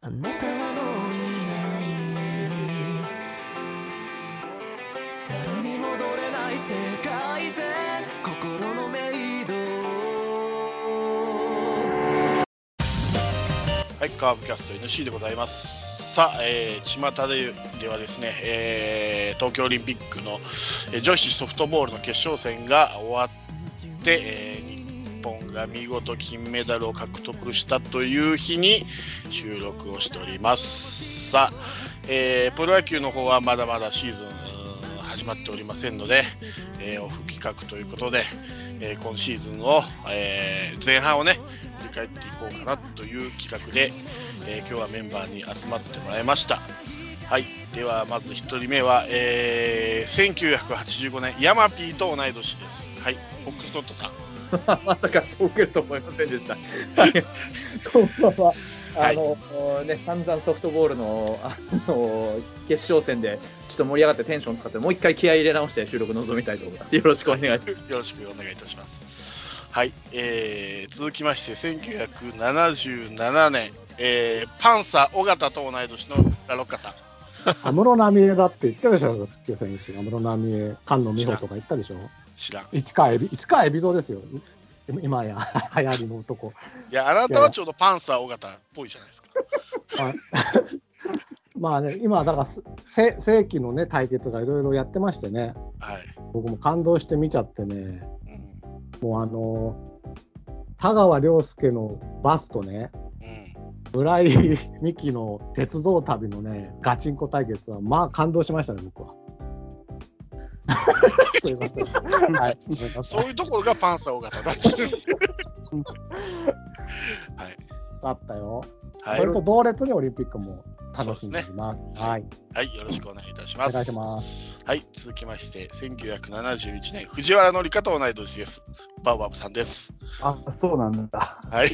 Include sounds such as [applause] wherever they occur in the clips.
あなたはもういない猿に戻れない世界線心のメイドはい、カーブキャスト NC でございます。さあ、えー、巷でではですね、えー東京オリンピックの、えー女子ソフトボールの決勝戦が終わって、えー日本が見事金メダルを獲得したという日に収録をしております。さあ、えープロ野球の方はまだまだシーズンうーん始まっておりませんので、えーオフ企画ということで、えー今シーズンを、えー前半をね振り返っていこうかなという企画で、えー今日はメンバーに集まってもらいましたはいではまず1人目は、えー1985年ヤマピーと同い年ですはいフォックストットさんまさかそう受けると思いませんでした。こんばんは。あの、ね、散々ソフトボールの、あの、決勝戦で、ちょっと盛り上がってテンション使って、もう一回気合い入れ直して収録臨みたいと思います。よろしくお願いします。よろしくお願いいたします。はい、えー、続きまして、1977年、えー、パンサー尾形と同い年のラロッカさん。安室奈美恵だって言ったでしょ、スッキ選手。安室奈美恵、菅野美穂とか言ったでしょ。知らん。市川海老、市川海老蔵ですよ。今や [laughs] 流行りの男。いや、あなたはちょうどパンサー尾形っぽいじゃないですか。あまあね、今、だからせ世紀のね、対決がいろいろやってましてね、はい。僕も感動して見ちゃってね、うん。もうあの、田川良介のバスとね、うん。村井美樹の鉄道旅のね、ガチンコ対決は、まあ感動しましたね、僕は。 [laughs] すいません。はい、ごめんなさいそういうところがパンサー尾形だっていう。あったよ。はいそ。れと同列にオリンピックも楽しんでいます。ねはい、はい、よろしくお願いいたしおます。願いします。はい、続きまして、1971年、藤原紀香と同い年です。バウバブさんです。あ、そうなんだ。はい。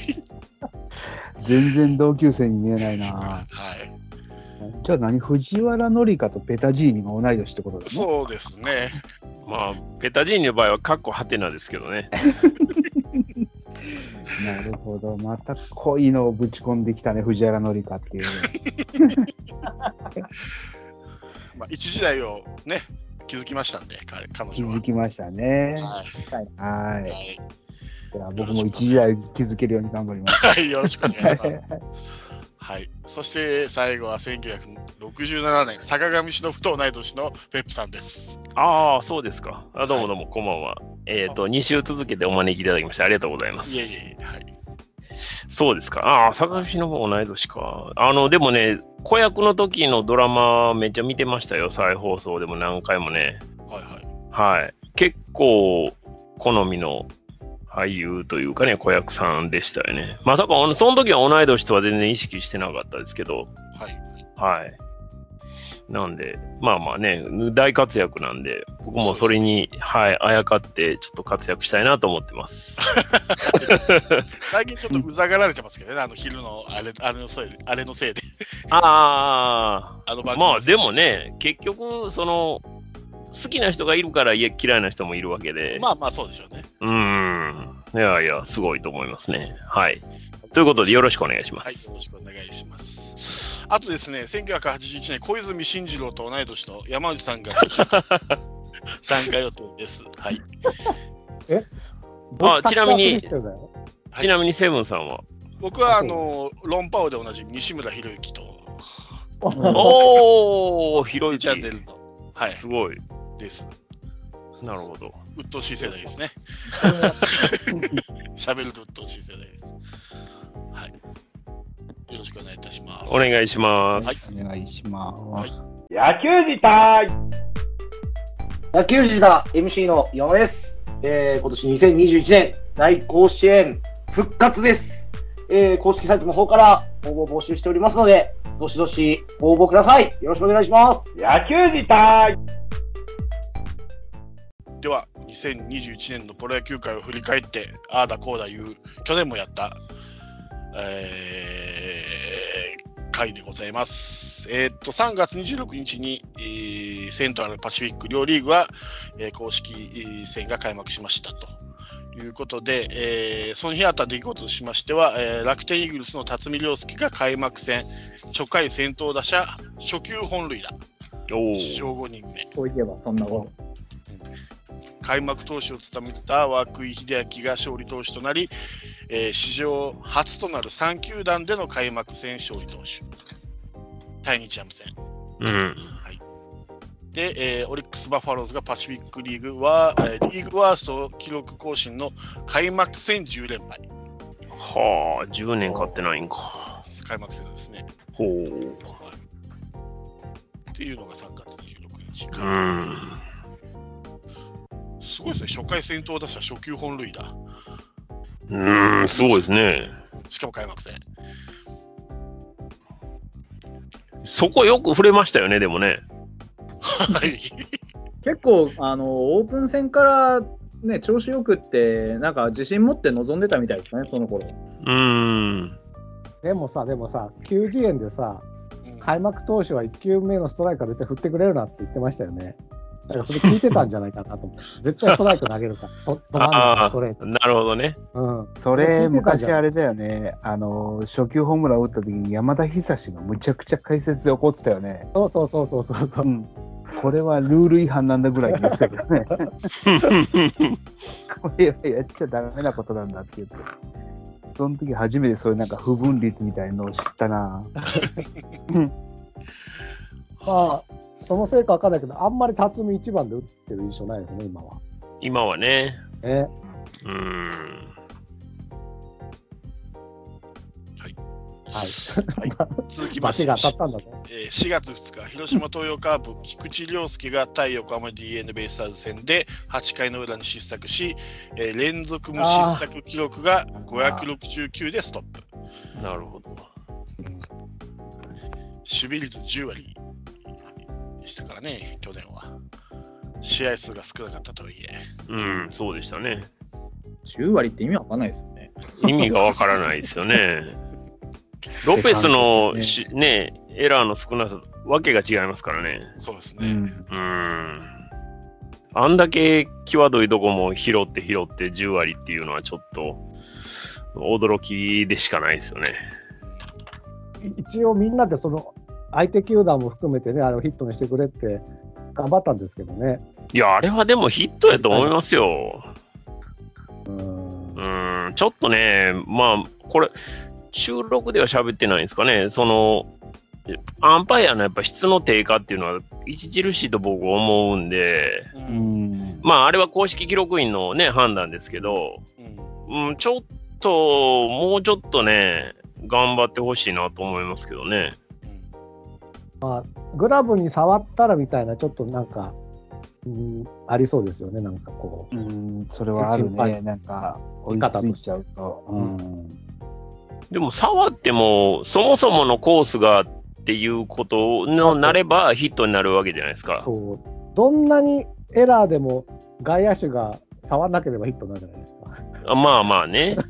全然同級生に見えないな。はい。じゃあ何藤原紀香とペタジーニが同い年ってことですね。そうですね。まあ、ペタジーニの場合は、カッコハテナですけどね。なるほど。またこういうのをぶち込んできたね、藤原紀 [laughs] 香っていう。まあ、一時代をね、築きましたんで、彼彼気女は。づきましたね。はい。は。はいい、じゃあ僕も一時代気づけるように頑張 [laughs] ります。はい、よろしくお願いします。はい、そして最後は1967年、坂上忍と同い年のペップさんです。ああ、そうですか。あどうもどうも、こんばんは。えっ、と、2週続けてお招きいただきまして、ありがとうございます。いえいえいえ、はい。そうですか。ああ、坂上の方同い年か。あの、でもね、子役の時のドラマ、めっちゃ見てましたよ。再放送でも何回もね。はいはい。はい。結構、好みの俳優というかね、子役さんでしたよね。まさか、あのその時は同い年とは全然意識してなかったですけど、はい、はい。なんで、まあまあね、大活躍なんで、僕もそれに、はい、あやかって、ちょっと活躍したいなと思ってます。最近ちょっとうざがられてますけどね、あの昼のあれあれのせいで、あれのせいで、ああのあ、番組まあでもね、結局、その、好きな人がいるからいや嫌いな人もいるわけで、まあまあそうでしょうね。うーん、いやいや、すごいと思いますね。はい。ということで、よろしくお願いしまはい、す。よろしくお願いします。あとですね、1981年、小泉進次郎と同い年の山内さ [laughs] んが途中参加予定です。はい。僕サッカープレーあちなみにしてるだよはいちなみに、セブンさんは。僕は、あの、ロンパオでおなじみ、西村博之と、おー、広いチャンネルの、はい、すごい。です。なるほど。鬱陶しい世代 [laughs] ですね。喋ると鬱陶しい世代です。はい。よろしくお願いいたします。お願いします。お願いします。野球自体野球児だ MC の山根です、えー、今年2021年大甲子園復活です、えー、公式サイトの方から応募を募集しておりますのでどしどし応募くださいよろしくお願いします野球自体では、2021年のプロ野球界を振り返って、ああだこうだいう、去年もやった、えー、回でございます。えーっと、3月26日に、えーセントラルパシフィック両リーグは、えー公式えー戦が開幕しましたと。いうことで、えーその日あった出来事としましては、えー楽天イーグルスの辰巳涼介が開幕戦、初回先頭打者、初球本塁打、お史ー上5人目。そういえばそんなこと。開幕投手を務めた涌井秀明が勝利投手となり、えー史上初となる3球団での開幕戦勝利投手対日ハム戦うん。で、えーオリックス・バファローズがパシフィックリーグは、えーリーグワースト記録更新の開幕戦10連敗はあ、10年買ってないんか。開幕戦ですね、ほう。はいっていうのが3月26日うか、ん。すごいですね初回先頭打者初球本塁打うん、すごいですね。しかも開幕 [laughs] 戦そこよく触れましたよね、でもね。はい結構あのオープン戦からね調子よくってなんか自信持って臨んでたみたいですねその頃。うん。でもさ、でもさ、90円でさ、うん開幕投手は1球目のストライクは絶対振ってくれるなって言ってましたよね。だからそれ聞いてたんじゃないかなと思 [laughs] って。絶対ストライク投げるから、スト止まんないからストレート。なるほどね。 [laughs] うん。聞そいてれ、たじ昔ゃんあれだよね。あの、初級ホームラン打った時に山田久志がむちゃくちゃ解説で怒ってたよね。そうそうそうそうそうそうう。ん。これはルール違反なんだぐらい [laughs] 言ってたけどね。これはやっちゃダメなことなんだって言って。その時初めてそういうなんか不分率みたいのを知ったな。ま [laughs] あ、そのせいかわかんないけど、あんまり辰巳一番で打ってる印象ないですね、今は。今はね。えうん。はい。続きまバしてチが当たったんだね。えー4月2日、広島東洋カープ、菊池涼介が対横浜 d n a ベイスターズ戦で8回の裏に失策し、えー連続無失策記録が569でストップ。なるほど。守備率10割でしたからね、去年は。試合数が少なかったとはいえ。うん、そうでしたね。 10割って意味わかんないですよね。意味がわからないですよね。 [laughs] ロペスのしねエラーの少なさ、わけが違いますからね。そうですうね。ん。うん。あんだけ際どいとこも拾って拾って10割っていうのはちょっと驚きでしかないですよね。一応みんなでその、相手球団も含めてね、あのヒットにしてくれって頑張ったんですけどね。いや、あれはでもヒットやと思いますよ。うん。うん、ちょっとね、まあ、これ、収録では喋ってないんですかね、その、アンパイアのやっぱ質の低下っていうのは著しいと僕思うんで、ううんん。まあ、あれは公式記録員のね、判断ですけど、うん、ちょっと、もうちょっとね、頑張ってほしいなと思いますけどね。グラブに触ったらみたいな、ちょっとなんか、うん、ありそうですよね、なんかこうん、それはある心配ね。なんか、追いついちゃうと。うん。でも、触っても、そもそものコースがっていうことのなれば、ヒットになるわけじゃないですう。か。そう。どんなにエラーでも外野手が触らなければヒットになるじゃないですあまあまあね。か。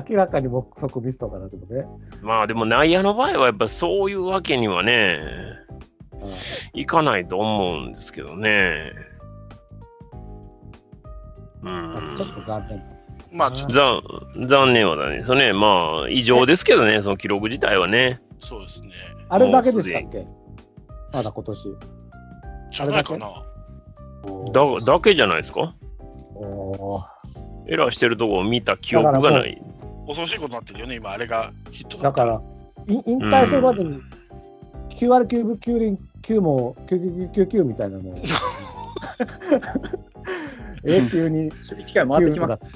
[laughs] 明らかに目測ミスとかだけどね。まあでも内野の場合はやっぱそういうわけにはね、いかないと思うんですけどね。うん。ちょっと残念。まあ、ちょっと残残念は残念ですよね。まあ、異常ですけどね、その記録自体はね。そうですね。あれだけでしたっけまだ今年。じゃないかな。だだけじゃないですかおーエラーしてるとこを見た記憶がない。恐ろしいことになってるよね、今、あれがヒットだだったから、い引退するまでに9割9分9厘9も9999みたいなのを永久に守備機会回ってきます。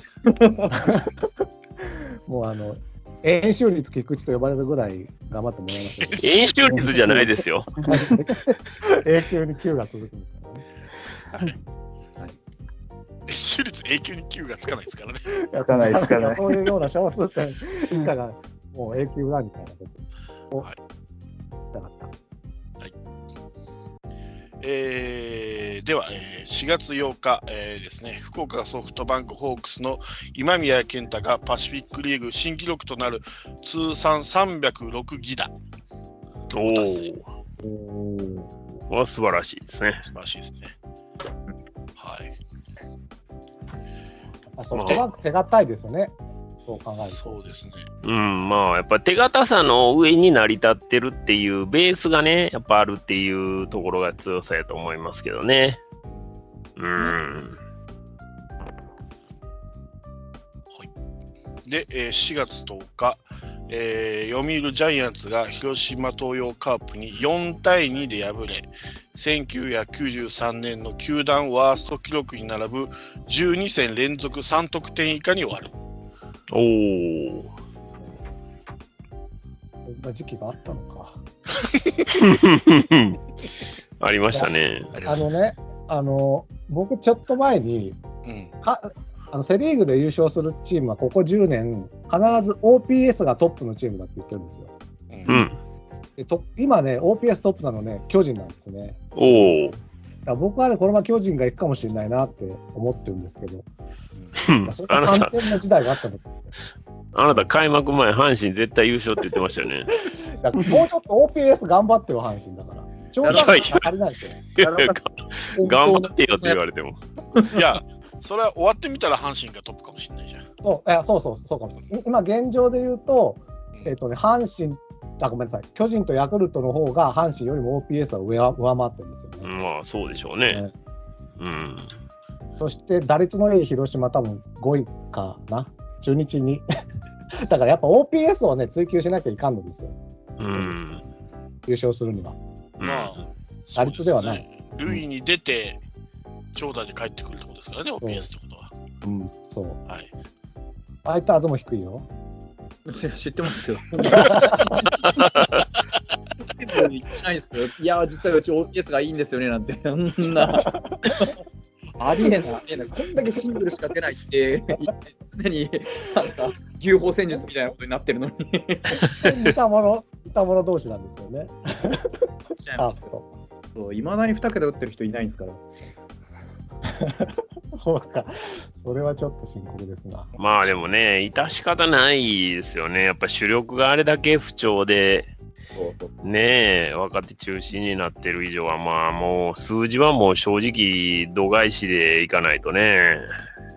[laughs] もうあの、演習率菊池と呼ばれるぐらい頑張ってもらいましょ演習率じゃないで [laughs] すよ。う。永久に9が続くみたいなね。 [laughs] 手率永久に9がつかないですからね。つかないつかないそういうような少数点以下がもう永久だみたいなことをはいだからえーでは、えー4月8日、えーですね、福岡ソフトバンクホークスの今宮健太がパシフィックリーグ新記録となる通算306ギダおおお、は素晴らしいですね。らしいですね。はい。まあソフトバンク手堅いですよね。そう考えると。そうですね。うん、まあやっぱ手堅さの上に成り立ってるっていうベースがね、やっぱあるっていうところが強さやと思いますけどね。うん。で、えー4月10日、えー読売ジャイアンツが広島東洋カープに4対2で敗れ、1993年の球団ワースト記録に並ぶ12戦連続3得点以下に終わる。おー。 [laughs] こんな時期があったのか。ありましたね。ありあのね、あの、僕ちょっと前に、うん。かあのセ・リーグで優勝するチームはここ10年、必ず OPS がトップのチームだって言ってるんですよ。うんうん。でと今ね、OPS トップなのね、巨人なんですね。おー。だから僕はね、このまま巨人が行くかもしれないなって思ってるんですけど、まあそれあがなた3、点の時代があったの。あなた開幕前、阪神絶対優勝って言ってました [laughs] よね。だからもうちょっと OPS 頑張ってよ、阪神だから。超過が足りないですよ。いやいや [laughs] 頑張ってよって言われれても。いや、それは終わってみたら阪神がトップかもしれないじゃん。そういやそうそうそうかもしれない。今、現状で言うと、えっ、とね、阪神、あ、ごめんなさい、巨人とヤクルトの方が阪神よりも OPS は上は上回ってるんですよね。まあそうでしょうね。うん。そして打率のいい広島、多分5位かな、中日に。 [laughs] だからやっぱ OPS をね、追求しなきゃいかんのですよ、うん。優勝するには。うんまあ、打率ではないそうですね。塁に出て、長打で帰ってくるってことですからね、OPS ってことは。うん。そう。はい。ファイターズも低いよ。いや知ってます [laughs] よ。言ってないですけど、いや、実はうち OPS がいいんですよねなんて、そんな、ありえない、ありえない、こんだけシングルしか出ないって、常になんか、牛歩戦術みたいなことになってるのに、似た者、似た者同士なんですよね。しちゃいカーますプよ。と。いまだに2桁打ってる人いないんですから。そうか。それはちょっと深刻ですな。まあでもね、致し方ないですよね。やっぱ主力があれだけ不調で、ねえ、若手中心になってる以上は、まあもう数字はもう正直、度外視でいかないとね。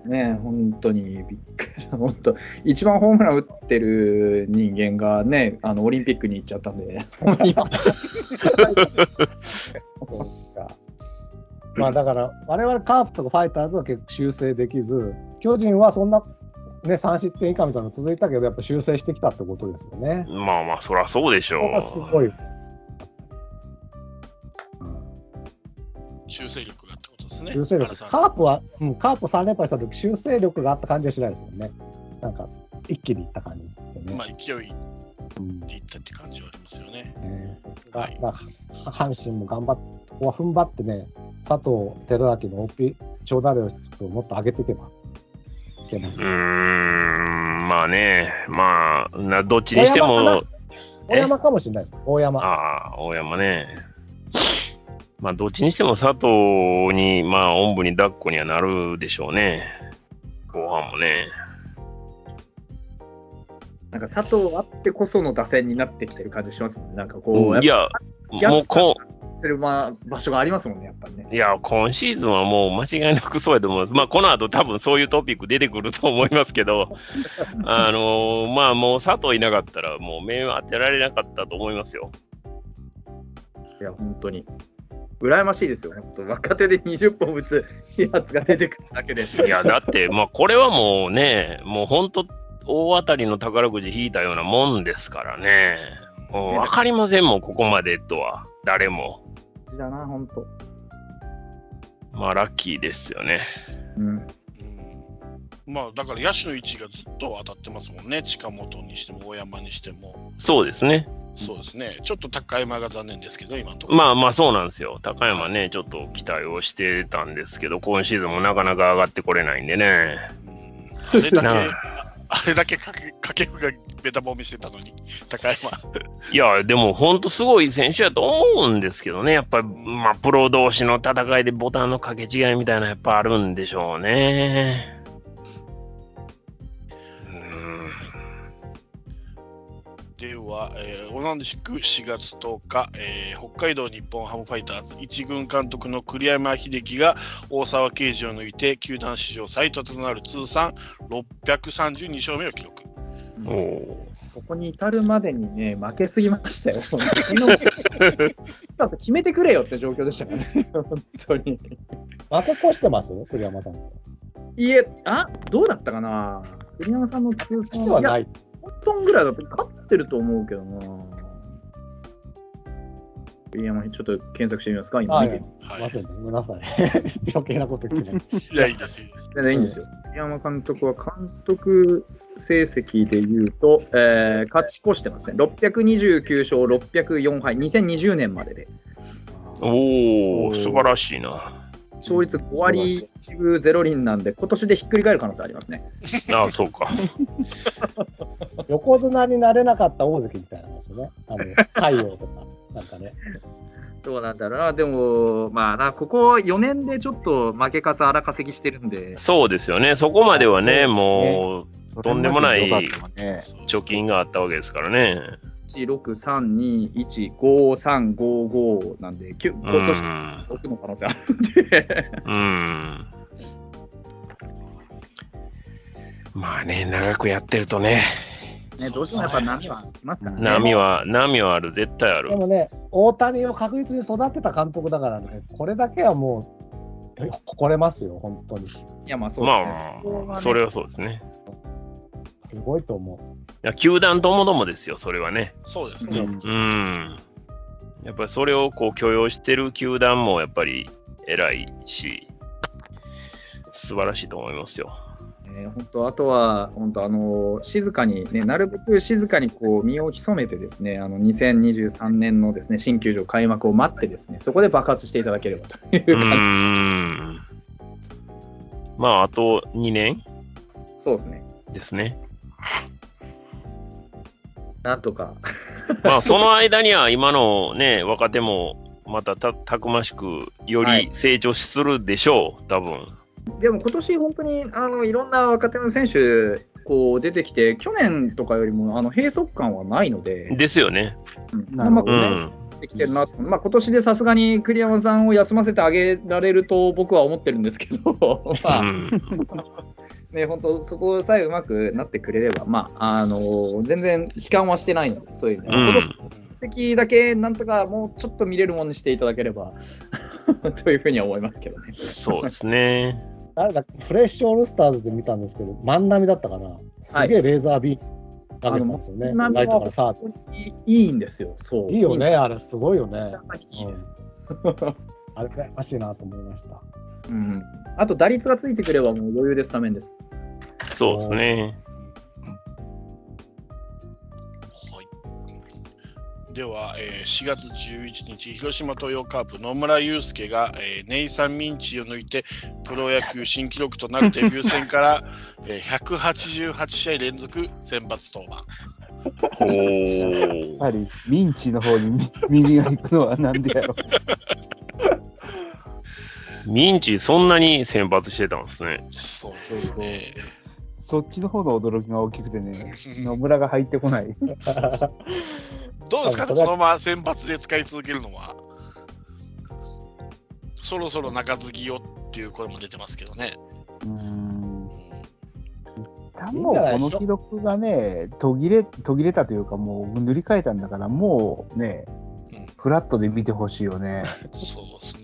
ねえ、本当にびっくりした、本当、一番ホームラン打ってる人間がね、あのオリンピックに行っちゃったんで、そうか。まあだから、我々カープとかファイターズは結構修正できず、巨人はそんな、ね、3失点以下みたいなの続いたけど、やっぱ修正してきたってことですよね。まあまあ、そらそうでしょこれがすごう。い。修正力がってことですね。修正力。原さんカープは、うん、カープ3連敗した時修正力があった感じはしないですもんね。なんか、一気にいった感じですよね。まあ、勢いうんでいったって感じはありますよね。ねがはいまあ、は阪神も頑張って、ここは踏ん張ってね、佐藤輝明の OP 長打力をもっと上げていけばいけますうー。ん、まあね、まあ、などっちにして大山もか、大山かもしれないです。大山。ああ、大山ね。まあ、どっちにしても佐藤に、まあ、おんぶに抱っこにはなるでしょうね。後半もね。なんか佐藤あってこその打線になってきてる感じしますもんね、なんかこう、いやっや、やっぱもうこぱするま場所がありますもんね、やっぱりね。ん、いや、今シーズンはもう間違いなくそうやと思います。まあ、この後多分そういうトピック出てくると思います [laughs] けど、あのーまあ、もう佐藤いなかったら、もう目を当てられなかったと思いますよ。いや、本当に。羨ましいですよ、本当若手で20本打つやつが出てくるだけで。いや、だって、まあ、これはもうね、もう本当、大当たりの宝くじ引いたようなもんですからね。もう分かりませんもん、ここまでとは、誰も。感じだな、本当。まあ、ラッキーですよね。うん。うんまあ、だから野手の位置がずっと当たってますもんね。近本にしても大山にしても。そうですね。そうですね。ちょっと高山が残念ですけど、今のところ。まあまあ、そうなんですよ。高山ね、ちょっと期待をしてたんですけど、今シーズンもなかなか上がってこれないんでね。うんあれだけ、なあれだけ掛け掛布がべた褒めしてたのに、高山。いや、でも本当すごい選手やと思うんですけどね。やっぱり、まあ、プロ同士の戦いでボタンの掛け違いみたいなやっぱあるんでしょうね。うん。では、は、えー、同じく4月10日、えー北海道日本ハムファイターズ一軍監督の栗山英樹が大沢啓二を抜いて球団史上最多となる通算632勝目を記録。おおそこに至るまでにね、負けすぎましたよ。だって決めてくれよって状況でしたからね、本当に。また越してます栗山さん。いえ、あどうだったかな栗山さんの通し算てはないい。や本当ぐらいだと勝ってると思うけどな。栗山、ちょっと検索してみますか、今は見い。て。すいはい、ません、ごめんなさい。余計なこと言ってね。いやいいですいいです全然いいんですよ。栗山監督は監督成績で言うと、えー勝ち越してますね。629勝604敗、2020年までで。おおおー素晴らしいな。勝率5割1分0厘なんで、今年でひっくり返る可能性ありますね。ああ、そうか。横綱になれなかった大関みたいなんですよね。あの、太陽とか、なんかね。どうなんだろうな、でも、まあな、ここ4年でちょっと負け数荒稼ぎしてるんで、そうですよね。そこまではね、そうもとんでもないそれまで良かったもんねう貯金があったわけですからね。 1、6、3、2、1、5、3、5、5なんで、きゅう今年ん。 6の可能性あるんで、うん。まあね、長くやってるとね、ね、どうしてもやっぱ波は来ますからね。波は、波はある、絶対あるで。もね、大谷を確実に育てた監督だからね、これだけはもう、誇れますよ、本当に。いや、まあそうまあですね。こはまあ、ねそれはそうですね。すごいと思う。いや球団ともどもですよ、それはね。そうですね。うん。やっぱりそれをこう許容してる球団もやっぱり偉いし、素晴らしいと思いますよ。えー本当あとは本当あの静かにねなるべく静かにこう身を潜めてですねあの2023年のですね新球場開幕を待ってですねそこで爆発していただければというう感ん。まあ、あと2年じ、そうですねですね。なんとか [laughs] まあ、その間には今のね、若手もまたたたくましく、よはりい成長するでしょう、多分。でも今年本当にあのいろんな若手の選手こう出てきて去年とかよりもあの閉塞感はないのでですよね。うんなるほうどうまくねん。できてるなと、まあ、今年でさすがに栗山さんを休ませてあげられると僕は思ってるんですけど、 [laughs] まあうんね、本当そこさえうまくなってくれれば、まああの全然悲観はしてないので、そういう意味では、うん今年成績だけなんとかもうちょっと見れるものにしていただければ [laughs] というふうには思いますけどね。そうですね。誰だっけフレッシュオールスターズで見たんですけど、万波だったかな。すげえレーザービーム投げてたんですよね。あのライトからサード。本当にいいんですよ、そう。いいよね、やあれ、すごいよね。っぱりいいです。 [laughs] あれ、羨ましいなと思いました。うん、あと打率がついてくればもう余裕でスタメンです。そうですね。はい、では、えー4月11日、広島東洋カープ、野村祐介が、えーネイサン・ミンチを抜いて、プロ野球新記録となるデビュー戦から、 [laughs] えー188試合連続先発登板。おーやはりミンチの方に [laughs] 耳が行くのはなんでやろミンチ、そんなに先発してたんですね。そうですね。そっちの方の驚きが大きくてね、野村が入ってこない。どうですか、こ多分それはのまま先発で使い続けるのは。そろそろ中継ぎよっていう声も出てますけどね。うん。う多分この記録がね、途切れ、途切れたというか、もう塗り替えたんだから、もうね、んうんフラットで見てほしい [laughs] よね。そうですね。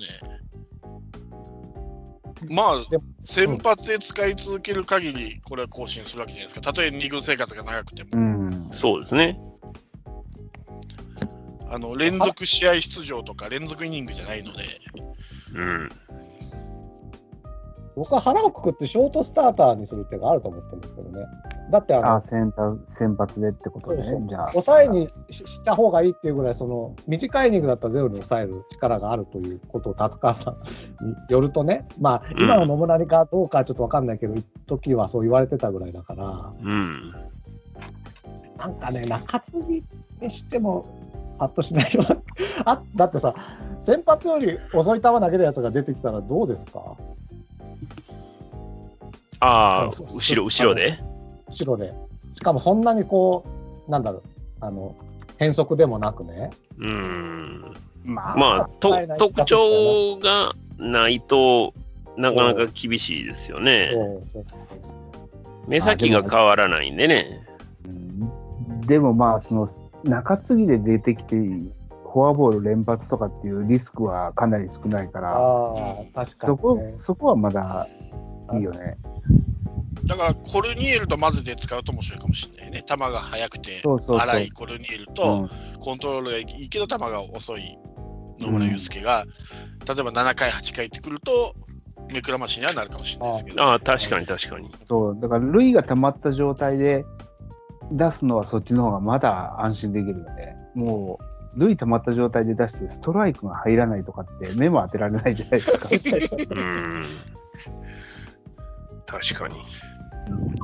まあでも、先発で使い続ける限り、これは更新するわけじゃないですか。たとえ二軍生活が長くても、うん。そうですね。あの連続試合出場とか連続イニングじゃないので、うん。僕は腹をくくってショートスターターにする手があると思ってるんですけどね。だってあの、あ、先発先発でってことそうねそう。じゃあ。抑えにしした方がいいっていうぐらい、その短いイニングだったらゼロに抑える力があるということを、達川さん [laughs] によるとね、まあ、ん今の野村にかどうかはちょっと分かんないけど、一時はそう言われてたぐらいだから、うん。なんかね、中継ぎにしても、パッとしないよなあだってさ、先発より遅い球投げるやつが出てきたらどうですか、ああ、そうそう後ろ、後ろで後ろで。しかもそんなにこう、なんだろう、あの、変則でもなくね。うん。ままあ、使えとない特徴がないとなかなか厳しいですよね。そうそうそうそう目先が変わらないんでね。でもまあ、その中継ぎで出てきて、フォアボール連発とかっていうリスクはかなり少ないから、ああ、確かそに、こね。そこはまだいいよね。だからコルニエルと混ぜて使うと面白いかもしれないね。球が速くてそうそうそう荒いコルニエルうとんコントロールがいいけど球が遅い野村祐介が、例えば7回、8回ってくると目くらましにはなるかもしれないですけど。ああ、確かに確かに。そうだから、塁が溜まった状態で出すのはそっちの方がまだ安心できるよね。もう、塁溜まった状態で出して、ストライクが入らないとかって、目も当てられないじゃない [laughs] ですか。うん。確かに。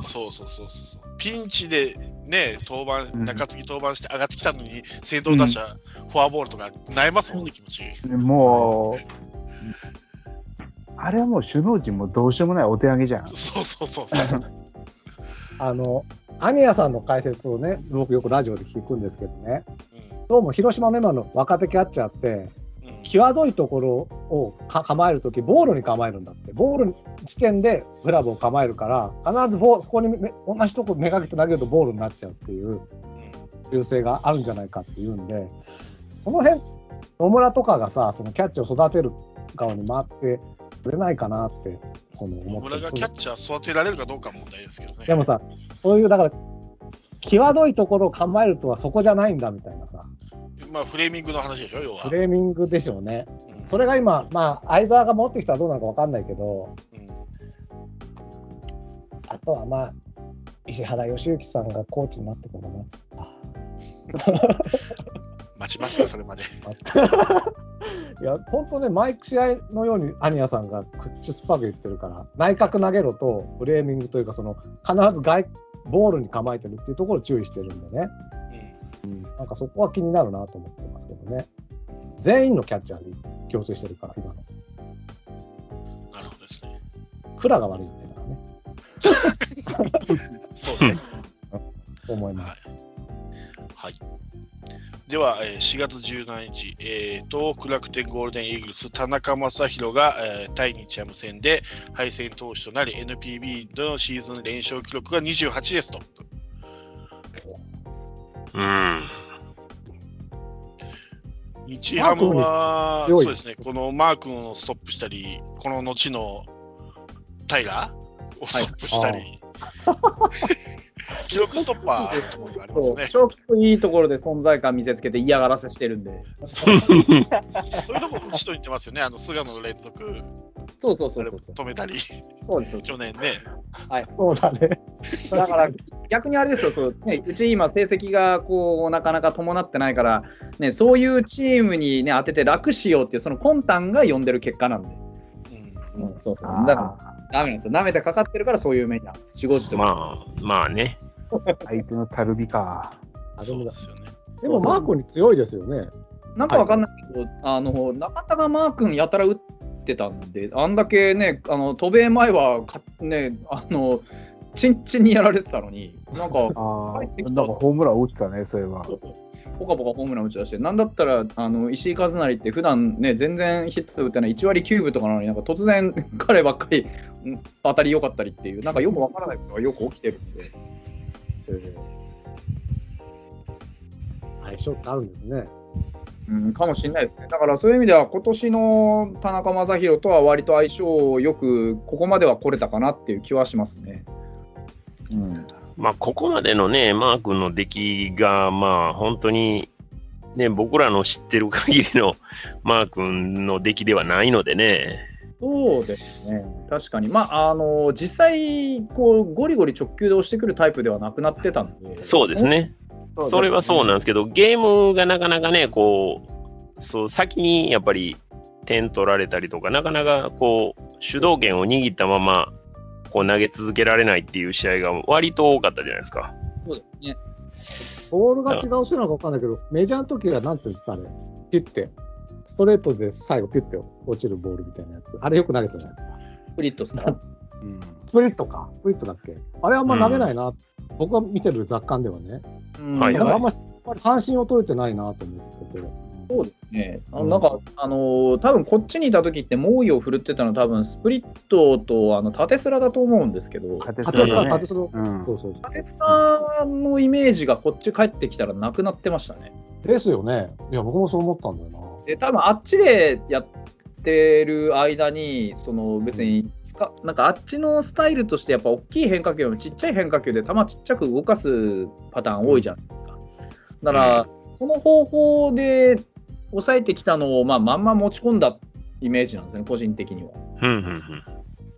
そうそうそうそう。ピンチでね、登板、中継ぎ登板して上がってきたのに、先頭打者、フォアボールとか、悩ますもんね、気持ち。もう、あれはもう首脳陣もどうしようもないお手上げじゃん。そうそうそう [laughs] そう。あの、アニヤさんの解説をね、僕よくラジオで聞くんですけどね、どうも広島の今の若手キャッチャーって、うんうん際どいところをか構えるとき、ボールに構えるんだって、ボール地点でグラブを構えるから、必ずボールここにめ同じとこめがけて投げるとボールになっちゃうっていう優勢があるんじゃないかっていうんで、その辺野村とかがさ、そのキャッチを育てる側に回ってくれないかなって、その野思って村るがキャッチャー育てられるかどうか問題ですけどね。でもさ、そういうだから、際どいところを構えるとはそこじゃないんだみたいなさ、まあ、フレーミングの話でしょ、要は。フレーミングでしょうね。うんそれが今、まあ、相沢が持ってきたらどうなのか分かんないけど、うんあとはまあ、石原良幸さんがコーチになってくるのを待つか。待ちますか、それまで。いや、本当ね、毎試合のようにアニヤさんが口酸っぱく言ってるから、内角投げろとフレーミングというか、その必ず外ボールに構えてるっていうところを注意してるんでね、なんかそこは気になるなと思ってますけどね。全員のキャッチャーに共通してるから、今の。うんなるほどですね。クラが悪いんだからね、 [laughs] そうね。思います。はい。はい。では、えー4月17日、えー、東北楽天ゴールデンイーグルス、田中将大が、えー対日ハム戦で敗戦投手となり、NPB でのシーズン連勝記録が28でストップ。 [laughs] うん。日ハムは、マそー君に強いうですね、このマー君をストップしたり、この後のタイラーをストップしたり、記録ストッパーがありますそようね。ちょっといいところで存在感見せつけて嫌がらせしてるんで。そういうのもうちと似てますよね、あの菅野の連続、そうそうそあうれそもうそう。止めたり、そうですそうです去年ね。そうだね。だから逆にあれですよ、そうね、うち今、成績がこうなかなか伴ってないから、ね、そういうチームに、ね、当てて楽しようっていう、その魂胆が呼んでる結果なんで、うんうん、そうそう、だかあら、ダメなんですよ、舐めてかかってるから、そういう目になる、仕事って、まあ、まあね。あ、相手のたるみか。そうですよね。でもマー君に強いですよね。なんかわかんないけど、あの中田がマー君やたら打ってたんで、あんだけね、あの渡米前はか、ね、あの、ちんちんにやられてたのに、なんか。ああ、なんかホームラン打ってたね、そういえば。ポカポカホームラン打ち出して、なんだったらあの石井和成って普段ね、全然ヒット打ってない1割9分とかなのに、なんか突然 [laughs] 彼ばっかりん当たり良かったりっていう、なんかよくわからないことがよく起きてるんで、相性ってあるんですね。うん、かもしれないですね。だからそういう意味では、今年の田中将大とは割と相性よく、ここまでは来れたかなっていう気はしますね。うん、まあ、ここまでのね、マー君の出来が、まあ、本当に、ね、僕らの知ってる限りの [laughs] マー君の出来ではないのでね。そうですね、確かに、まあ、あの実際こう、ゴリゴリ直球で押してくるタイプではなくなってたんで、そうですね。それはそうなんですけど、ゲームがなかなかね、こう、そう先にやっぱり点取られたりとか、なかなかこう、主導権を握ったまま、こう投げ続けられないっていう試合が割と多かったじゃないですか。そうですね。ボールが違うせいなのか分かんないけど、メジャーの時はなんていうんですかね、ピュッて、ストレートで最後ピュッて落ちるボールみたいなやつ、あれよく投げてたじゃないですか。フリットスか。うんスプリットか、スプリットだっけ。あれあんま投げないな、僕が見てる雑感ではね。うんはいなんかあんまりあんまり三振を取れてないなと思ってて。ね、あうんなんか、あのー多分こっちにいた時って猛威を振るってたの多分スプリットとあの縦スラだと思うんですけど縦ス縦ラスだラ、ね縦スラ。うんそうそうそ縦スラのイメージがこっち帰ってきたらなくなってましたねう。ですよね。いや、僕もそう思ったんだよで多分あっちでやってる間にその別に使なんかあっちのスタイルとしてやっぱ大きい変化球よりもちっちゃい変化球で球ちっちゃく動かすパターン多いじゃないですかだからその方法で抑えてきたのをまあまんま持ち込んだイメージなんですよね個人的にはうんうん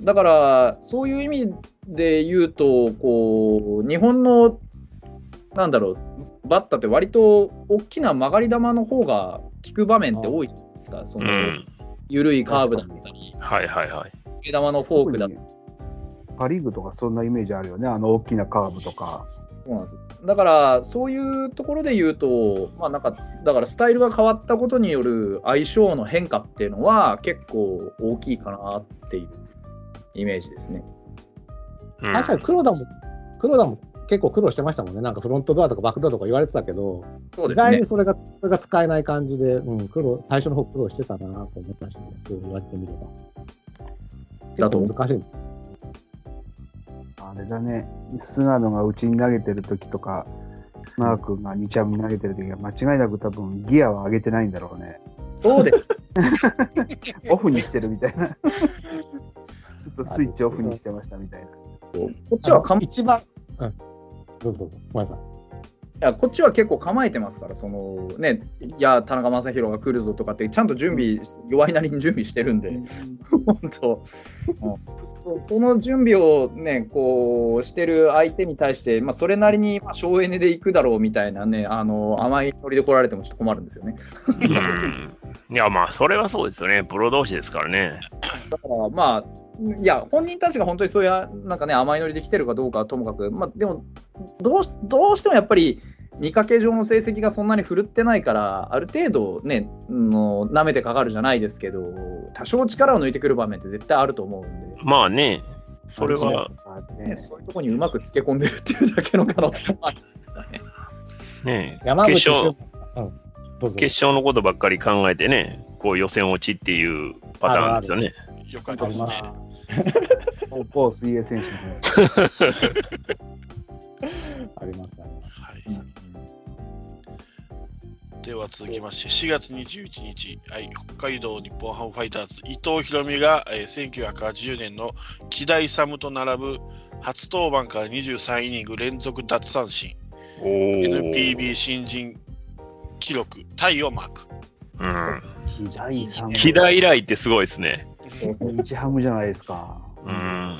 だからそういう意味で言うとこう日本のなんだろうバッターって割と大きな曲がり球の方が効く場面って多いじゃないですか、そうんうのん。緩いカーブだったり、はいはいはい。球のフォークだったりパ・リーグとかそんなイメージあるよね、あの大きなカーブとか。そうなんですだからそういうところで言うと、まあ、なんかだからスタイルが変わったことによる相性の変化っていうのは結構大きいかなっていうイメージですね。うんな。確かに黒田も、黒田も結構苦労してましたもんね。なんかフロントドアとかバックドアとか言われてたけど、そうで意す外ねにそれが、それが使えない感じで、うん、苦労、最初の方苦労してたなと思いましたね。そう言われてみれば。だと思う結構難しい。あれだね、菅野がうちに投げてる時とか、マー君が2ちゃんに投げてる時は間違いなく多分ギアは上げてないんだろうね。そう [laughs] ですオフにしてるみたいな。ちょっとスイッチオフにしてましたみたいな。こっちは構一番、うん、どうぞどうぞ、ごめんなさい。いやこっちは結構構えてますから、そのね、いや、田中将大が来るぞとかって、ちゃんと準備、弱いなりに準備してるんで、 [laughs] 本当、うんそ、その準備をね、こうしてる相手に対して、まあ、それなりにまあ省エネで行くだろうみたいなね、あの甘いノリで来られてもちょっと困るんですよね。うん。いやまあそれはそうですよね。プロ同士ですからね。だからまあ、いや、本人たちが本当にそういう、なんかね、甘いノリで来てるかどうかはともかく、まあ、でもどうし、どうしてもやっぱり、見かけ上の成績がそんなに振るってないから、ある程度ね、の舐めてかかるじゃないですけど、多少力を抜いてくる場面って絶対あると思うんで。まあね。それはあね、ねそういうところにうまくつけ込んでるっていうだけの可能性もありますからね。ね。山口決勝俊うん、どうぞ。決勝のことばっかり考えてね、こう予選落ちっていうパターンですよね。よかっあたでりすまねす。高校水泳選手の話。あります、あります。はいでは続きまして4月21日、はい、北海道日本ハムファイターズ伊藤博美が、えー1980年の木田勇と並ぶ初登板から23イニング連続奪三振おお。 NPB 新人記録タイをマークうん。左さん木田以来ってすごいですね。日ハムじゃないですか。うん。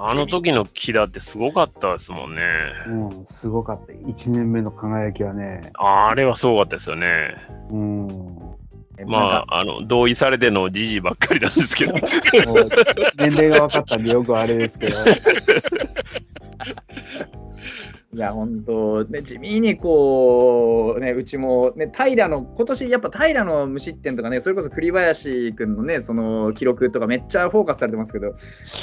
あの時の木田ってすごかったですもんね。うん、すごかった。1年目の輝きはね。あれはすごかったですよね。うん。まあ、あの同意されてのじじばっかりなんですけど。年齢が分かったんでよくあれですけど。いや、本当、ね、地味にこう、ね、うちも、ね、平の、今年やっぱ平の無失点とかね、それこそ栗林君のね、その記録とかめっちゃフォーカスされてますけど、う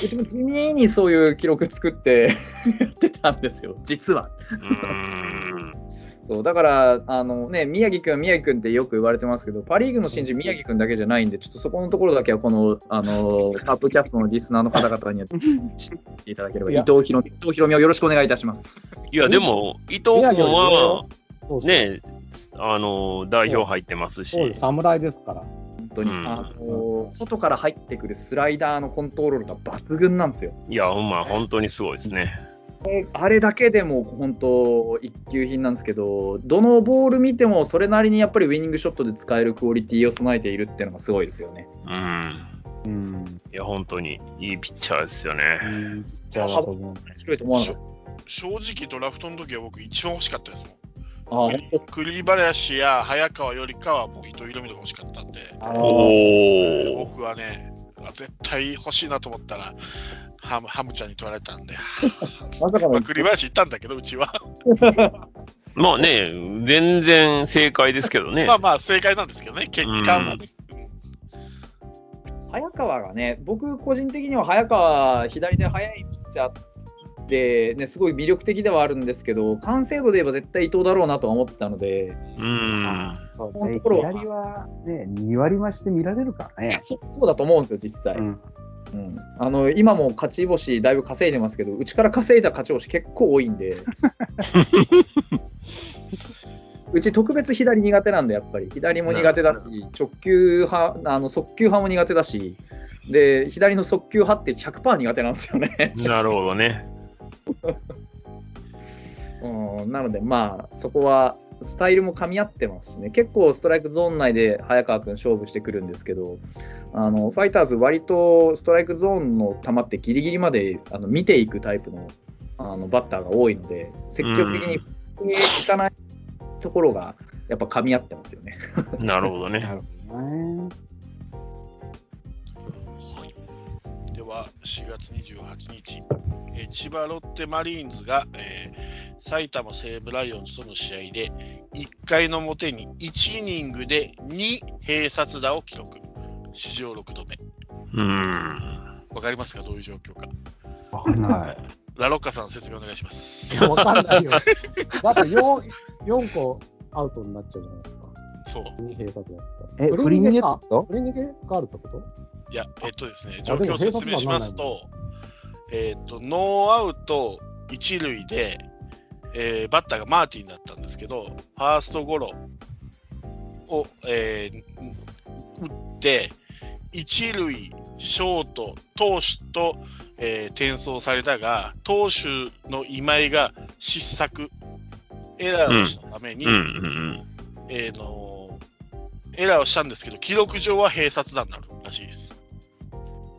ちも地味にそういう記録作ってやってたんですよ、実は。うん。そうだから、あのね、宮城君、宮城君ってよく言われてますけど、パ・リーグの新人、宮城君だけじゃないんで、ちょっとそこのところだけは、このあのタップキャストのリスナーの方々には知っていただければ、い伊や藤博美、伊藤博美をよろしくお願いいたします。いや、でも、伊藤君はそうそう、ね、あの代表入ってますしそう。です侍ですから。本当に、うんあの外から入ってくるスライダーのコントロールが抜群なんですよ。いや、ほんま、本当にすごいですね。あれだけでも本当、一級品なんですけど、どのボール見ても、それなりにやっぱりウイニングショットで使えるクオリティを備えているっていうのがすごいですよね。うん。 [laughs] うん。いや、本当にいいピッチャーですよね。じゃあだと思う。面白いと思わなかっ正直ドラフトの時は僕一番欲しかったですもんた。ああ栗栗林や早川よりかは僕伊藤博美とか欲しかったんでおお。僕はねあ絶対欲しいなと思ったらハムハムちゃんに取られたんで [laughs] まさかまのあ、栗林行ったんだけどうちはまあね、全 [laughs] 然正解ですけどねま。あまあ正解なんですけどね結果はね、うん早川がね、僕個人的には早川、左で速いピッチャーで、ね、すごい魅力的ではあるんですけど、完成度で言えば絶対伊藤だろうなとは思ってたので、うん。そうこのねところは左はね、2割増しで見られるからね。そそうだと思うんですよ、実際。うんうんあの今も勝ち星だいぶ稼いでますけど、うちから稼いだ勝ち星結構多いんで、うち特別左苦手なんで、やっぱり左も苦手だし、直球派、あの速球派も苦手だし、で左の速球派って100%苦手なんですよね。なるほどね。うん、なので、まあそこはスタイルも噛み合ってますしね、結構ストライクゾーン内で早川君、勝負してくるんですけど、あのファイターズ、割とストライクゾーンの球ってギリギリまであの見ていくタイプのあのバッターが多いので、積極的に振っていかないところが、やっぱ噛み合ってますよね。なる [laughs] ほどね。なるほどね。では4月28日、えー千葉ロッテマリーンズが、えー埼玉西武ライオンズとの試合で1回の表に1イニングで2併殺打を記録史上6度目うん。わかりますかどういう状況かわかんない。ラロッカさん説明お願いしますいやわか [laughs] んないよ。だって4、4個アウトになっちゃうじゃないですか。そう2閉殺だったら。え、振り逃げ振り逃げかたと振り逃げがあるってこといやえっとですね状あで況もを説明しますとえっとノーアウト1塁で、えーバッターがマーティンだったんですけどファーストゴロを、えーん打って1塁ショート投手と、えー転送されたが投手の今井が失策エラーをしたために、うんうんえーのーエラーをしたんですけど記録上は併殺打になるらしいです。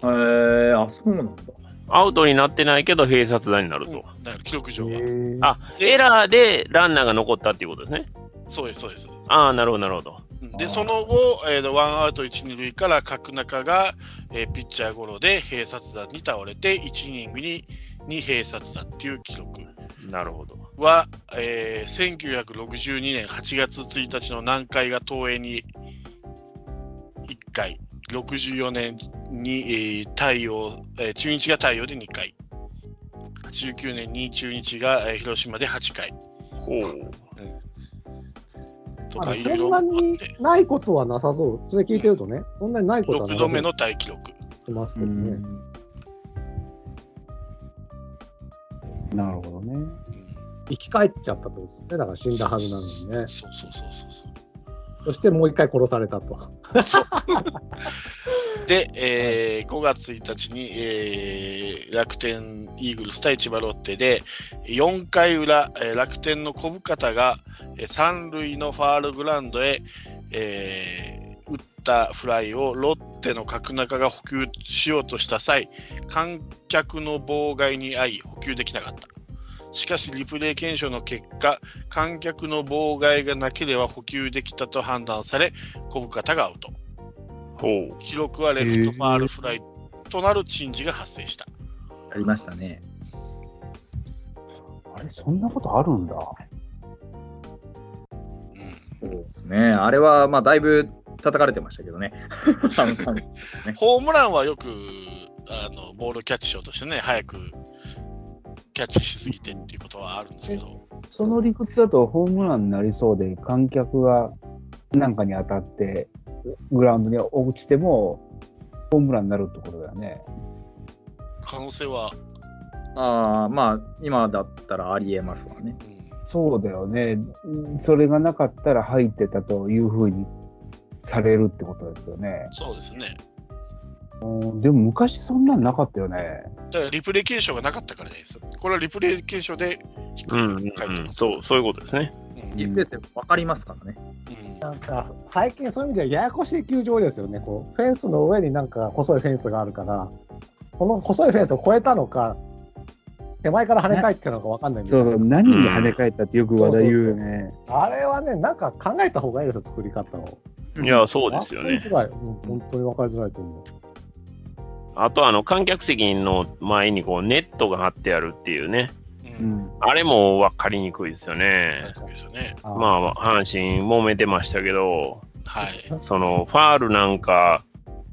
えー、あそうなんだうん。アウトになってないけど、併殺打になると。だから記録上は、えあエラーでランナーが残ったっていうことですね。そうですそうですああ、なるほど、なるほど。うんであーその後、えーと、ワンアウト一二塁から角中が、えーピッチャーゴロで併殺打に倒れて一イニングに2併殺打っていう記録なるほど。は、えー1962年8月1日の南海が東映に1回64年に、えー太陽、えー中日が太陽で2回89年に中日が、えー広島で8回ほう。とあかのいろいそんろあなっにてないことはなさそう。それ聞いてるとね、そんなにないことはな6さそ度う目の大記録してますけうどね。ん。なるほどね。生き返っちゃったってことですね。だから死んだはずなのにね。そうそうそうそうそうそしてもう一回殺されたと。で、えー5月1日に、えー楽天イーグルス対千葉ロッテで4回裏、えー楽天の小深田が、えー三塁のファールグラウンドへ、えー打ったフライをロッテの角中が補給しようとした際観客の妨害に遭い補給できなかった。しかしリプレイ検証の結果観客の妨害がなければ補給できたと判断され小深田がアウト。ほう。記録はレフトファールフライとなる珍事が発生した。ありましたね。あれ、そんなことあるんだ。そうですね。あれは、まあ、だいぶ叩かれてましたけど [laughs] ね。あのさんうんホームランはよくあのボールキャッチしようとしてね、早くキャッチしすぎてっていうことはあるんですけど、その理屈だとホームランになりそうで、観客がなんかに当たって、グラウンドに落ちても、ホームランになるってことだよね。可能性は、ああ、まあ、今だったらありえますわね。うんそうだよね。うんそれがなかったら入ってたというふうにされるってことですよね。そうですね。うんでも昔そんなんなかったよね。だからリプレイ検証がなかったからです。これはリプレイ検証でひっくうりん、返ってうん。ます。そう、そういうことですね。うん一定性分かりますからね。うんなんか最近そういう意味ではややこしい球場多いですよね。こうフェンスの上になんか細いフェンスがあるから、この細いフェンスを越えたのか、手前から跳ね返ってるのかわかんないんですけど何に跳ね返ったってよく話題言うよね。あれはね、なんか考えた方がいいですよ、作り方を。いや、そうですよわねか。りづらい。うん本当にわかりづらいと思う。あと、あの、観客席の前にこうネットが張ってあるっていうね。うんうんあれも分かりにくいですよね。そうですよね。あーまあ、阪神揉めてましたけど、はい。そのファールなんか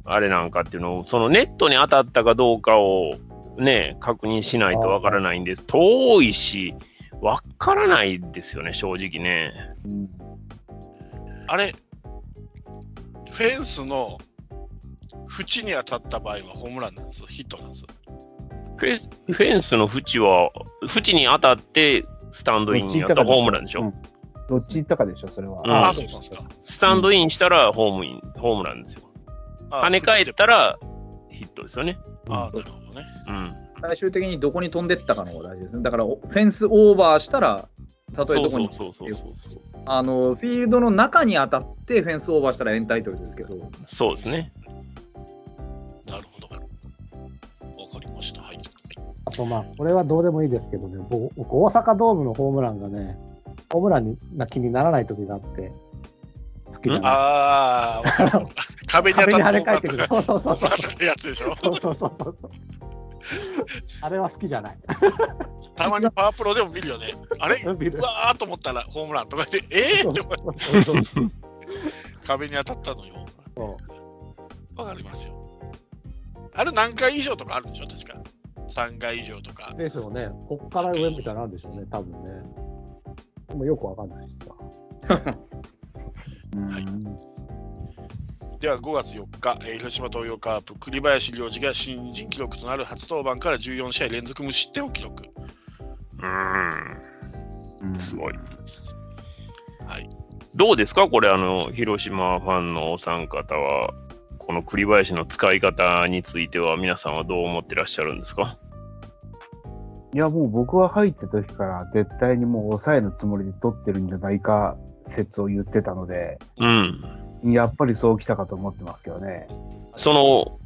あれなんかっていうのを、そのネットに当たったかどうかをね、確認しないとわからないんです。遠いし、わからないですよね、正直ね。あれ、フェンスの縁に当たった場合はホームランなんですよ、ヒットなんですよ。フェフェンスの縁は、縁に当たって、スタンドインにやったホームランでしょ。うんどっち行ったかでしょ、それは。うんああ、そうなんですか。スタンドインしたらホームイン、ホームランですよ。あ跳ね返ったらヒットですよね。ああ、なるほどね。うん。最終的にどこに飛んでったかの方が大事ですね。だから、おフェンスオーバーしたら、たとえそどこうそにうそうそうそう。あの、フィールドの中に当たって、フェンスオーバーしたらエンタイトルですけど、そうですね。なるほど。わかりました。はい。あとまあ、これはどうでもいいですけどね、僕、僕大阪ドームのホームランがね、ホームランにな気にならない時があって、好きだな。ああ、わかる [laughs] 壁に当壁にたったホームラ跳ね返ンってくとる。かそうそうそうそう。やつでしょ。そうそうそうそうそう。あれは好きじゃない。たまにパワープロでも見るよね。あれ見うるわーと思ったらホームランとかで、ええー、って思ってそうそうそう壁に当たったのよ。そうわかりますよ。あれ何回以上とかあるんでしょ確か。3回以上とか。でしょうね。こっから上みたいなのあるんでしょうね、多分ね。でもよくわかんないしさ。では5月4日、えー広島東洋カープ、栗林良治が新人記録となる初登板から14試合連続無失点を記録。うーん。すごい。はい。どうですかこれ、あの、広島ファンのお三方は、この栗林の使い方については、皆さんはどう思ってらっしゃるんですかいや、もう僕は入った時から絶対にもう抑えのつもりで取ってるんじゃないか説を言ってたので、うん。やっぱりそうきたかと思ってますけどね。その、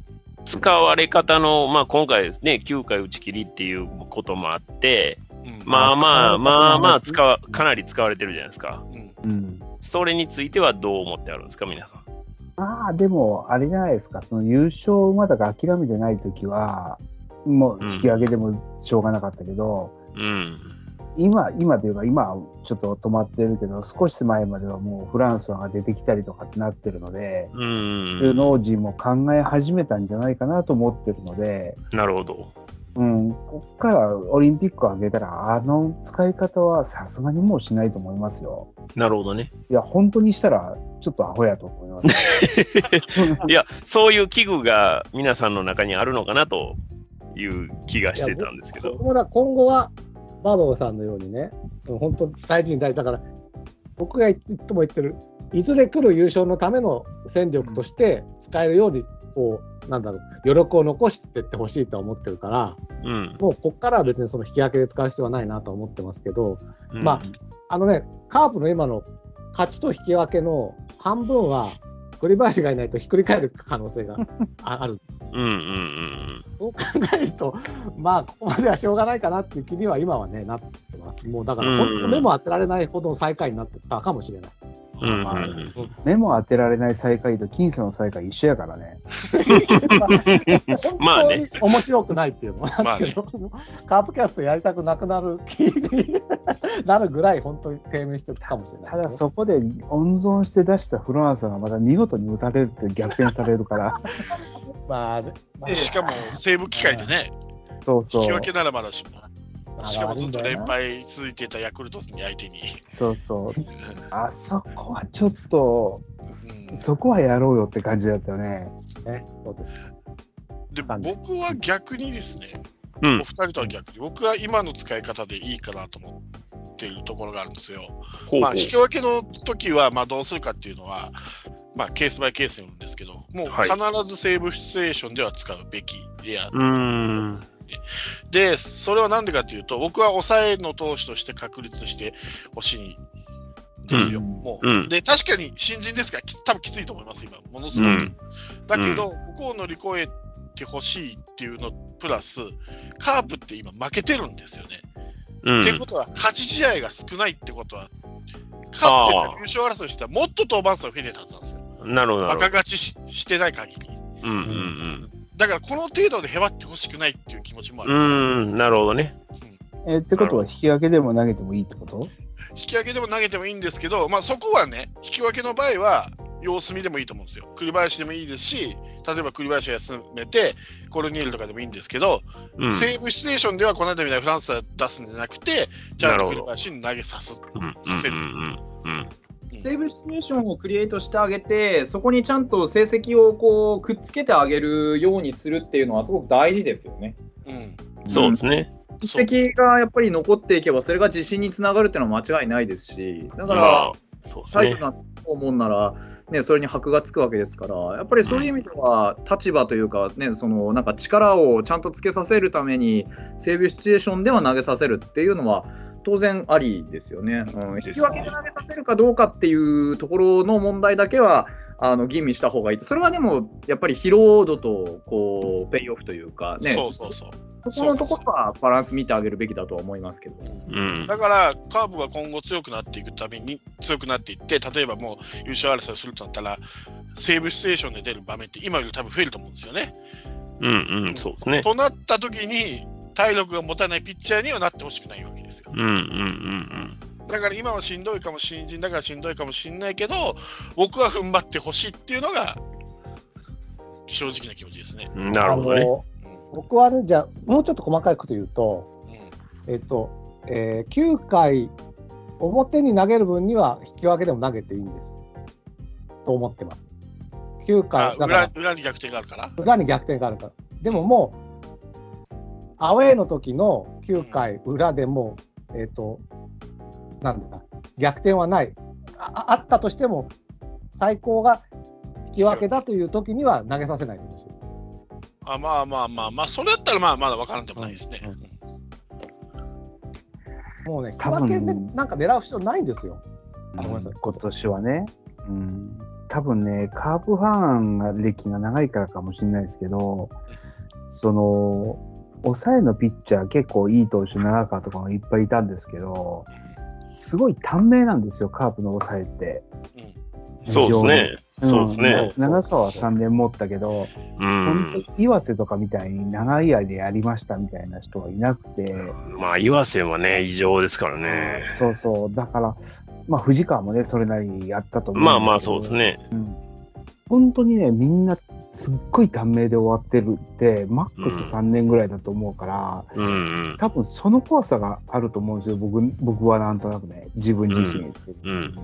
使われ方の、まあ、今回ですね、9回打ち切りっていうこともあって、うんまあま使あ、われ方の話まあまあ使わ、かなり使われてるじゃないですか。うんうん。それについてはどう思ってあるんですか、皆さん。まあ、でも、あれじゃないですか、その優勝をまだが諦めてない時は、もう引き上げでもしょうがなかったけど、うん。今、今というか、今はちょっと止まってるけど、少し前まではもうフランスが出てきたりとかってなってるので、う芸ん。能人も考え始めたんじゃないかなと思ってるので、なるほど。うん、こっからオリンピックを挙げたら、あの使い方はさすがにもうしないと思いますよ。なるほどね。いや、本当にしたら、ちょっとアホやと思 [laughs] います。いや、そういう器具が皆さんの中にあるのかなという気がしてたんですけど。僕もだ今後は、バーバーさんのようにね、本当大事に大事だから、僕がいつも言ってる、いずれ来る優勝のための戦力として使えるように、こう、なんだろう、余力を残してってほしいとは思ってるから、うん。もうこっからは別にその引き分けで使う必要はないなとは思ってますけど、うんまあのね、カープの今の勝ちと引き分けの半分は、栗林がいないとひっくり返る可能性がああ [laughs] るんですよ。うんうんうんそう考えると、まあ、ここまではしょうがないかなっていう気には今はね、なってます。もうだから、うん本当目も当てられないほどの最下位になってたかもしれない。うんうんまあうん目も当てられない最下位と僅差の最下位一緒やからね。まあね。面白くないっていうのもなんまあですねけど、カープキャストやりたくなくなる気になるぐらい、本当に低迷してるかもしれない。ただそこで温存して出したフロアンさんがまた見事に打たれるって逆転され [laughs] るから、まあ、まあでしかも西部機会でね、そうそ引うき。分けならまだしも、まあしかもずっと連。悪敗続いていたヤクルトに相手に、そうそう。あそこはちょっと、うんそこはやろうよって感じだったよね。いんだよなねそうです。で僕は逆にですね、うんお二人とは逆に、僕は今の使い方でいいかなと思っているところがあるんですよ。ほうまあ、ほう引き分けの時はまあどうするかっていうのは、まあ、ケースバイケースなんですけど、もうはい必ずセーブシチュエーションでは使うべきである。うーん。で、それはなんでかというと、僕は抑えの投手として確立してほしいんですよ、うんもう、うんで、確かに新人ですから、き多分きついと思います、今、ものすうごく。ん。だけど、ここを乗り越えてほしいっていうのプラス、カープって今、負けてるんですよね。うんってことは、勝ち試合が少ないってことは、勝ってたあー優勝争いしたら、もっと登板数が増えてたはずなんですよ。なるほど、なバカる勝ちししてない限り。ほど。うんうんだから、この程度でへばってほしくないっていう気持ちもあうる。ん。うーん、なるほどね。えってことは引き分けでも投げてもいいってこと引き分けでも投げてもいいんですけど、まあ、そこはね、引き分けの場合は、様子見でもいいと思うんですよ。栗林でもいいですし、例えば栗林を休めて、コルニールとかでもいいんですけど、うんセーブシチュエーションではこの間みたいにフランスは出すんじゃなくて、ちゃんなとるほど栗林に投げさす。うんうんうんうんセーブシチュエーションをクリエイトしてあげて、そこにちゃんと成績をこうくっつけてあげるようにするっていうのはすごく大事ですよね。うんうんそうですね。実績がやっぱり残っていけば、それが自信につながるっていうのは間違いないですし、だから、まあ、そうですタイねプ。な思うなら、ね、それに箔がつくわけですから、やっぱりそういう意味では、立場というか、ね、そのなんか力をちゃんとつけさせるために、セーブシチュエーションでは投げさせるっていうのは、当然ありですよね。うん、引き分けで投げさせるかどうかっていうところの問題だけは、あの吟味した方がいいと、それはでもやっぱり疲労度とこうペイオフというか、ね、そうそうそう。そこのところはバランス見てあげるべきだとは思いますけど。うん。だからカーブが今後強くなっていくたびに強くなっていって例えばもう優勝争いするとなったらセーブステーションで出る場面って今より多分増えると思うんですよね。うんうん、そうです [laughs] ね。となった時に体力が持たないピッチャーにはなってほしくないわけですよ。うんうんうんだから今はしんどいかも新人だからしんどいかもしんないけど僕は踏ん張ってほしいっていうのが正直な気持ちですね。うん。なるほどあね。の僕はね、じゃあ、もうちょっと細かいこと言うと、うんえっと、えー9回表に投げる分には引き分けでも投げていいんです。と思ってます。9あ回、だか裏ら裏に逆転があるから。裏に逆転があるから。でももう、アウェーの時の9回裏でもう、えっ、と、なんだ、逆転はない。ああったとしても、最高が引き分けだという時には投げさせないと思うんですよ。あまあまあまあまあそれだったらまあまだ分からんでもないですね。うんうんもうね、引き多分分けでなんか狙う必要ないんですよ。あごめんなさい。今年はね、うん、多分ね、カープファンが歴が長いからかもしれないですけど、その、抑えのピッチャー、結構いい投手、長川とかもいっぱいいたんですけど、すごい短命なんですよ、カープの抑えって。そうですね。非そ常うに。ですんね。長川は3年持ったけど、う本当ん。に岩瀬とかみたいに長い間やりましたみたいな人はいなくて、まあ、岩瀬はね、異常ですからね。そうそう、だから、まあ、藤川もね、それなりにやったと思うんですけどまあまあ、そうですね。本当にね、みんなすっごい短命で終わってるって、マックうんス3年ぐらいだと思うから、うん多分その怖さがあると思うんですよ、僕僕はなんとなくね、自分自身ですけど、うんうん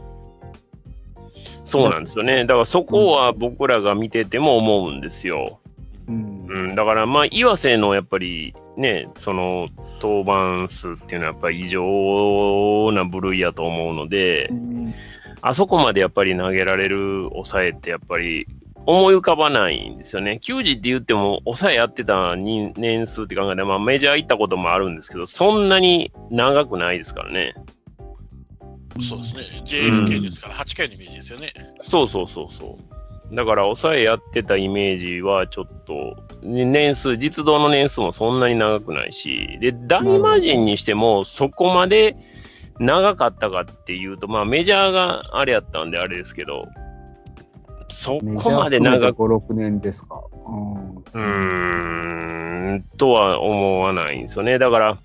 そうなんですよね。だからそこは僕らが見てても思うんですよ。うんうん、だからまあ、岩瀬のやっぱりね、その登板数っていうのはやっぱり異常な部類やと思うので、あそこまでやっぱり投げられる抑えってやっぱり思い浮かばないんですよね。球児って言っても抑えやってたに年数って考えたら、まあ、メジャー行ったこともあるんですけど、そんなに長くないですからね。そうですね。JFK ですから8回のイメージですよね。そうそうそうそう。だから抑えやってたイメージはちょっと、ね年数、実動の年数もそんなに長くないし、で、大魔人にしてもそこまで長かったかっていうと、まあメジャーがあれやったんであれですけど、そメジャーこまで長く、 5、6年ですか。うんうーん、とは思わないんですよね。だから、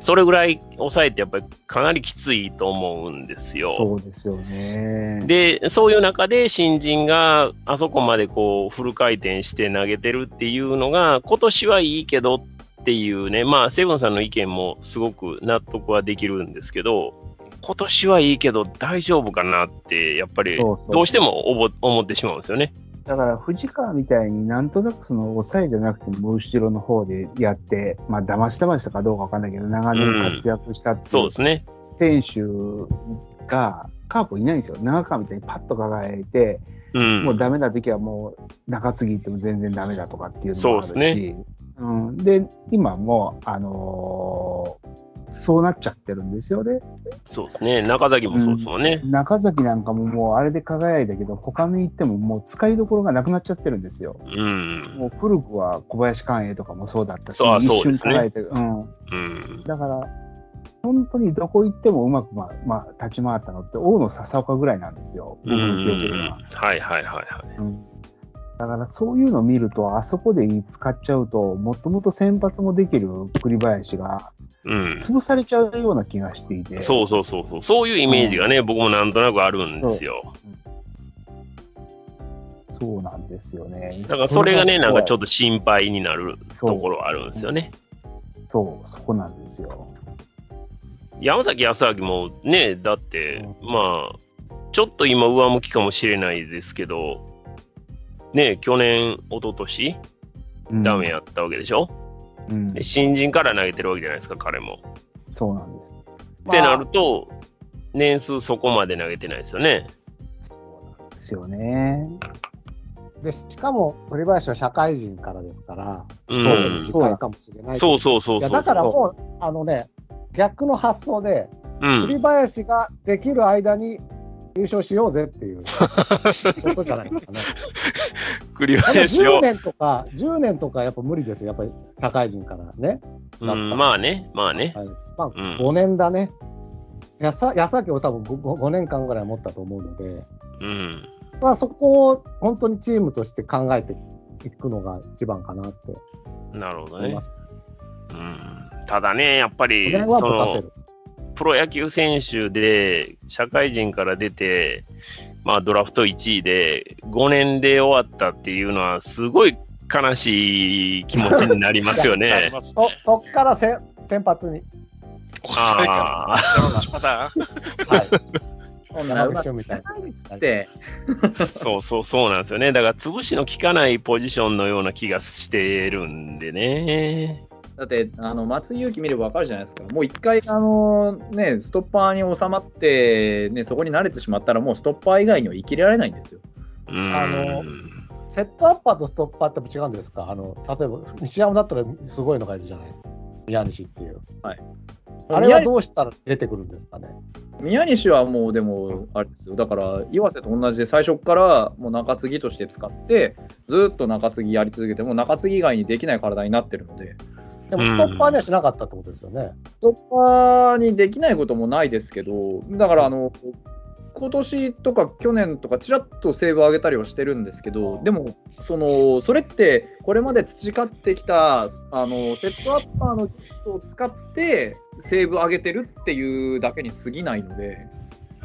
それぐらい抑えてやっぱりかなりきついと思うんですよ。そうですよね。でそういう中で新人があそこまでこうフル回転して投げてるっていうのが今年はいいけどっていうねまあセブンさんの意見もすごく納得はできるんですけど今年はいいけど大丈夫かなってやっぱりそうそうどうしても思思ってしまうんですよね。だから藤川みたいになんとなくその抑えじゃなくても後ろの方でやって、まあ騙し騙したかどうかわかんないけど、長年活躍したっていそううですね。選手がカープいないんですよ。長川みたいにパッと輝いて、うん、もうダメな時はもう中継ぎ行っても全然ダメだとかっていうのもあるし。そうですうん、で、今もう、あのーそうなっちゃってるんですよね。そうですね中崎もそうですもんね。中崎なんかももうあれで輝いたけど、他に行ってももう使いどころがなくなっちゃってるんですよ。うん、うんもう古くは小林寛永とかもそうだったし、そうあ一そう瞬ですね輝いて、うん、だから、本当にどこ行ってもうまく、ままあ、立ち回ったのって、大野笹岡ぐらいなんですよ、うんう僕の記ん憶では。はいはいはいはい。うんだからそういうのを見ると、あそこで使っちゃうと、もともと先発もできる栗林がうん、潰されちゃうような気がしていて、そうそうそうそうそういうイメージがね、僕もなんとなくあるんですよ。そうなんですよね。だからそれがね、なんかちょっとと心配になるそとうころはあるんですよね。そう、そこなんですよ。山崎康明もね、だって、うまあ、ちょっと今上向きかもしれないですけど、ね、去年、一昨年うんダメ。やったわけでしょ、うんで、新人から投げてるわけじゃないですか、彼も。そうなんです。ってなると、年数そこまで投げてないですよね。そうなんですよね。で、しかも、栗林は社会人からですから、うそうでもん次。回かもしれない。そうそうそうそいや、う。だからもう、あのね、逆の発想で、うん栗林ができる間に優勝しようぜ [laughs] っていうことじゃないですかね。栗でも林10を。年とか、10年とかやっぱ無理ですよ、やっぱり社会人からね。うん、まあね、まあね。はいまあ、ん5年だね。やさ矢崎を多分 5, 5年間ぐらい持ったと思うので、うん。まあ、そこを本当にチームとして考えていくのが一番かなってなるほど思いねま。す。うん、ただね、やっぱり、 5年はそ持たせのる。プロ野球選手で、社会人から出て、まあ、ドラフト1位で、5年で終わったっていうのは、すごい悲しい気持ちになります [laughs] よなりね。ますねそそっからせ先発に。抑えかああ、ら山口パターンはい。な女うのま子みたいないですな。って、そうそうそうなんですよね。だから、潰しの効かないポジションのような気がしてるんでね。だって、あの松井裕樹見ればわかるじゃないですか、もう一回、あのね、ストッパーに収まって、ね、そこに慣れてしまったら、もうストッパー以外には生きれられないんですよ。うん。あのセットアッパーとストッパーっても違うんですかあの例えば、西山だったらすごいのがいるじゃない宮西っていう。はい。あれはどうしたら出てくるんですかね宮西はもうでも、あれですよ、だから岩瀬と同じで、最初からもう中継ぎとして使って、ずっと中継ぎやり続けて、もう中継ぎ以外にできない体になってるので、でもストッパーにはしなかったってことですよね。ストッパーにできないこともないですけど、だからあの、今年とか去年とか、ちらっとセーブ上げたりはしてるんですけど、でも、そのそれって、これまで培ってきたあのセットアッパーの技術を使って、セーブ上げてるっていうだけに過ぎないので。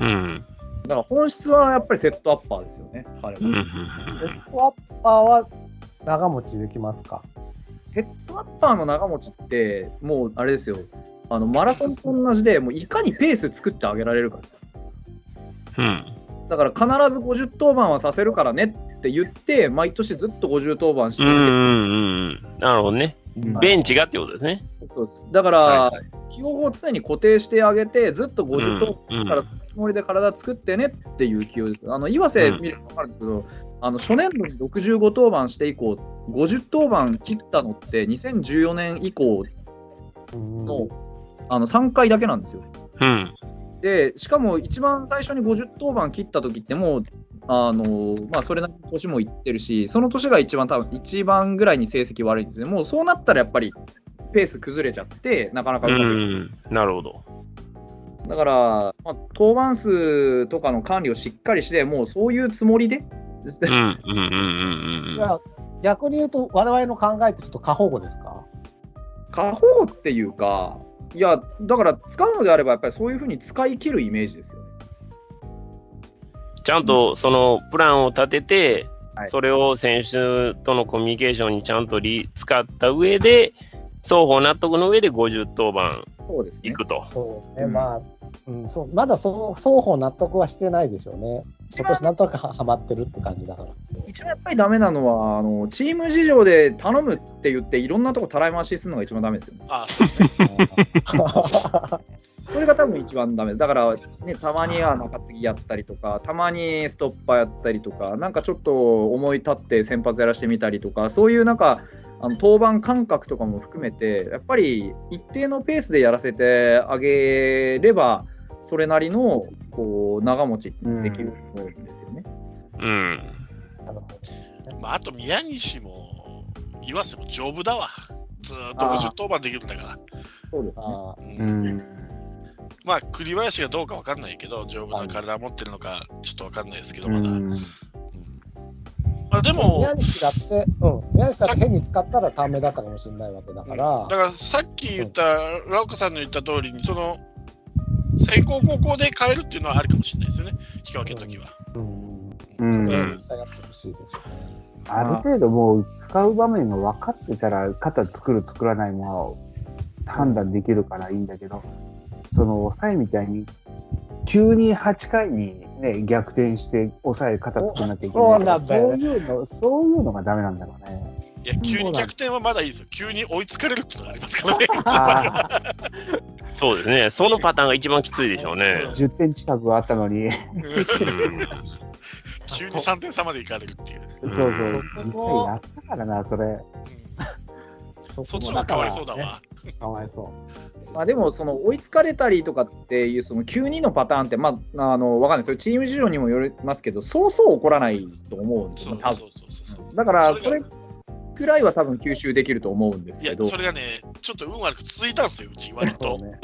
うん。だから本質はやっぱりセットアッパーですよね、彼は。うんセットアッパーは長持ちできますかヘッドアッパーの長持ちって、もうあれですよ、あのマラソンと同じで、もういかにペース作ってあげられるかですよ。うん。だから必ず50登板はさせるからねって言って、毎年ずっと50登板しうんう続けてんうんうん。なるほどね。ベンチがってことですね。る、そうですだから、はい起用法を常に固定してあげて、ずっと50登板うんからつもりで体作ってねっていう起用です。あの岩瀬見れば分かるんですけど、あの初年度に65登板して以降、50登板切ったのって2014年以降の,、あの3回だけなんですよ。うん。で、しかも一番最初に50登板切った時って、もう、あのまあ、それなりに年もいってるし、その年が一番、多分一番ぐらいに成績悪いんですね。もうそうなったらやっぱりペース崩れちゃって、なかなかううまくいかないん。なるほど。だから、まあ、登板数とかの管理をしっかりして、もうそういうつもりで、うんうんうんうんじうんゃあ逆に言うと我々の考えってちょっと過保護ですか過保護っていうか、いや、だから使うのであれば、やっぱりそういうふうに使い切るイメージですよね。ちゃんとそのプランを立てて、はいそれを選手とのコミュニケーションにちゃんとり使った上で、双方納得の上で50登板そうですいね。くと。そうねね、まあ、うん、そうまだそう双方納得はしてないでしょうね。一今番年なんとなくははまってるって感じだから。一番やっぱりダメなのはあの、チーム事情で頼むって言って、いろんなとこたらい回しするのが一番ダメですよね。あそれが多分一番ダメです。だから、ね、たまには中継ぎやったりとか、たまにストッパーやったりとか、なんかちょっと思い立って先発やらしてみたりとか、そういうなんか、あの登板感覚とかも含めて、やっぱり一定のペースでやらせてあげれば、それなりのこう長持ちできると思うんですよね。うん。まあ、あと宮西も岩瀬も丈夫だわ。ずーっと50登板できるんだから。そうですね。あうんうん。まあ、栗林がどうかわかんないけど、丈夫な体持ってるのかちょっとわかんないですけど、うまだ。うんん。まあ、でー宮も、西だって、うん、宮西だって変に使ったらダメだったかもしれないわけだうんだから、からさっき言った、ラオカさんの言った通りに、その、先行高校で変えるっていうのはあるかもしれないですよね、引き分けの時は。うん、うんうんそこは絶対やってほしいですよね。ある程度もう使う場面が分かってたら肩作る作らないものを判断できるからいいんだけどその抑えみたいに急に8回に、ね、逆転して抑え肩作らなきゃいけないからおそうなんだよねそういうのそういうのがダメなんだろうね。いや、急に逆転はまだいいですよ。急に追いつかれるってのがありますからね。あそうですね。そのパターンが一番きついでしょうね。 [laughs] ー10点近くあったのに急に3点差までいかれるっていう。そうそううん実際やったからなそれ。うんそっちのも方がかわいだそうだわ。らねかわいそう。まあ、でもその追いつかれたりとかっていうその急にのパターンって、まあ、あのわかんないですよチーム事情にもよりますけどそうそう起こらないと思うんですそようねそ多う分そうそう。だからそそれれがくらいは多分吸収できると思うんですいやけ、どそれがね、ちょっと運悪く続いたんですよ、うち、割そとう。ね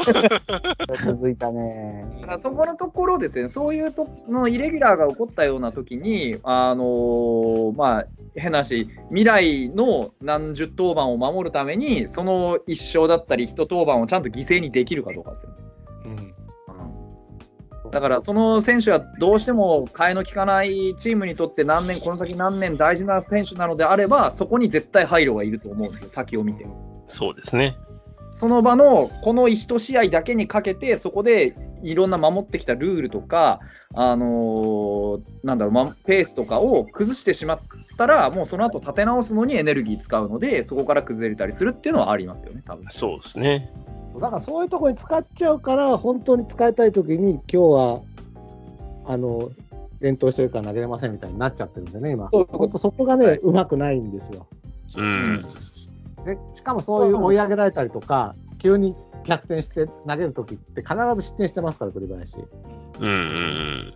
続いたね。だからそこのところですね、そういうとのイレギュラーが起こったような時に、あのーまあ、変な話、未来の何十当番を守るために、その一勝だったり、一当番をちゃんと犠牲にできるかどうかですよね。うんだからその選手はどうしても替えの利かないチームにとって何年この先何年大事な選手なのであればそこに絶対配慮がいると思うんですよ先を見てそうですね。その場のこの1試合だけにかけてそこでいろんな守ってきたルールとか、あのーなんだろうまペースとかを崩してしまったらもうその後立て直すのにエネルギー使うのでそこから崩れたりするっていうのはありますよね多分そうですね。だからそういうところに使っちゃうから、本当に使いたいときに、今日は、あの、伝統してるから投げれませんみたいになっちゃってるんでね、今。そういうこと本当そこがね、うまくないんですよ。うん。で、しかもそういう追い上げられたりとか、急に逆転して投げるときって必ず失点してますから、栗林。うんうん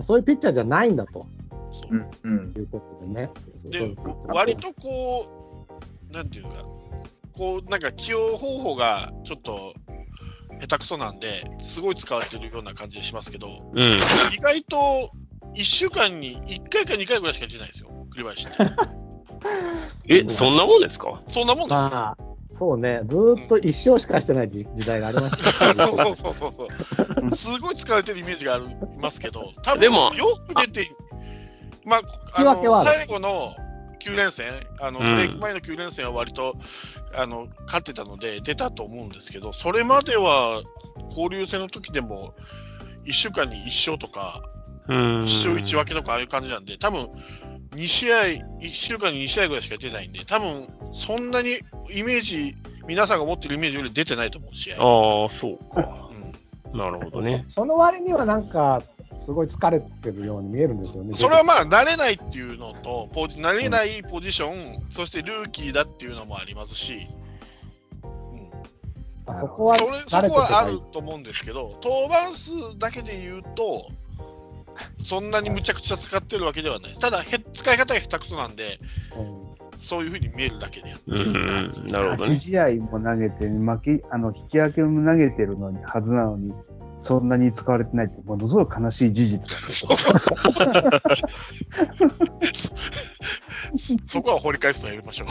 そういうピッチャーじゃないんだとそううんうんいうことでね。そうそうそういでうピッチャー割とこうなんていうかこうなんか起用方法がちょっと下手くそなんですごい使われてるような感じしますけ [laughs] どうん。うん。意外と1週間に1回か2回ぐらいしか出ないですよ栗林ってえ、そんなもんですかそんなもんですよ、まあ、そうね、ずーっと一生しかしてない時時代がありまし [laughs] たそうそうそうそうそうすごい使われてるイメージがありますけど多分でもよく出てまああ引き分けはのある最後の9連戦あの、うんブレイク前の9連戦は割とあの勝ってたので出たと思うんですけどそれまでは交流戦の時でも1週間に1勝とかうん。 1勝1分けとかああいう感じなんで多分2試合1週間に2試合ぐらいしか出ないんで多分そんなにイメージ皆さんが持ってるイメージより出てないと思う試合。ああ、そうか。うんなるほどね。その割にはなんか、すごい疲れてるように見えるんですよね。それはまあ慣れないっていうのとポジ慣れないポジション、そしてルーキーだっていうのもありますし、うん、あそこはそれそ慣れてこはあてると思うんですけど登板数だけで言うとそんなにむちゃくちゃ使ってるわけではないただへ使い方が下手くそなんでないうんそういうふうに見えるだけでやってうんる、うん。なるほど8ね。試合も投げて、負けあの引き分けも投げてるのにはずなのに、そんなに使われてないって、ものすごい悲しい事実だ [laughs] そこは掘り返すのやめましょ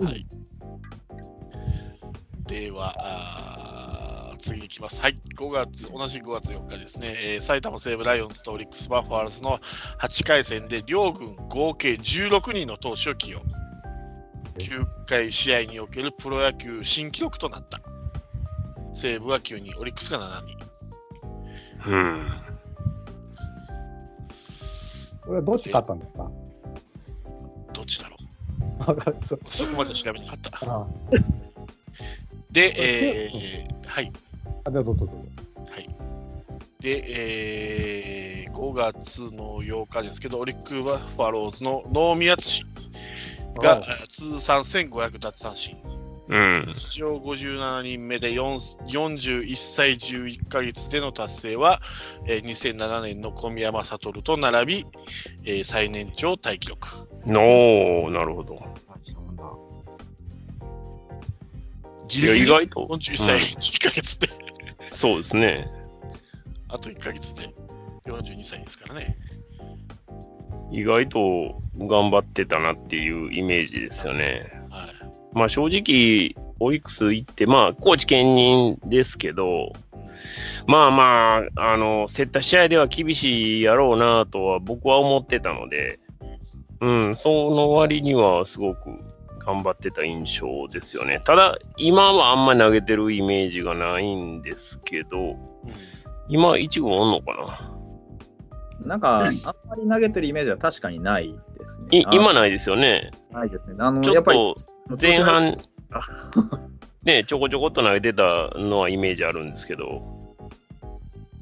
うはいではあー次いきますはい5月同じ5月4日ですね、えー埼玉西武ライオンズとオリックスバファローズの8回戦で両軍合計16人の投手を起用9回試合におけるプロ野球新記録となった西武は9人オリックスが7人うん。これはどっち勝ったんです [laughs] かどっちだろわかんないうそこまでは調べなかったあで、えーはい、あ、でどうぞどうぞで、えー5月の8日ですけど、オリックバファローズの能見淳がはえー通算1500奪三振、うん。史上57人目で4 41歳11ヶ月での達成は、えー2007年の小宮山悟と並び、えー最年長タイ記録。のー、なるほど。ギや意外と41歳11ヶ月で、そうですね。あと1ヶ月で42歳ですからね。意外と頑張ってたなっていうイメージですよね。はいまあ正直、オリックス行って、まあ、コーチ兼任ですけど、うんまあまあ、あの、競った試合では厳しいやろうなとは僕は思ってたので、うん、その割にはすごく頑張ってた印象ですよね。ただ、今はあんまり投げてるイメージがないんですけど、今、1軍おんのかななんか、あんまり投げてるイメージは確かにないですね。いあ今ないですよね。ないですね。あの、ちやょっっぱりと、前半、ね、ちょこちょこっと投げてたのはイメージあるんですけど、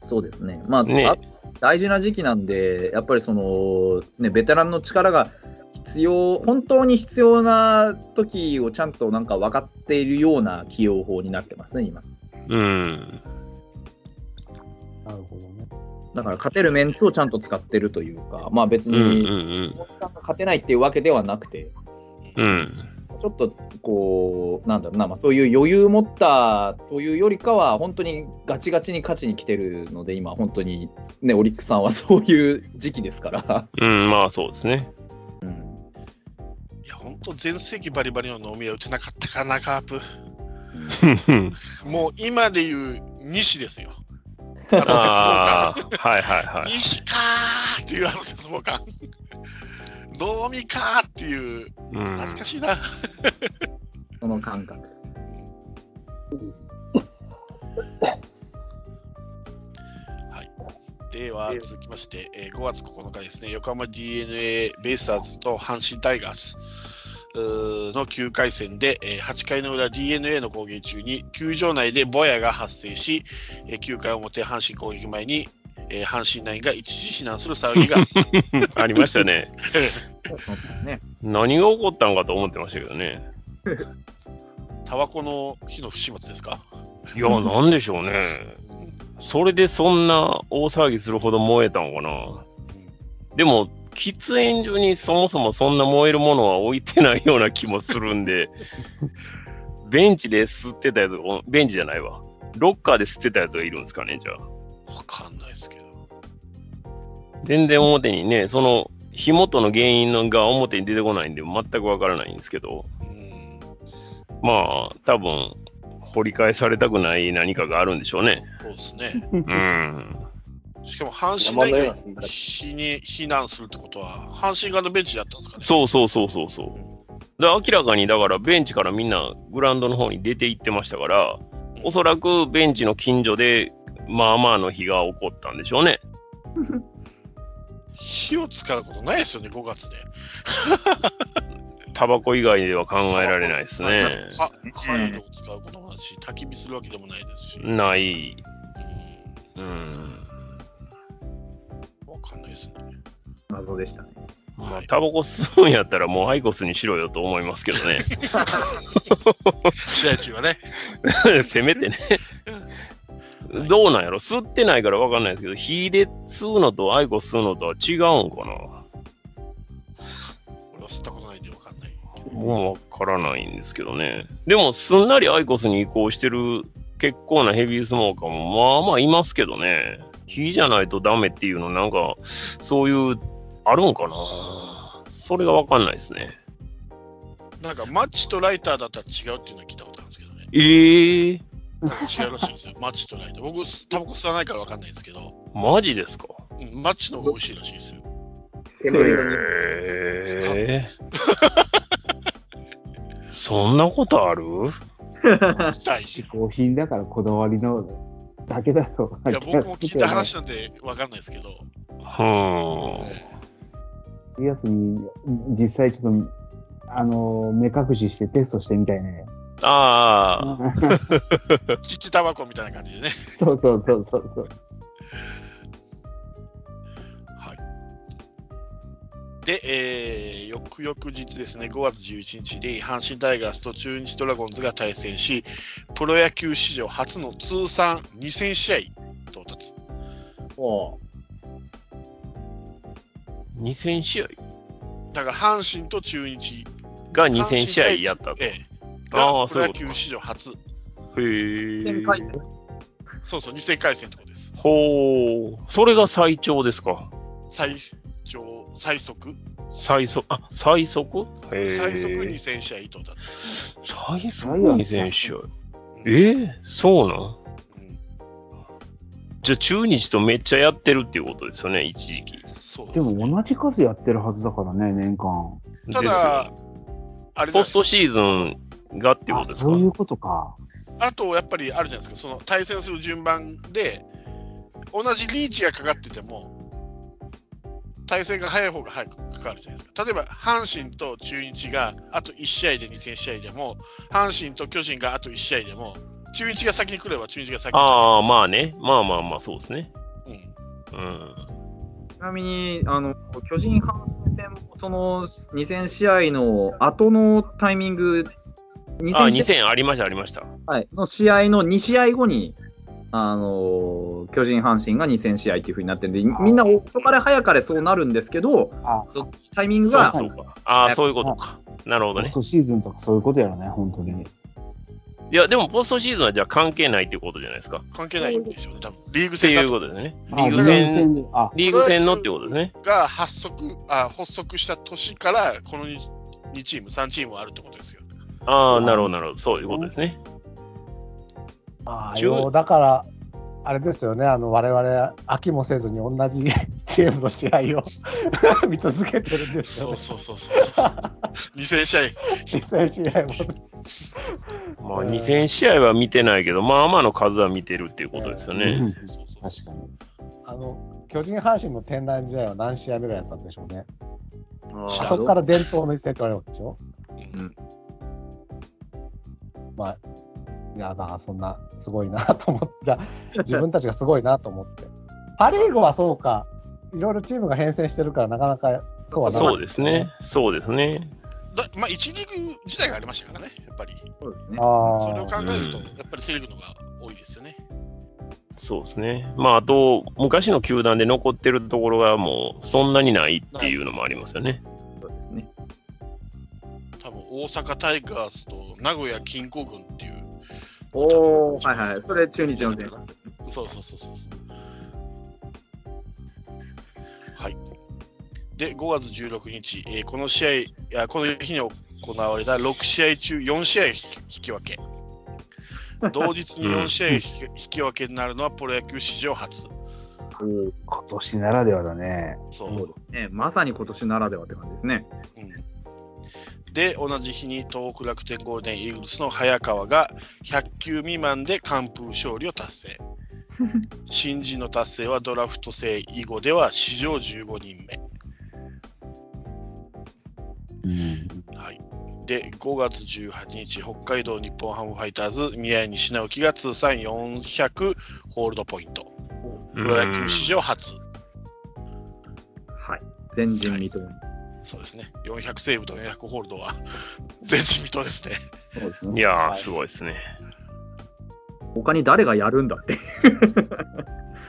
そうですね。まあ、ねあ大事な時期なんで、やっぱりその、ね、ベテランの力が必要、本当に必要な時をちゃんとなんか分かっているような起用法になってますね、今。うん、なるほどね。だから勝てるメンツをちゃんと使ってるというか、まあ別うん、うん、に、うん勝てないっていうわけではなくて、うん、ちょっとこう、なんだろうな、まあ、そういう余裕を持ったというよりかは、本当にガチガチに勝ちに来てるので、今、本当に、ね、オリックスさんはそういう時期ですから。うん、まあそうですね。うんいや、本当全盛期バリバリの飲みは打てなかったかな、カープ。もう今で言う西ですよ。あの絶望あ感。あ、はいはいはい。西かーっていうあの絶望感。 [laughs] 飲みかーっていう、うん、懐かしいな。その感覚。では続きまして、えー5月9日ですね、横浜 d n a ベイスターズと阪神タイガースうーの9回戦で、えー8回の裏 d n a の攻撃中に球場内でボヤが発生し、えー9回表阪神攻撃前に、えー阪神ナインが一時避難する騒 [laughs] ぎがありましたね。ね、何が起こったんかと思ってましたけどね。タバコの火の不始末ですか、いや、なんでしょうね。それでそんな大騒ぎするほど燃えたんかな。でも、喫煙所にそもそもそんな燃えるものは置いてないような気もするんで、ベンチで吸ってたやつ、おベンチじゃないわ。ロッカーで吸ってたやつがいるんですかね、じゃあ。わかんないですけど。全然表にね、その火元の原因のが表に出てこないんで、全くわからないんですけど。うんまあ、多分掘り返されたくない何かがあるんでしょうね。そうです [laughs] ね。うん。しかも阪神ナ山イ田ンよが避に避難するってことは、阪神側のベンチだったんですかね。そうそうそうそうそう。で、明らかにだからベンチからみんなグラウンドの方に出て行ってましたから、おそらくベンチの近所でまあまあの火が起こったんでしょうね。火を使うことないですよね、5月で。タバコ以外では考えられないですね。かカイロを使うこともないし、焚き火するわけでもないですし、うん、ない。うん。わかんないですね。謎でしたね。まあ、タバコ吸うんやったらもうアイコスにしろよと思いますけどね。試合中はね。 [laughs] せめてね。どうなんやろ吸ってないから分かんないですけど、火で吸うのとアイコス吸うのとは違うんかな俺は吸ったことないんでわかんない。僕も分からないんですけどね。でも、すんなりアイコスに移行してる結構なヘビースモーカーもまあまあいますけどね。火じゃないとダメっていうの、なんか、そういう、あるんかなそれが分かんないですね。なんかマッチとライターだったら違うっていうのは聞いたことあるんですけ [laughs] どね。ええー、なんか違うらしいですよ、マッチとライター。僕、タバコ吸わないからわかんないですけど、マジですかうんマッチの方が美味しいらしいですよ。へえ。そんなことある痛い嗜好品だからこだわりのだけだろういなや、気が僕もす聞るいけどねた話なんでわかんないですけ [laughs] ど、は冬休み実際ちょっとあの目隠ししてテストしてみたいねあ。ああ。チチタバコみたいな感じでね。 [laughs] そうそうそうそうそうで、えー、翌々日ですね、5月11日に阪神タイガースと中日ドラゴンズが対戦し、プロ野球史上初の通算2000試合到達。お2000試合だから阪神と中日、が2000試合やったと。ええあがあプそうロ野いうことか球史上初、へえ。そうそう、2000回戦ってことです。ほう。それが最長ですか。最長、最速、最速、あ、最速へえ。最速2000試合到達。最速2000試合。えーそうなんうんじゃあ中日とめっちゃやってるっていうことですよね、一時期。そうですねも同じ数やってるはずだからね、年間。たですよだ、あれじゃなポいストシーズンがっていうこあとですかそういうことか。あとやっぱりあるじゃないですか、その対戦する順番で、同じリーチがかかってても、対戦が早い方が早くかかるじゃないですか。例えば、阪神と中日があと1試合で2戦試合でも、阪神と巨人があと1試合でも、中日が先に来れば中日が先にああ、まあね。まあまあまあ、そうですね。来る。うんうん。ちなみに、あの、巨人阪神戦も、その2000試合の後のタイミング、ああ、 2000試合2000ありました、ありました。はいの試合の2試合後に、あの、巨人阪神が2000試合っていうふうになってるんで、みんな遅かれ早かれそうなるんですけど、あそのタイミングそうが、そうか。ああ、そういうことか。なるほどポねス。トシーズンとかそういうことやろね、本当に。いや、でもポストシーズンはじゃあ関係ないっていうことじゃないですか。っ関係ないんでしょうね、多分リーグ戦ていだうとことですね。リあーグ戦、で。あ、リーグ戦のってことですね。が発足あ発足した年から、この 2, チーム、3チームはあるってことですよ。ああ、なるほど、なるほど。そういうことですね。ああ中ようだから、あれですよね、あの我々、飽きもせずに同じ [laughs] チームの試合を [laughs] 見続けてるんですそよ、うね。そうそうそうそう。2000試合実際試合も。まあ、2000試合は見てないけど、まあまあの数は見てるっていうことですようねん。そうそうそう確かに。あの巨人阪神の天覧試合は何試合目ぐらいだったんでしょうね。あ知あらんそこから伝統の一戦って言われるわけでしょ。うんまあ、いや、だからそんな、すごいなと思って、 [laughs] 自分たちがすごいなと思って。パ・リーグはそうか、いろいろチームが変遷してるから、なかなかそうはならそなういですね。。そうですね。だまあ、1リーグ自体がありましたからね、やっぱり。そうですね。あそれを考えると、うんやっぱりセ・リーグの方が多いですよね。そうですね。まあ、あと、昔の球団で残ってるところがもう、そんなにないっていうのもありますよね。そうですね。多分大阪タイガースと名古屋金庫軍っていう。おー、はいはいはい。それ中日の戦。そうそうそうそう。はい。で、5月16日、えーこの試合いや、この日に行われた6試合中4試合引き引き分け。同日に4試合引き引き分けになるのはプロ野球史上初。今年ならではだね。そう。ね、まさに今年ならではって感じですね。うんで、同じ日に東北楽天ゴールデンイーグルスの早川が100球未満で完封勝利を達成。[laughs] 新人の達成はドラフト制以後では史上15人目。うん。はい、で、5月18日、北海道日本ハムファイターズ、宮西直樹が通算400ホールドポイント。うプんロ野球史上初。はい。前人未到。そうですね。400セーブと400ホールドは [laughs] 前人未到ですね。そうですね。いやー、すごいですね。他に誰がやるんだって。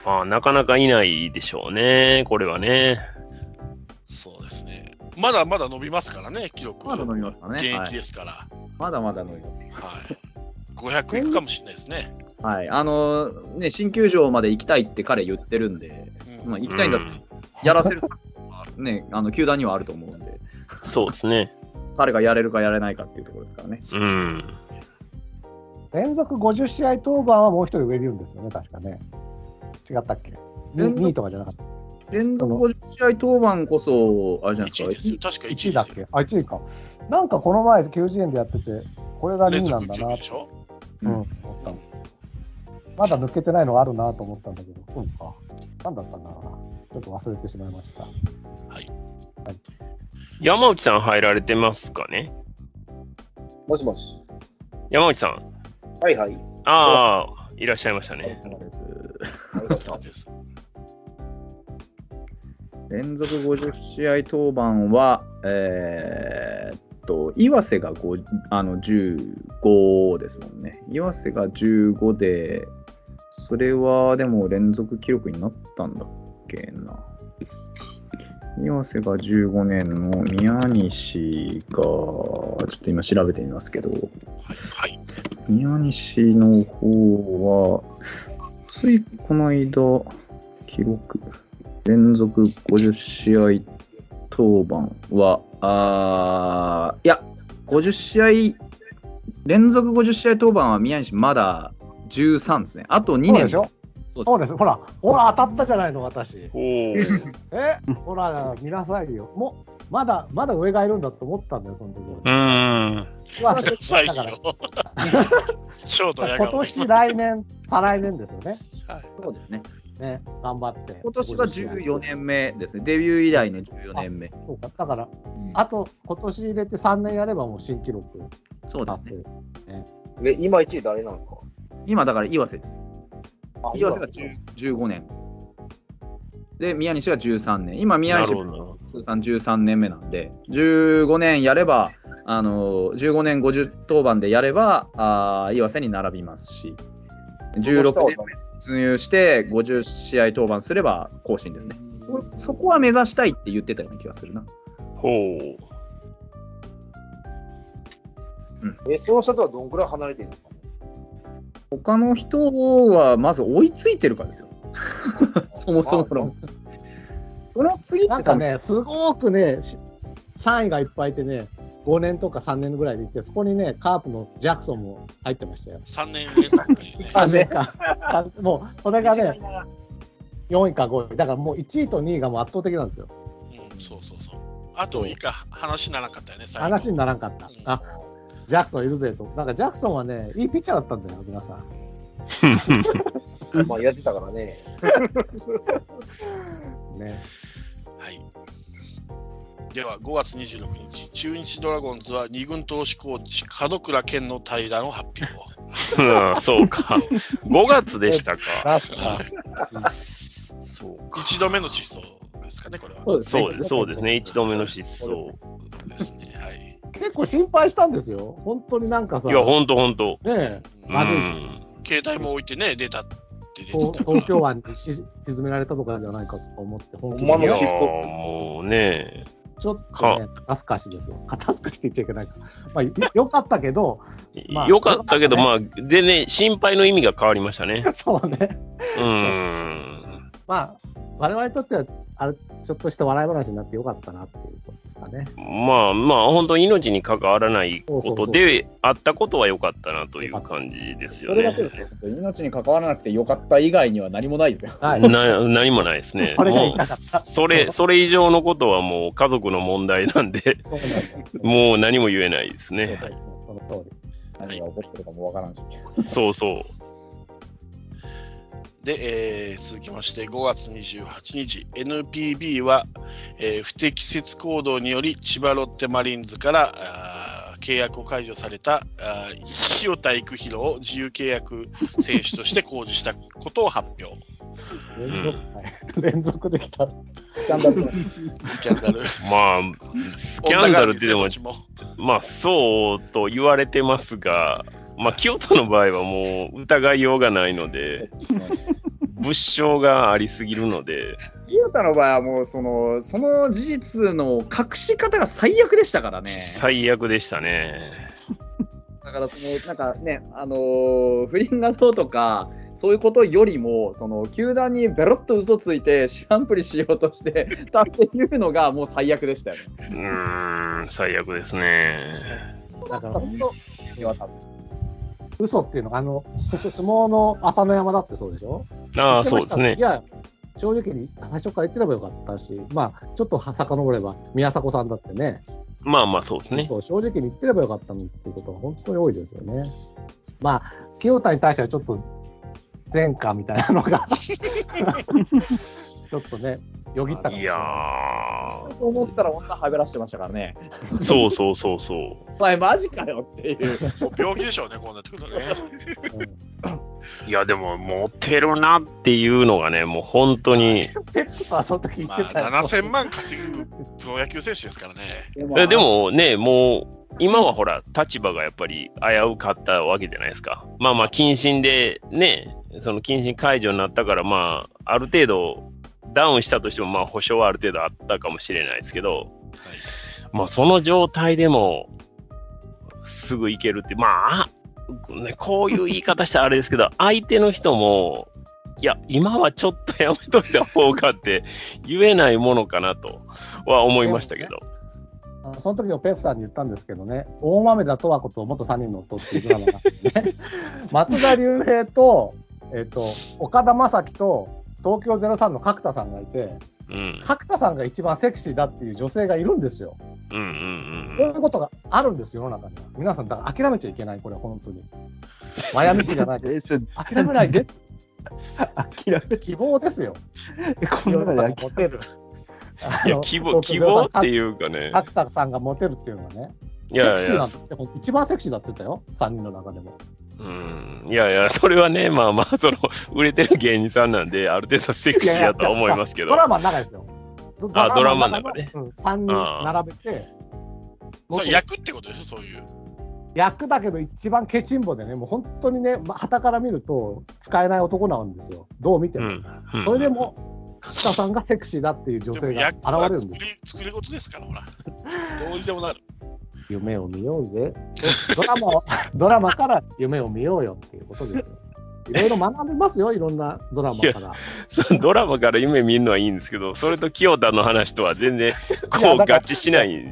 まあ、なかなかいないでしょうね。これはね。そうですね。まだまだ伸びますからね、記録。まだ伸びますかね現は役いですから。まだまだ伸びます。はい。500いくかもしれないですね。はい。あのーね、新球場まで行きたいって彼言ってるんで、うんまあ、行うきたいんだったらん、やらせる、ね、あの球団にはあると思うんで、そうですね。彼がやれるかやれないかっていうところですからね。うん。連続50試合登板はもう一人上いるんですよね、確かね。違ったっけ連続 ?2 位とかじゃなかった。連続50試合登板こそ、あれじゃない1位でですすよ。か、確か1位ですよ1位だっけあ、1位か。なんかこの前、90円でやってて、これが2連位な続んだ1な位でしょ。うん、思ったの。まだ抜けてないのがあるなと思ったんだけど、そうか。なんだったんだろうな。ちょっと忘れてしまいました。山内さん入られてますかねもしもし。山内さん。はいはい。ああ、いらっしゃいましたね。ですそうです連続50試合登板は、えーっと、岩瀬が5あの15ですもんね。岩瀬が15で、それはでも連続記録になったんだっけな。岩瀬が15年の宮西が、ちょっと今調べてみますけど、はい。はい。宮西の方は、ついこの間、記録、連続50試合登板は、あーいや、50試合、連続50試合登板は宮西まだ13ですね。あと2そう年でしょそうそうです。ほら、ほら、当たったじゃないの、私。おーえ、ほら、見なさいよ。もう、まだ、まだ上がいるんだと思ったんだよ、その時は。うーん。まあくださいよだから、。ショートや今年、来年、再来年ですよね。そうですね。ね、頑張って。今年が14。年目ですね。デビュー以来の14年目。そうか、だから、あと、今年入れて3年やれば、もう新記録そうで達す成ね。。え、今1位誰なのか今だから岩瀬です。あ岩瀬が10 15年。で、宮西が13年。今、宮西なるほど通算13年目なんで、15年やれば、あの15年50当番でやれば、あー岩瀬に並びますし、16年突入して50試合当番すれば更新ですね。そそこは目指したいって言ってたような気がするな。ほう。え、その人とはどんくらい離れてるのか他の人はまず追いついてるかですよ。そもそもの。その次ってなん多か分ね、すごくね、し3位がいっぱいいてね、5年とか3年ぐらいで行って、そこにね、カープのジャクソンも入ってましたよ。 3年連続でね3年か。さ [laughs] んもう、それがね、4位か5位。だからもう1位と2位がもう圧倒的なんですよ。うん、そうそうそう。あといいか話にならなかったよね、最後話にならんかった。あジャクソンいるぜと。なんかジャクソンはね、いいピッチャーだったんだよ、皆さん。なまあ、やってたからね。ね。はい。では5月26日、中日ドラゴンズは二軍投手コーチ、門倉健の対談を発表。うん [laughs] そうか。5月でしたか。ラストはいそうか。一度目の実装ですかね、これは。そうですねそうですそうですね。一度目の失踪。ですね。はい。結構心配したんですよ。本当になんかさ、いや、ねほんとほんと。え、ううんん。携帯も置いてね、出たって出て東たから東京湾にし沈められたとかじゃないかとか思って、本気ほんでいまのやーもうね。ちょっとね、肩透かしですよ。肩透かしって言っちゃいけないか。まあ、よよかったけど、 [laughs] まあよかったけど、まあ、でね、心配の意味が変わりましたね。そうね、うん。まあ、我々にとっては、あれ、ちょっとした笑い話になってよかったなっていうことですかね。まあまあ、本当命に関わらないことそうで、あったことは良かったなという感じですよそれだねけ。ですよ。命に関わらなくてよかった以外には何もないですよ。はい。な何もないですね。それがも言いたかった。うそれそれ以上のことはもう家族の問題なんで、 [laughs] そうなんですよもう何も言えないですね。はいその通り。何が起こってるかもわからんし。そうそう。 [laughs] で、えー続きまして5月28日 NPB は、えー不適切行動により千葉ロッテマリーンズからあー契約を解除されたあー清田育弘を自由契約選手として公示したことを発表連続、はい [laughs] 連続できた。スタンダードスキャンダルスまあ、スキャンダルってでも、まあそうと言われてますが、まあ清田の場合はもう疑いようがないの [laughs] で、物証がありすぎるので、清田の場合はもうその、その事実の隠し方が最悪でしたからね。最悪でしたね。だからそのなんかね、あのー不倫がどうとか、そういうことよりも、その球団にベロッと嘘ついて、知らんぷりしようとして [laughs] たっていうのが、もう最悪でしたよね。うーん、最悪ですね。だから、本当は多分嘘っていうのが、あの、そそ相撲の朝乃山だってそうでしょあ言あ、ってそましうでたすねい。や、正直に最初から言ってればよかったし、まあ、ちょっと遡れば、宮迫さんだってね、まあまあそうですね。そう正直に言ってればよかったのにっていうことが本当に多いですよね。まあ、清田に対してはちょっと前科みたいなのが、ちょっとね、よぎったかもしいれやなそうと思ったら女はべらしてましたからね。ー、そうそうそうそお前マジかよっていう。もう病気でしょうねこうなってくるとねい。うんう。いや、でも、モテるなっていうのがね、もう本当に。ペッツはその時言まってあたよ7000万稼ぐプロ野球選手ですからねえでもね、もう今はほら、立場がやっぱり危うかったわけじゃないですか。まあまあ、謹慎でね、その謹慎解除になったから、まあ、ある程度、ダウンしたとしても、まあ、保証はある程度あったかもしれないですけど、まあ、その状態でも、すぐ行けるって、まあ、ね、こういう言い方したらあれですけど、相手の人も、いや、今はちょっとやめといた方がって言えないものかなとは思いましたけど。あのその時のペプさんに言ったんですけどね、大豆田十和子と元3人の夫っていうドラマがあってね、松田龍平とえっ、と、岡田将生と東京03の角田さんがいて、うん。角田さんが一番セクシーだっていう女性がいるんですよ。うんうんこううんいうことがあるんですよ、世の中には。皆さん、だから諦めちゃいけない、これ、本当に。マヤミキじゃない。 [laughs] え、それ、諦めないで、諦め、希望ですよ。この中で世の中にモテる。いや、希望、希望っていうかね。角田さんがモテるっていうのはね、いやセクいシーなやんで、すってほんと一番セクシーだって言ってたよ、3人の中でも。うん。いやいや、それはね、まあまあ、 [laughs] その、売れてる芸人さんなんで、ある程度セクシーやとは思いますけどド。ラマの中ですよ。どあドラマの中ねで。うん、3人並べて、それ役ってことでしょそういう役だけど一番ケチンボでね、もう本当にね、まあ傍から見ると使えない男なんですよ。どう見てうも。ん。それでも、角田さんがセクシーだっていう女でも性が役現はれるん作でりす。作り事ですからほら [laughs] どうにでもなる夢を見ようぜ。ドラマを [laughs] ドラマから夢を見ようよっていうことですよ。いろいろ学びますよ、いろんなドラマから。そのドラマから夢見るのはいいんですけど、それと清田の話とは [laughs] 全然、こう、合致しない。い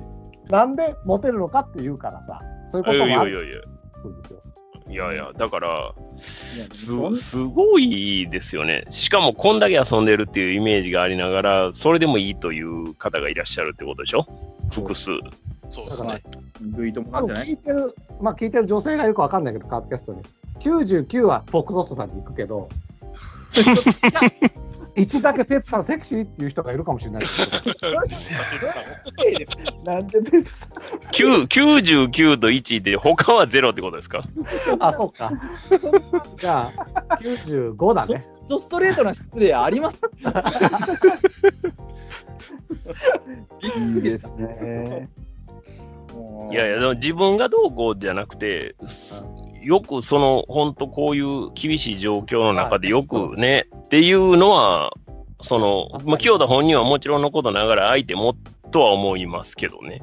なんでモテるのかって言うからさ、そういうこやいともあやいるやいや。んですよ。いやいや、だから、すそんすごいですよね。しかも、こんだけ遊んでるっていうイメージがありながら、それでもいいという方がいらっしゃるってことでしょ複数。そうでだすかねら、類友な多んじ分ゃない聞いてる、まあ聞いてる女性がよくわかんないけど、カープキャストに。99はフォックソットさんに行くけど、1だけペップさんセクシーっていう人がいるかもしれないけど、なんでペプさん9 99と1で、他は0ってことですかあ、そうか。じゃあ、95だね。ドストレートな失礼ありますびっいくいでりしすた。ね。いやいや、でも自分がどうこうじゃなくて、すよくその、本当こういう厳しい状況の中でよくね、っていうのは、その、まあ、清田本人はもちろんのことながら、相手もとは思いますけどね。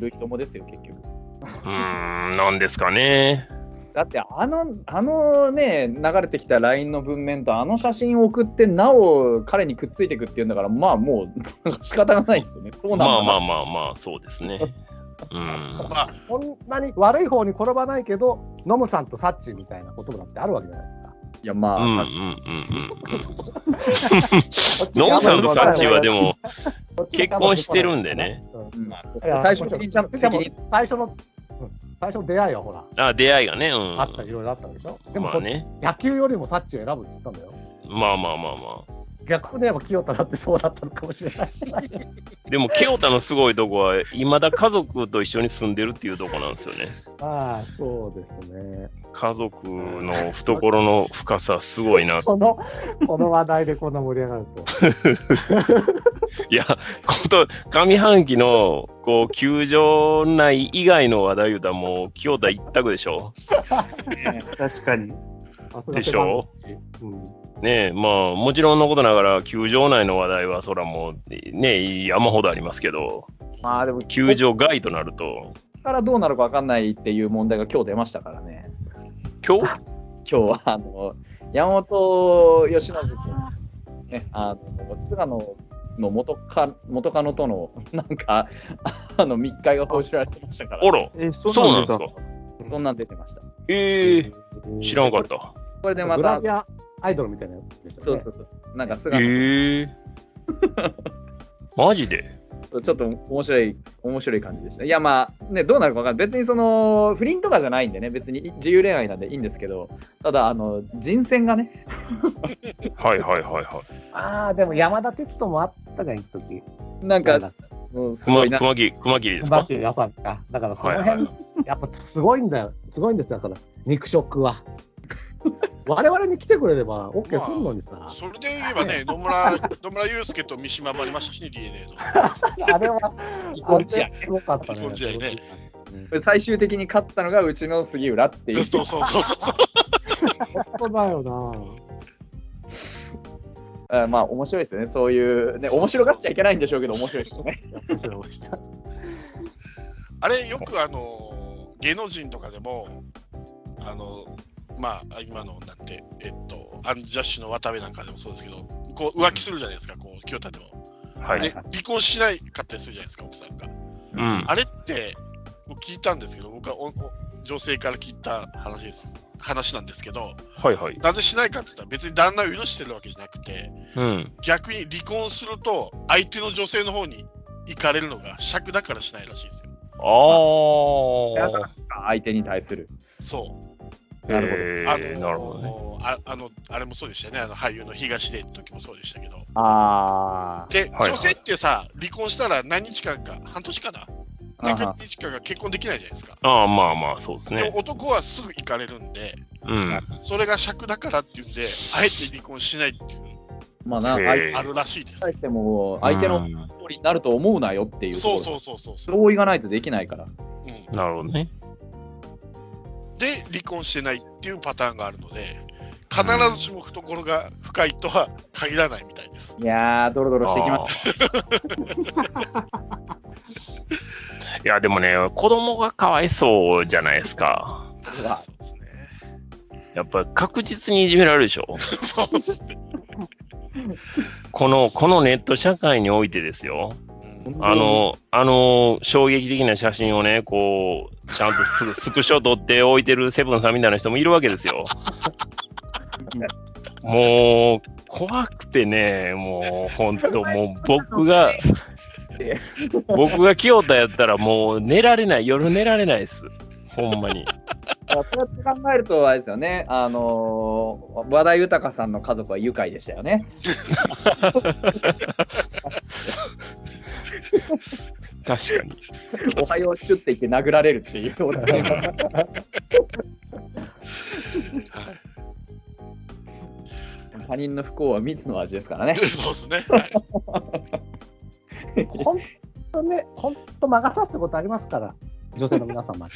類友ですよ、結局。うーん、なんですかね。だってあの、あのね、流れてきた LINE の文面とあの写真を送って、なお彼にくっついてくっていうんだから、まあもう仕方がないですよね。そうなんだまあまああ。まあまあ、そうですね。うん。まあこんなに悪い方に転ばないけど、ノムさんとサッチーみたいなことだってあるわけじゃないですか。いやまあ、うんうんうん確かうん。ノムさんとサッチーはでも、結婚してるんでねうん。にまいやあ最初的にちゃんとで責も任最初の、うん最初の出会いはほら、あ、出会いがね、うん。あったいろいろあったでしょ。でもまあそ、ね野球よりもサッチーを選ぶって言ったんだよ。まあまあまあま逆に言えば清田だってそうだったのかもしれ [laughs] ない。あ。でも、清田のすごいとこは、いまだ家族と一緒に住んでるっていうとこなんですよね。ああ、そうですね。家族の懐の深さ、すごいな。この、この話題でこんな盛り上がると。いや、こと、上半期の、こう、球場内以外の話題言うたら、もう、清田一択でしょ。確かに。さすがでしょ手間口うんねえ、まあ、もちろんのことながら、球場内の話題は、そらもう、ね、山ほどありますけど、まあでも、球場外となると、ここからどうなるか分かんないっていう問題が今日出ましたからね。今日今日はあの山本由伸と、ね、あの菅野の元カ元カノとのなんかあの密会が報じられてましたから、あら、え、そそうなんです出かた。そんなん出てました。ええ知らんかった。これでまグラたビ、アアイドルみたいなやつですそようねそうそう、なんか菅野ええマジでとちょっと面白い、面白い感じでした。いやまあ、ね、どうなるか分かんない。別にその、不倫とかじゃないんでね、別に自由恋愛なんでいいんですけど、ただ、あの、人選がね、はいはいはいはああ、でも山田哲人もあったじゃん、一時なんなかん、だっけうんすごい。いな。熊切、熊切ですバッかテリー屋さんか。だからそはいのはい辺、やっぱすごいんだよ。すごいんですよだから、肉食は。 [laughs] 我々に来てくれれば OK するのにさ、 [laughs] それで言えばね野村野村祐介と三島もありましたしね DNA のあれは、あ本れ試合すごかった日本試合ねね。最終的に勝ったのがうちの杉浦っていう。そうそうそうそう本当だよな。あまあ面白いですよね、そういう、ね、面白がっちゃいけないんでしょうけど、面白いですよね。あれよくあの芸能人とかでもあのまあ今のなんてえっとアンジャッシュの渡部なんかでもそうですけどこう浮気するじゃないですかこう清田でもはでい。離婚しないかったりするじゃないですか奥さんがうん。あれって僕聞いたんですけど僕はおお女性から聞いた話です話なんですけど、はいはい。なぜしないかって言ったら別に旦那を許してるわけじゃなくて、うん。逆に離婚すると相手の女性の方に行かれるのが尺だからしないらしいですよ。ああ。相手に対する。そう。なるほあどのえーなるほどね。ああのあれもそうでしたよね。あの俳優の東出の時もそうでしたけど。あで、はい女性ってさ、離婚したら何日間か、半年かな何日間か結婚できないじゃないですか。ああ、まあまあ、そうですでね。も男はすぐ行かれるんで、うん。それが尺だからっていうんで、あえて離婚しないっていうのあ、まあな、へー相手にがあるらしいです。対しても、相手のうん通りになると思うなよっていうとこそろうそうそうそうそう、同意がないとできないから。うん。なるほどね。で、離婚してないっていうパターンがあるので、必ずしも懐が深いとは限らないみたいです。いやー、ドロドロしてきました。あー [laughs] いや、でもね、子供がかわいそうじゃないですか。うわそうですね。やっぱ確実にいじめられるでしょ。そうですね。この、このネット社会においてですよ。うんあの、あの、衝撃的な写真をね、こう、ちゃんとスク [laughs] スクショ撮っておいてるセブンさんみたいな人もいるわけですよ。もう、怖くてね、もう、本当もう、僕 [laughs] が、僕が清田やったら、もう、寝られない、夜寝られないです。ほんまに。そうやって考えると、あれですよね、あのー、和田豊さんの家族は愉快でしたよね。確かに。おはようシュって言って殴られるっていう。他人の不幸は蜜の味ですからね。そうですね。はい本当ね、本当魔が差すってことありますから、女性の皆様ね。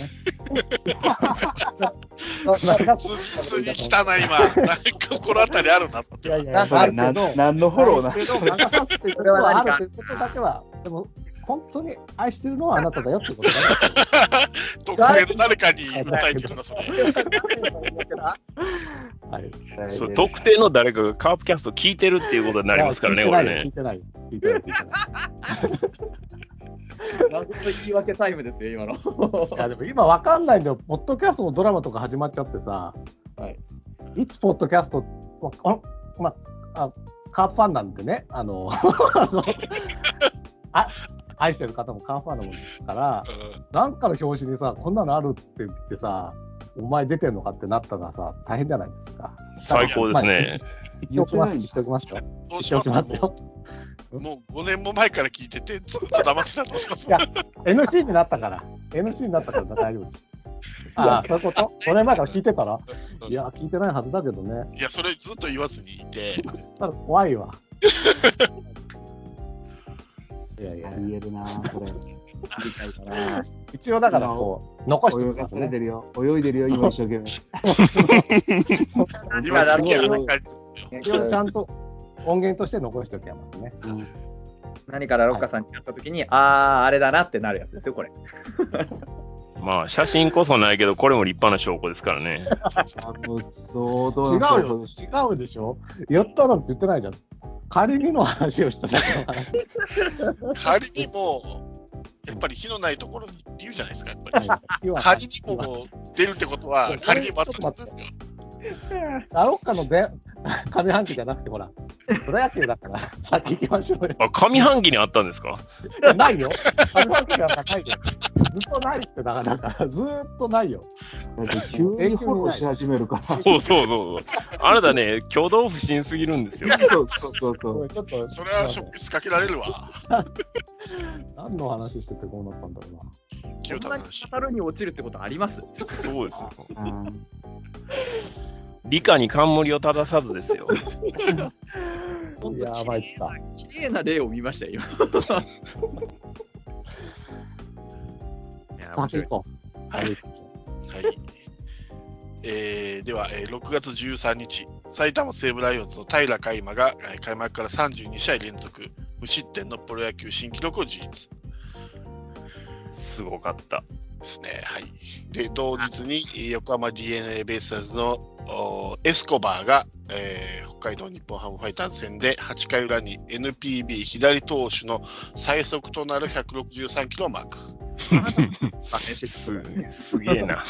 まあ筋筋汚い今、なんか心当たりあるなって。いやいや、なんかあるけななるど。何のフォローなあるけど魔が差すっていうことはあるということだけは、でも、本当に愛してるのはあなただよってことだ特定の誰かに訴えてるな、それ。 [laughs] はい。そう特定の誰かがカープキャスト聞いてるっていうことになりますからね、これ聞いね。てないよ。聞いてないよ。聞いてないよ。聞いてないよ謎の言い訳タイムですよ、今の。いやでも今わかんないんだよ、ポッドキャストのドラマとか始まっちゃってさ、はい、つポッドキャスト、まあまあ、カープファンなんでね、あの [laughs] あのあ愛してる方もカープファンなもんですから、なんかの表紙にさ、こんなのあるって言ってさ、お前出てんのかってなったらさ、大変じゃないですか。最高ですね。言っておきます、言っておきますよ。うんどう言っしておまきすますよ。もう5年も前から聞いてて、ずっと黙ってたとしますい。や NC になったから、NC になったから大丈夫です。ああ、そういうことこれ前から聞いてたらいや、聞いてないはずだけどね。いや、それずっと言わずにいて、ただ怖いわ。いやいやあ、りえるな、これ。一応だからこう、残して泳おきまがすされね。てるよ。泳いでるよ、今一生懸命。今、ラジオなんか一応ちゃんと音源として残しておきますね。何からロッカさんに会った時に、あー、あれだなってなるやつですよ、これ。まあ、写真こそないけど、これも立派な証拠ですからね。あもう相違当うなよ、違うでしょ。やったらって言ってないじゃん。仮にの話をしただけの話仮にもう、やっぱり火のないところにって言うじゃないですか、やっぱり。今仮にも出るってことは、仮に待ったってことですよ。ラロッカので上半期じゃなくて、ほら、プロ野球だから、先行きましょうよ。あ、上半期にあったんですかいやないよ。上半期なんかないよ。ずっとないって、だから、だからずーっとないよ。急にフォローし始めるから。そうそうそうそう。あなたね、挙動不審すぎるんですよ。そうそうそうそごめう。んちょっと、それは職質かけられるわ。何の話しててこうなったんだろうな。清こ田のんなに話。語るに落ちるってことありますそうですよ。うん理科に冠を正さずですよ。本当やばいった。綺麗な例を見ましたよ、今。いや面先白行いこはい。はい。えーでは、えー6月13日、埼玉西武ライオンズの平良海馬がえー開幕から32試合連続無失点のプロ野球新記録を樹立すごかった。ですね。はい。で、同日にえー横浜 d n a ベイスターズのおーエスコバーが、えー北海道日本ハムファイターズ戦で8回裏に NPB 左投手の最速となる163キロをマーク。練習すすげえな。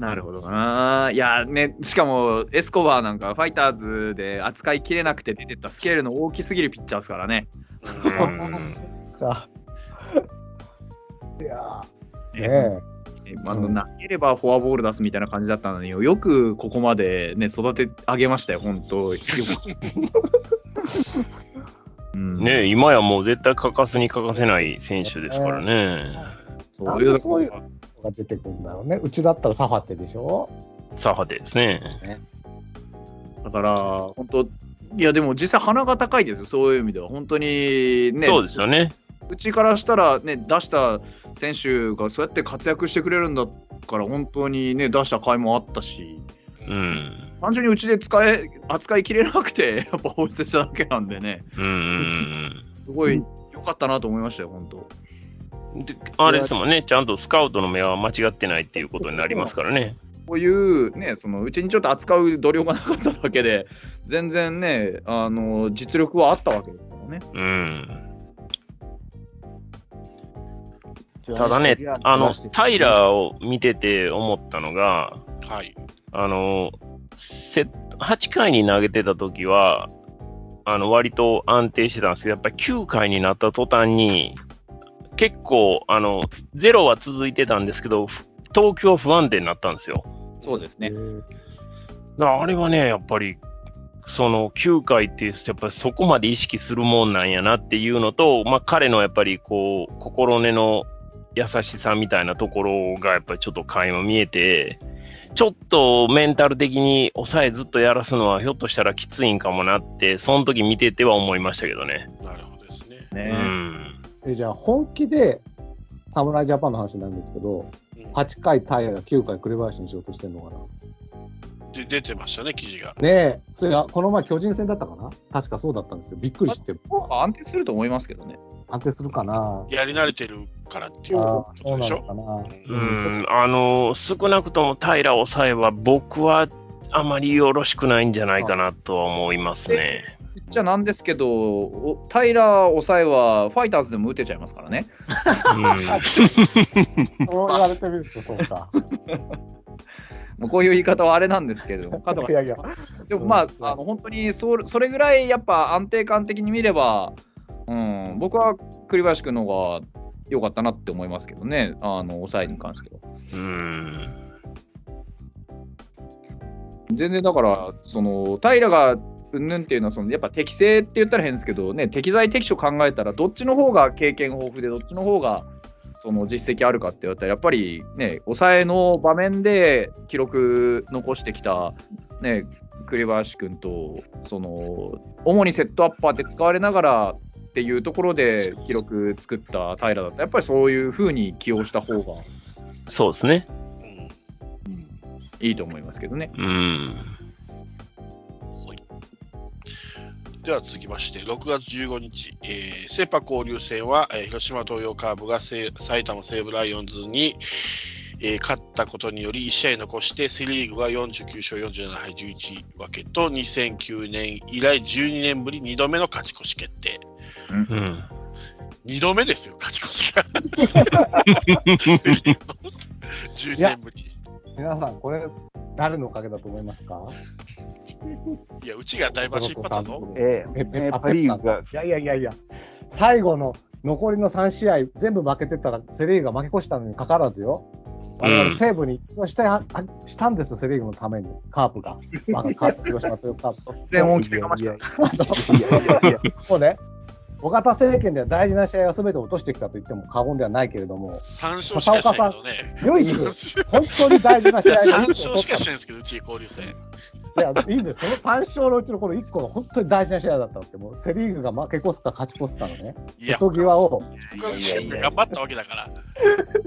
なるほどな。いや、ね、しかも、エスコバーなんか、ファイターズで扱いきれなくて出てったスケールの大きすぎるピッチャーですからね。うんか。いやー、ねえ。えあのなければフォアボール出すみたいな感じだったのによ、よくここまで、ね、育て上げましたよ、本当。よくうん、ね今やもう絶対欠かすに欠かせない選手ですからね。そなんういでうそういうのが出てくるんだろうね。うちだったらサファテでしょサハテですね。だから、本当、いや、でも実際、鼻が高いですよ、そういう意味では。本当に、ね、そうですよね。うちからしたら、ね、出した選手がそうやって活躍してくれるんだから、本当に、ね、出した甲斐もあったし、うん。単純にうちで使え扱いきれなくて、 [laughs] やっぱ放出しただけなんでね、うんうんすごい良かったなと思いましたよ、本当。うん。であれですもんね、ちゃんとスカウトの目は間違ってないっていうことになりますからね。こういうね、そのうちにちょっと扱う度量がなかっただけで、全然ね、あの実力はあったわけですからね。うん。ただね、あの、タイラーを見てて思ったのが、はい。あの、せ8回に投げてた時は、あの割と安定してたんですけど、やっぱり9回になった途端に、結構、あの、ゼロは続いてたんですけど、ふ東京不安定になったんですよ。そうですね。だからあれはね、やっぱり、その9回っていう、やっぱりそこまで意識するもんなんやなっていうのと、まあ、彼のやっぱりこう、心根の優しさみたいなところが、やっぱりちょっと垣間見えて、ちょっとメンタル的に抑えずっとやらすのは、ひょっとしたらきついんかもなって、その時見てては思いましたけどね。なるほどですね。うねん。えじゃあ、本気で侍ジャパンの話になるんですけど、うん8回タイヤが9回紅林にしようとしてるのかな。で出てましたね、記事が。ねえ、それがこの前、巨人戦だったかな確かそうだったんですよ。びっくりして、安定すると思いますけどね。安定するかな。やり慣れてるからっていうあこーそとでうなしのょ。かな。ううんん、あの、少なくとも平を抑えは、僕はあまりよろしくないんじゃないかなとは思いますね。じゃあなんですけど、おタイラー抑えはファイターズでも打てちゃいますからね。うんそう言われてみるとそうか。もうこういう言い方はあれなんですけれ [laughs] ども、加藤いやいや、でもまあ、あの本当にそうそれぐらいやっぱ安定感的に見れば、うん、僕は栗林君の方が良かったなって思いますけどね、あの抑えに関しては。うん。全然だから、その平がうんぬんっていうのはその、やっぱ適正って言ったら変ですけど、ね、適材適所考えたら、どっちの方が経験豊富で、どっちの方がその実績あるかって言われたら、やっぱりね、抑えの場面で記録残してきた、ね、栗林君と、その主にセットアッパーで使われながらっていうところで記録作った平だったら、やっぱりそういう風に起用した方がそうですね。うんいいと思いますけどね。うん。では続きまして、6月15日、えーセ・パ交流戦は、えー広島東洋カーブがせ埼玉西武ライオンズに、えー勝ったことにより1試合残して、セ・リーグは49勝47敗11分けと、2009年以来12年ぶり2度目の勝ち越し決定。 [laughs] うん。 2度目ですよ、勝ち越しが。 [laughs] セリーグの12年ぶり。皆さん、これ、誰のおかげだと思いますかいや、うちが大橋引っ張ったぞ。ええー、えーパ・リーグがいやいやいやいや、最後の残りの3試合、全部負けてたら、セ・リーグが負け越したのにかかわらずよ、我々西武にそしてははしたんですよ、セ・リーグのために、カープが、まあ、カープ広島というカープ [laughs] 突然恩着せがましいたやいやいやいやもうね、尾形政権では大事な試合は全て落としてきたと言っても過言ではないけれども、 3勝しかしてないけどね。唯 [laughs] 一、3本当に大事な試合勝しかしてないんですけど、うち交流戦。いや、いいんです。その3勝のうちのこの1個が本当に大事な試合だったわけ。もうセ・リーグが負け越すか勝ち越すかのね、い瀬戸際を、他のチームが頑張ったわけだから、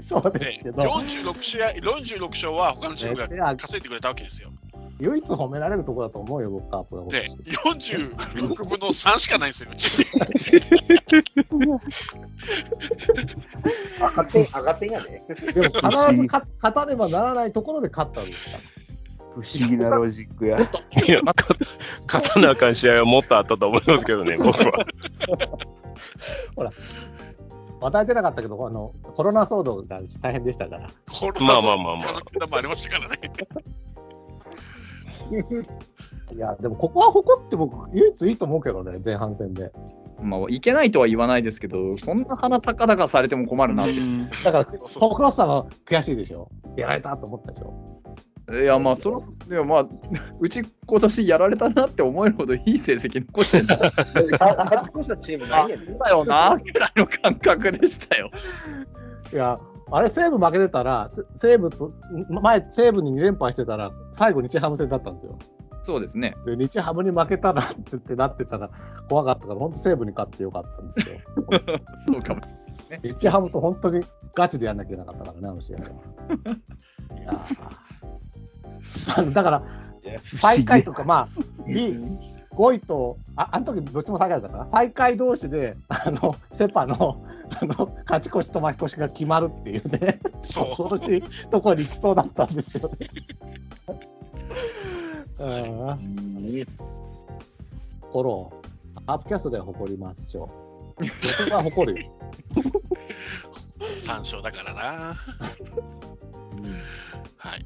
[laughs] そうでねすけど、 46試合、46勝は他のチームが稼いでくれたわけですよ。唯一褒められるところだと思うよ、僕、カープが。で、46分の3しかないんですよ、うち。赤点、赤点やね。でも必ず勝勝たねばならないところで勝ったわけですから。不思議なロジックや。いや、勝勝たなあ [laughs] かん試合はもっとあったと思いますけどね、僕は。話題出なかったけど、あの、コロナ騒動が大変でしたから。コロまナあまあまあまあの件もありましたから [laughs] ね。いや、でもここは誇って僕、唯一いいと思うけどね、前半戦で。まあ、いけないとは言わないですけど、そんな鼻高々されても困るなって。だから、そうホークロスさんは悔しいでしょ。やられたと思ったでしょ。いや、まあ、そろそろ、まあ、 [laughs] うち今年やられたなって思えるほどいい成績残してんだ勝ち越したチーム何やねん。よな、ぐらいの感覚でしたよ。いや、あれ、西武負けてたら、せ西武と、ん前、西武に2連敗してたら、最後、日ハム戦だったんですよ。そうですね。で、日ハムに負けたらってってなってたら、怖かったから、本当西武に勝ってよかったんですよ。そうかも。日ハムと本当にガチでやんなきゃいけなかったからね、あの試合は。いやーあのだから、最下位とか、まあ、リ5位と、ああの時どっちも最下位だったから、最下位同士で、あの、セ・パのあの勝ち越しと負け越しが決まるっていうね、そ恐う。ろしいところに行きそうだったんですよね。うん心を、アップキャストでは誇りましょう。そこは誇るよ。三勝だからな。はい。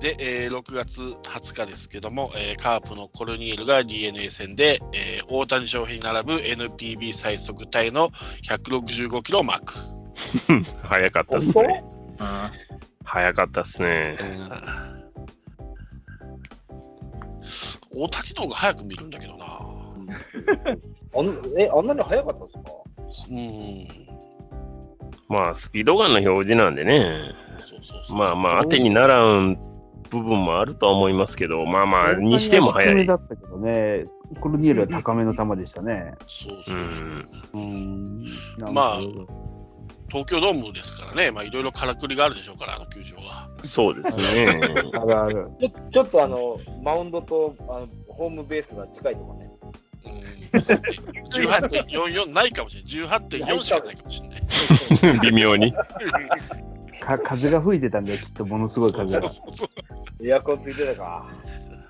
で、えー6月20日ですけども、えーカープのコルニエルが d n a 戦で、えー大谷翔平に並ぶ NPB 最速タイの165キロをマーク。早かったっすね。あ早かったっすね。大谷の方が早く見るんだけどな。あんえ、あんなに早かったんですかうん。まあ、スピードガンの表示なんでね。そうそうそう。まあまあ、当てにならん部分もあるとは思いますけど、まあまあ、にしても早低めい。だったけどね、コルニエルは高めの球でしたね。そうう。そうそうんうん。まあ東京ドームですからね、まあ、いろいろからくりがあるでしょうから、あの球場は。そうですね。あるある。ちょちょっとあの、マウンドとあのホームベースが近いとかね。うん、18.44ないかもしれない、18.4しかないかもしれない。 [laughs] 微妙に。か風が吹いてたんだよ、きっとものすごいそう風 [laughs] そうが。そうそうエアコンついてたか。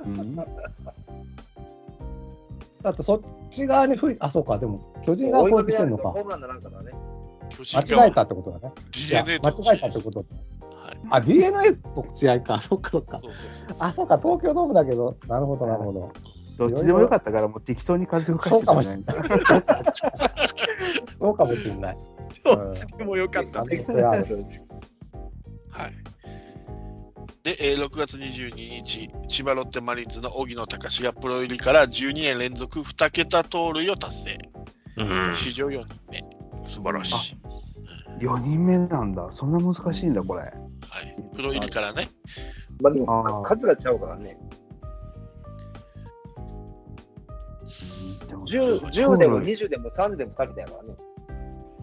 うんだってそっち側に吹いあ、そうか、でも、巨人側追い攻か撃けしらてれんるとのかホー。ムランだなんかだね。巨間違えたってことだね。いや DNA。間違えたってことと。はい、あ、DNA と違いか。そっかそっか。そうそうそうあ、そうか、東京ドームだけど、なるほど、なるほど。どっちでもよかったから、もう適当に風吹かしてたんじゃなそいうかもしれない。あ、どっちでもよかった。可能性あるはいでえー6月22日、千葉ロッテマリーンズの荻野隆史がプロ入りから12年連続2桁盗塁を達うん成、。史上4人目。素晴らしい。 4人目なんだ。そんな難しいんだ、これ。はい、プロ入りからね、まあであもー数がちゃうからね。10, 10でも20でも30でも2桁やからね。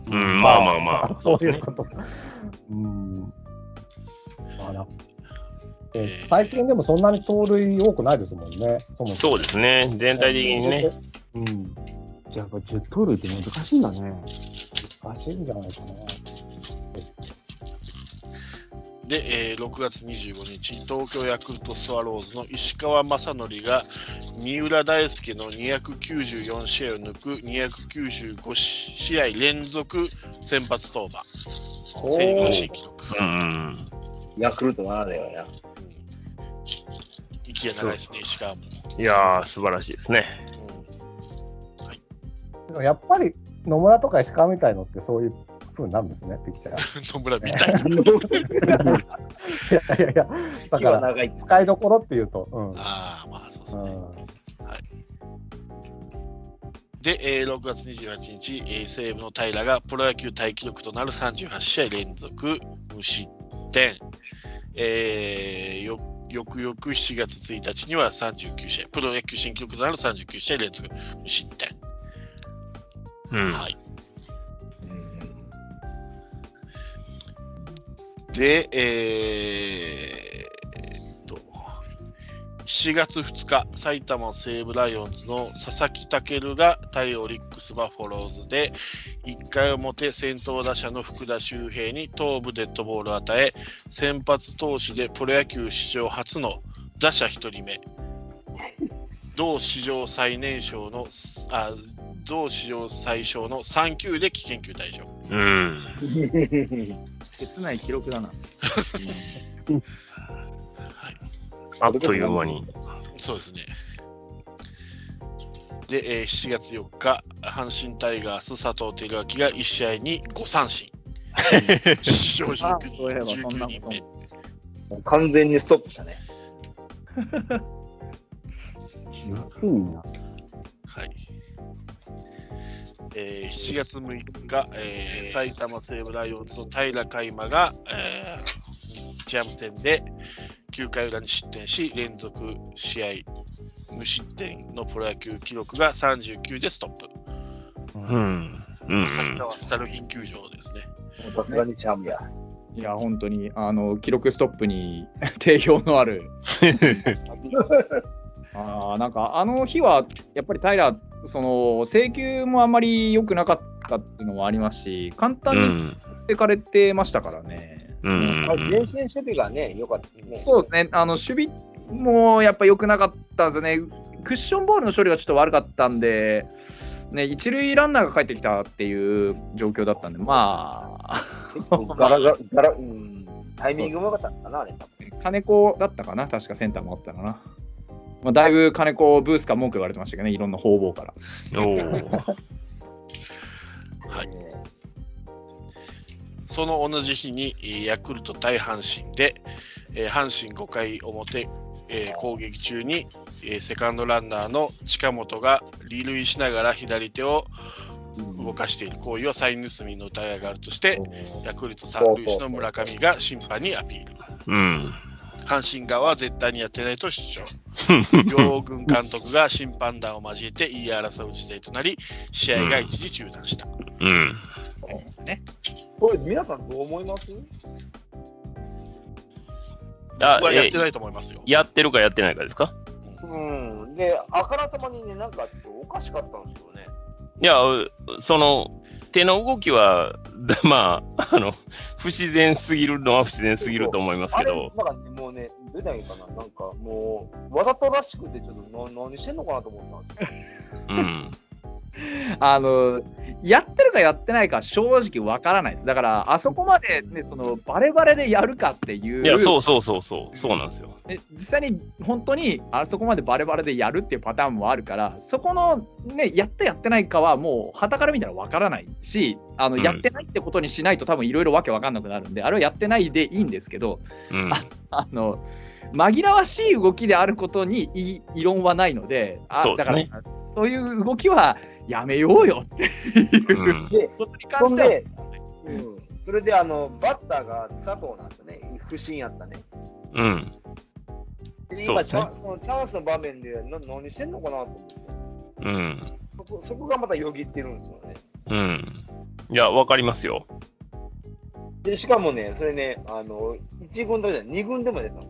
うん、まあまあまあ。そういうこと。うん。あらえー最近でもそんなに盗塁多くないですもんね。そもそうですね。全体的に [laughs] ね。。うん。じゃあ、やっぱ10盗塁って難しいんだね。難しいんじゃないかな。で、えー6月25日、東京ヤクルトスワローズの石川正則が三浦大輔の294試合を抜く295試合連続先発登板、セ・リーグの新記録。うん。ヤクルト7だよな。息が長いですね、石川も。いやー、素晴らしいですね。でもやっぱり野村とか石川みたいのってそういう風になるんですね、ピッチャー。 [laughs] 野村みたい。 [laughs] いやいやいや、だ息かはら長い。使いどころっていうと。うんああ、まあそうですね。うで、えー6月28日、えー西武の平がプロ野球タイ記録となる38試合連続無失点、えーよ翌々7月1日には39試合、プロ野球新記録となる39試合連続無失点。うん。はいで、えー、えっと、7月2日、埼玉西武ライオンズの佐々木健が対オリックス・バファローズで、1回表、先頭打者の福田周平に頭部デッドボールを与え、先発投手でプロ野球史上初の打者1人目、同史上最年少の、あ増史上最小の3級で危険級対象うん。 [laughs] 切ない記録だな。あっという間に。そうですね。で、えー7月4日、阪神タイガース佐藤輝明が1試合に5三振。史上19人そういえばそんなことも19人目。完全にストップしたね。はいえー7月6日、えー埼玉西武ライオンズの平海馬が、えー、ジャム戦で9回裏に失点し、連続試合無失点のプロ野球記録が39でストップ。うん。うん、埼玉スタルヒン球場ですね。さすがにチャームや。いや、本当に、あの、記録ストップに [laughs] 定評のある。あーなんか、あの日は、やっぱりタイラー、その、請求もあんまり良くなかったっていうのもありますし、簡う単に持ん。ってかれてましたからね。うまあ前ん。線守備がね、良かったね。そうですね、あの、守備もやっぱ良くなかったんですよね。クッションボールの処理がちょっと悪かったんで、ね、一塁ランナーが帰ってきたっていう状況だったんで、まあ、 [laughs] 結 [laughs] 構ガラガラ、ガラ、うん。タイミングも良かったのかな、あれ。金子だったかな確かセンターもあったのかな。まあ、だいぶ金子ブースか文句言われてましたけどね、いろんな方々から。おお。はい、その同じ日にえーヤクルト対阪神で、えー阪神5回表、えー攻撃中に、えーセカンドランナーの近本が離塁しながら左手を動かしている行為をサイン盗みの疑いがあるとして、ヤクルト三塁手の村上が審判にアピール。うん。阪神側は絶対にやってないと主張。両軍監督が審判団を交えて言い争う事態となり、試合が一時中断した。うん。これ、皆さんどう思いますあ僕はやっえてないと思いますよ。やってるかやってないかですかうん。で、あからさまにね、なんかちょっとおかしかったんですよね。いや、うその、手の動きは、だまあ、あの、不自然すぎるのは不自然すぎると思いますあけれ、ど、なんかねもうね、出ないかな、なんかもう、わざとらしくて、ちょっとな何してんのかなと思ったんですようん。あの、やってるかやってないか正直わからないです。だから、あそこまで、ね、そのバレバレでやるかっていう。いや、そうそうそうそう、そうなんですよ。で実際に本当にあそこまでバレバレでやるっていうパターンもあるからそこの、ね、やったやってないかはもうはたから見たらわからないしあの、うんやってないってことにしないと多分いろいろわけわかんなくなるんであれはやってないでいいんですけど [laughs] うん。あの紛らわしい動きであることにい異論はないのであそうですねだからそういう動きはやめようよっていううんことに関してはそんでうん、それであのバッターが佐藤なんですよね、不審やったね。うん。でそうで今すチねャン、そのチャンスの場面でな何してんのかなと思って、うん。そこそこがまたよぎってるんですよね。うん。いや、わかりますよ。でしかもね、それね、あの1軍だけじゃない、2軍でも出たの。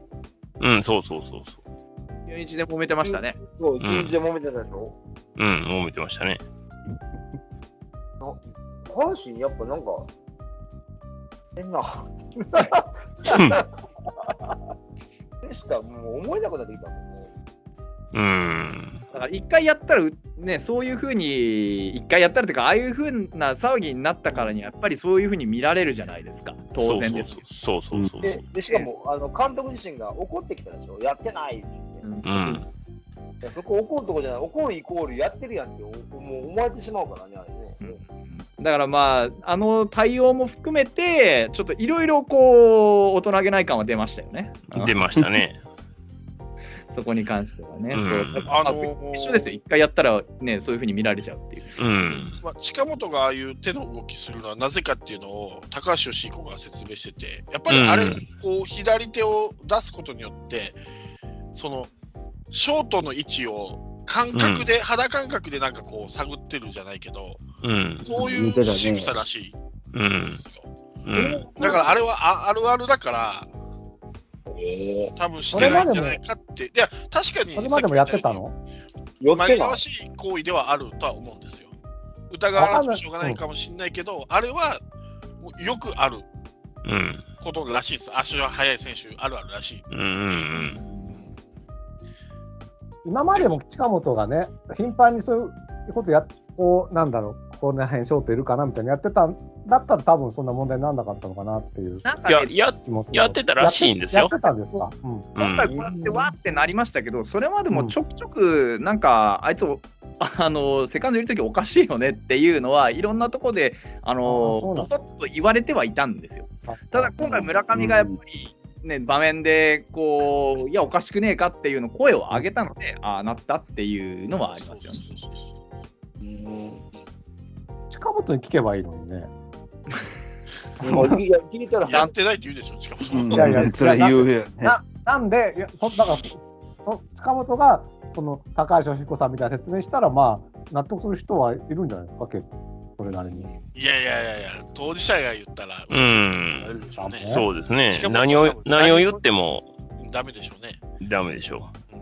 うん、そうそうそうそう。中日で揉めてましたね。そう、中日で揉めてたでしょ。うん、揉めてましたね。阪神、やっぱなんか、変な。でしかもう思えなくなってきたもんね。うん。だから一回やったらう、ね、そういうふうに、一回やったらというか、ああいうふうな騒ぎになったからに、やっぱりそういうふうに見られるじゃないですか、当然です。そうそうそうそうそうそうででしかもあの監督自身が怒ってきたでしょ、やってないって言っううんん。て、そこ怒るとこじゃない、怒るイコールやってるやんっておもう思われてしまうからね、あれね。だからまあ、あの対応も含めて、ちょっといろいろこう、大人げない感は出ましたよね、出ましたね。そこに関してはね。うんそうあのー一緒ですよ、一回やったら、ね、そういうふうに見られちゃうっていう。うん。まあ、近本がああいう手の動きするのはなぜかっていうのを高橋義彦が説明しててやっぱりあれ、うんこう左手を出すことによってそのショートの位置を感覚で、肌感覚でなんかこう探ってるじゃないけどうん。そうい見てうたね仕草らしういんでん。すよ、うん。だからあれはああるあるだから多分してないんじゃないかっていや確かにそれまでもやってたの寄って紛らないわ。しい行為ではあるとは思うんですよ。疑わなくてもしょうがないかもしれないけど、あれはもうよくあるうん。ことらしいです。足が速い選手、あるあるらしい。うん。うん。今までも近本がね、頻繁にそういうことやこう、なんだろう、この辺ショートいるかなみたいにやってたんだったら、多分そんな問題にならなかったのかなっていうなんかいや、ね、や、気もする。やってたらしいんですよやってやってたんですか。うん。う今ん回こうやってわーってなりましたけど、それまでもちょくちょく、なんか、あいつを、 [laughs] あの、セカンドいるときおかしいよねっていうのは、いろんなとこで、ああーの、そうぼなんだそっと言われてはいたんですよ。あただ今回、村上がやっぱり、ね、場面でこう、いや、おかしくねえかっていうの声を上げたので、ああなったっていうのはありますよね。そうそうそうそう近本に聞けばいいのにね。もういや聞いたらやってないって言うでしょ、しかも。うんいやいやそれは言うよね。ななんで、いやそだからそ、近本がその高橋彦さんみたいな説明したら、まあ、納得する人はいるんじゃないですか、結構、それなりに。いやいやいやいや、当事者が言ったら、うんあれでしょうね。そうですねしか。も何多を分、何を言ってもダメでしょうね。ダメでしょう。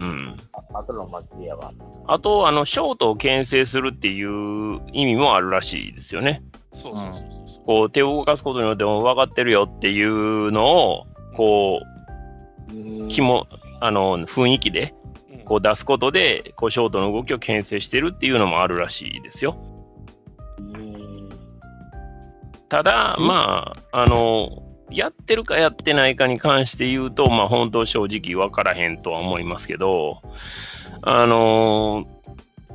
うん。あとの祭りやわ。あと、あの、ショートを牽制するっていう意味もあるらしいですよね。そうそうそうそうそう。こう、手を動かすことによっても分かってるよっていうのを、こう、気も、あの、雰囲気で、うんこう出すことで、こう、ショートの動きを牽制してるっていうのもあるらしいですよ。ただ、まあ、あの、やってるかやってないかに関して言うと、まあ、本当正直分からへんとは思いますけど、あの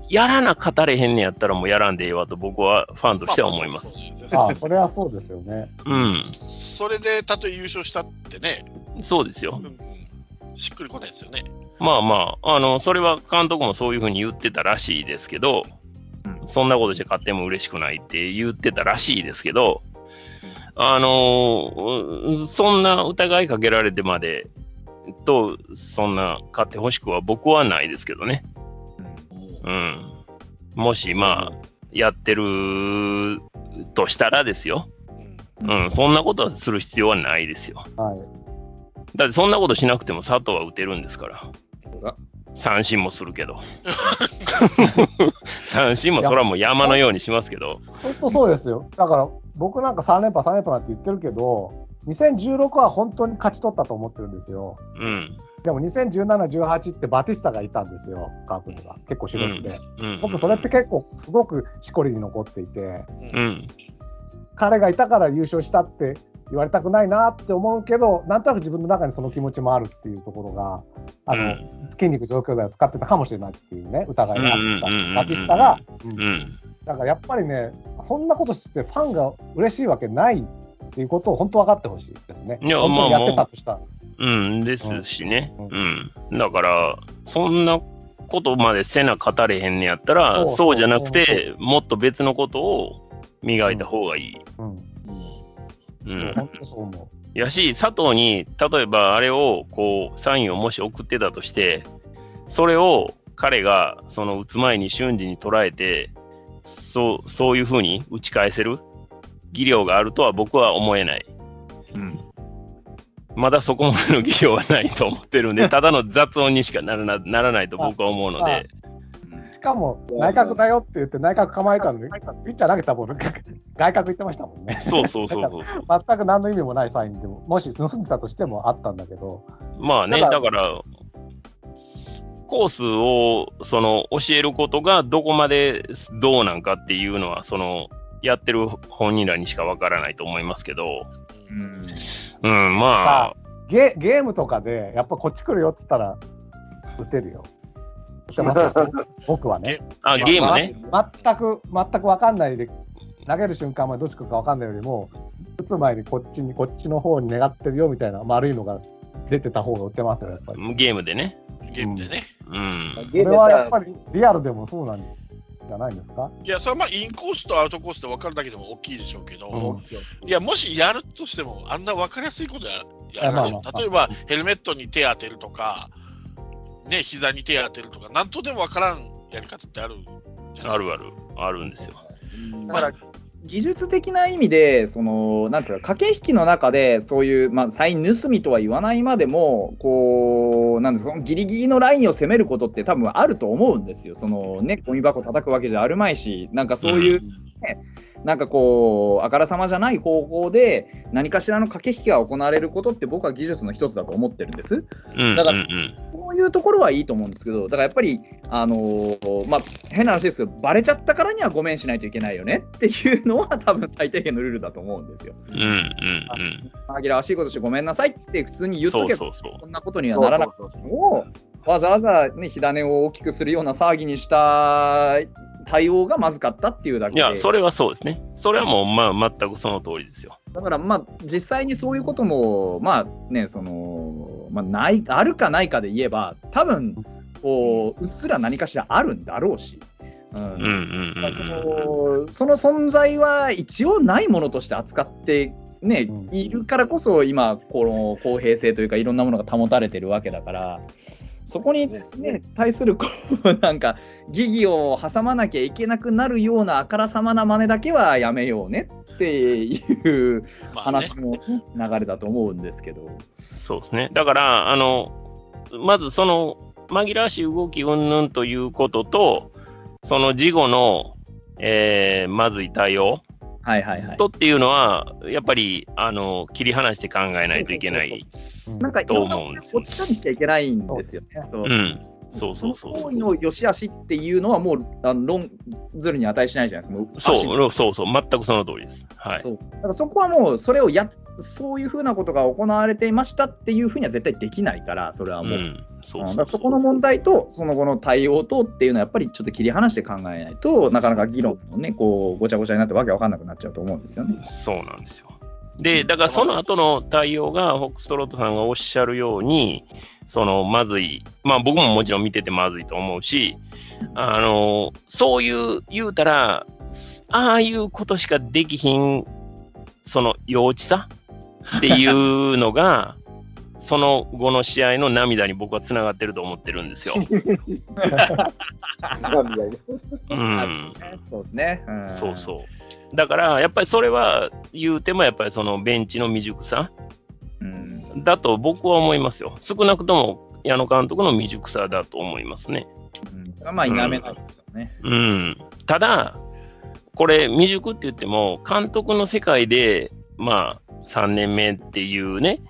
やらな語れへんねやったらもうやらんでええわと僕はファンとしては思います。。ああ、それはそうですよね。うん、それで、たとえ優勝したってね、そうですよう。んしっくりこないですよね。まあまあ、あの、それは監督もそういうふうに言ってたらしいですけど、そんなことして勝っても嬉しくないって言ってたらしいですけど、あのうんそんな疑いかけられてまでと、そんな勝ってほしくは僕はないですけどね。うん。もし、まあ、やってるとしたらですよ。うんうん、そんなことはする必要はないですよ。はい。だってそんなことしなくても佐藤は打てるんですからうだ。三振もする [laughs] けど。三振もそれはもう山のようにしますけど。本当そうですよ。だから、僕なんか3連覇、3連覇なんて言ってるけど、2016は本当に勝ち取ったと思ってるんですよ。うん。でも2017、18ってバティスタがいたんですよ、カープには。結構白くて。うん、僕、それって結構、すごくしこりに残っていて、うん。彼がいたから優勝したって言われたくないなって思うけど、なんとなく自分の中にその気持ちもあるっていうところが、あの、筋肉状況剤を使ってたかもしれないっていうね、疑いがあった。うんうんうんうんバティスタが、うん。うん。だからやっぱりね、そんなことしてファンが嬉しいわけないっていうことを本当分かってほしいですね。いや本当にまあやってたとしたら。うんですしね。ううん。だから、そんなことまでせな語れへんねやったら、そうそうじゃなくそうて、もっと別のことを磨いた方がいい。うん。う。そうん本当そう思やし佐藤に例えばあれをこうサインをもし送ってたとしてそれを彼がその打つ前に瞬時に捉えてそうそういうふうに打ち返せる技量があるとは僕は思えない、まだそこまでの技量はないと思ってるんでただの雑音にしかならなならないと僕は思うのああでう。しかも、内角だよって言って、内角構えたんで、ピッチャー投げたボール、外角行ってましたも [laughs] んね。そうそうそうそうそう全く何の意味もないサインでも、もし盗んでたとしてもあったんだけど、まあね、ただだから、コースをその教えることがどこまでどうなんかっていうのは、そのやってる本人らにしかわからないと思いますけど、うんうん、まあ、ゲゲームとかで、やっぱこっち来るよって言ったら、打てるよ。打てますよ僕はね。あゲームね、ま全く、全く分かんないで、投げる瞬間までどっち来るか分かんないよりも、打つ前にこっちに、こっちの方に願ってるよみたいな、丸いのが出てた方が打てますよ、やっぱり。ゲームでね。ゲームでね。うん、それはやっぱりリアルでもそうなんじゃないですか。いや、それはまあインコースとアウトコースで分かるだけでも大きいでしょうけど、うんいや、もしやるとしても、あんな分かりやすいことややらないでしょいやまあまあ例えば、ヘルメットに手当てるとか、ね、膝に手当てるとか、なんとでも分からんやり方ってあるじゃなあいでするかある、あるんですよ。だから技術的な意味で、そのなんつうか、駆け引きの中で、そういう、まあ、サイン盗みとは言わないまでも、こう、なんですか、ギリギリのラインを攻めることって、多分あると思うんですよ、そのね、ゴミ箱叩くわけじゃあるまいし、なんかそういう、ね、なんかこう、あからさまじゃない方法で、何かしらの駆け引きが行われることって、僕は技術の一つだと思ってるんです。うん、だからうん、そそういうところはいいと思うんですけど、だからやっぱり、あのーまあ、変な話ですけど、バレちゃったからにはごめんしないといけないよねっていうのは、多分最低限のルールだと思うんですよ。うんうんうん。紛らわしいことしてごめんなさいって普通に言っそとうけば、そうそう。こんなことにはならなくても、わざわざ、ね、火種を大きくするような騒ぎにした対応がまずかったっていうだけいで。や、それはそうですね。それはもう、まあ、全くその通りですよ。だからまあ実際にそういうこともまあねその、まあ、ないあるかないかで言えば多分こううっすら何かしらあるんだろうし、ううんんうんうんまあうそん。のその存在は一応ないものとして扱って、ねうんいるからこそ今この公平性というかいろんなものが保たれてるわけだから。そこに、ね、対するこうなんか疑義を挟まなきゃいけなくなるようなあからさまな真似だけはやめようねっていうまあね話の流れだと思うんですけど、そうですね。だから、あの、まずその、紛らわしい動き云々ということと、その事後の、えーまずい対応はいはいはい。とっていうのは、やっぱり、あの、切り離して考えないといけない。なんかいろんなと思うんですよおっちゃにしちゃいけないんですよね。そううん。そうそうそうその行そう為。の良し悪しっていうのはもうあの論ずるに値しないじゃないですか。もうそ悪しうそうそう、全くその通りです。はいそ。だからそこはもうそれをやそういうふうなことが行われていましたっていうふうには絶対できないからそれはうもう。うんん、そうだそからうそうこの問題とその後の対応とっていうのはやっぱりちょっと切り離して考えないとなかなか議論もねこうごちゃごちゃになってわけわかんなくなっちゃうと思うんですよね。そうなんですよ。で、だからその後の対応が、フォックストロットさんがおっしゃるように、そのまずい、まあ僕ももちろん見ててまずいと思うし、あの、そういう、言うたら、ああいうことしかできひん、その幼稚さっていうのが、その後の試合の涙に僕はつながってると思ってるんですよ。うん。そうですね。んそうそう。だから、やっぱりそれは言うても、やっぱりそのベンチの未熟さうんだと僕は思いますよ。少なくとも矢野監督の未熟さだと思いますね。うん、それはまあ否めないですよね。うん。ただ、これ未熟って言っても、監督の世界で、まあ、3年目っていうね、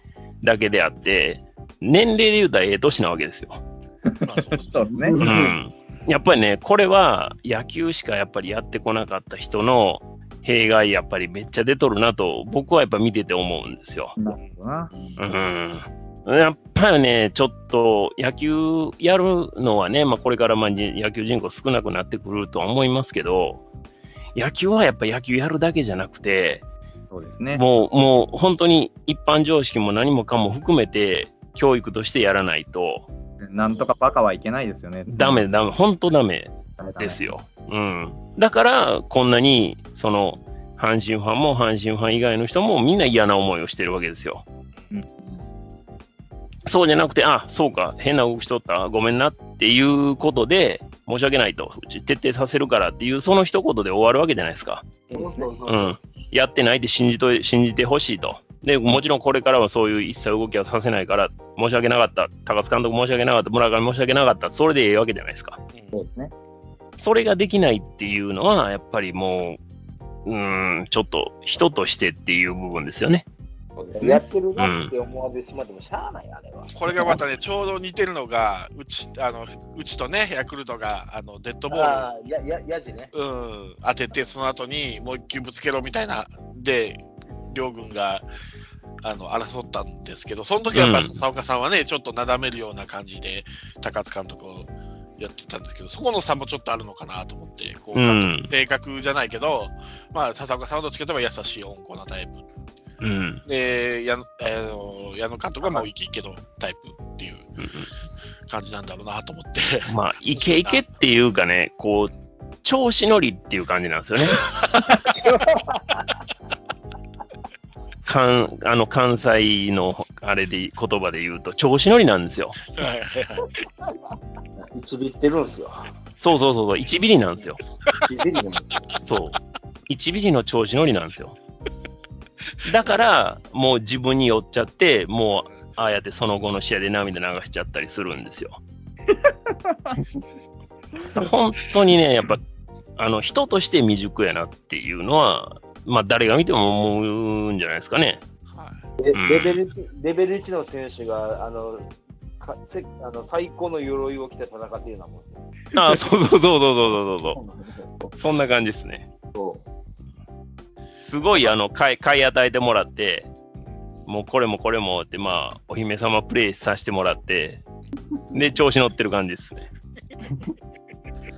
だけであって、年齢で言うたらええ年なわけですよ。まあそうですねそうですね。ううんんやっぱりね、これは野球しかやっぱりやってこなかった人の弊害、やっぱりめっちゃ出とるなと、僕はやっぱ見てて思うんですよ。なるほどな。うん、やっぱりね、ちょっと野球やるのはね、まあ、これからまあじ野球人口少なくなってくるとは思いますけど、野球はやっぱ野球やるだけじゃなくて、そうですね。もうもう本当に一般常識も何もかも含めて、教育としてやらないと、なんとかバカはいけないですよね。ダメ、ダメ、本当ダメ。ダメダメですよ。うん、だからこんなにその阪神ファンも阪神ファン以外の人もみんな嫌な思いをしてるわけですよ。うんそうじゃなくてあそうか変な動きしとったごめんなっていうことで申し訳ないとうち徹底させるからっていうその一言で終わるわけじゃないですか。うん、やってないって信じと信じてほしいと。でもちろんこれからはそういう一切動きはさせないから申し訳なかった高津監督申し訳なかった村上申し訳なかったそれでええわけじゃないですか。そうですね。それができないっていうのは、やっぱりもう、うーん、ちょっと人としてっていう部分ですよね。やってるなって思われてしまってもしゃあない、あれは。これがまたね、ちょうど似てるのが、うちあのうちとね、ヤクルトがあのデッドボール、ああ、や、や、やじね。うん、当てて、その後にもう一球ぶつけろみたいな、で、両軍があの争ったんですけど、その時はやっぱうん佐岡さんはね、ちょっとなだめるような感じで、高津監督をやってたんですけど、そこの差もちょっとあるのかなと思って、こううん監督性格じゃないけど、まあ、佐々岡さんはどっちかといえば優しい温厚なタイプうん。で、矢野あの矢野監督はもうイケイケのタイプっていううん感じなんだろうなと思って。まあ、イケイケっていうかね、こう、調子乗りっていう感じなんですよ [laughs] ね。関あの関西のあれで言葉で言うと調子乗りなんですよ。 [laughs] はいはいはい一ビってるんです [laughs] よ。そうそうそうそう、1ビリなんですよ。ビビりでもそう。1ミリの調子乗りなんですよ。だから、もう自分に寄っちゃって、もう、ああやってその後の試合で涙流しちゃったりするんですよ。本当にね、やっぱ、あの、人として未熟やなっていうのは、まあ、誰が見ても思うんじゃないですかね。はいレうんレベル、レベル1の選手が、あの、かせあの最高の鎧を着て戦っているようなもんでああ、そうそうそうそうそうそうそそうなんですよう。そんな感じですね。そうすごいあの買い買い与えてもらって、もうこれもこれもって、まあ、お姫様プレイさせてもらって、で、調子乗ってる感じですね。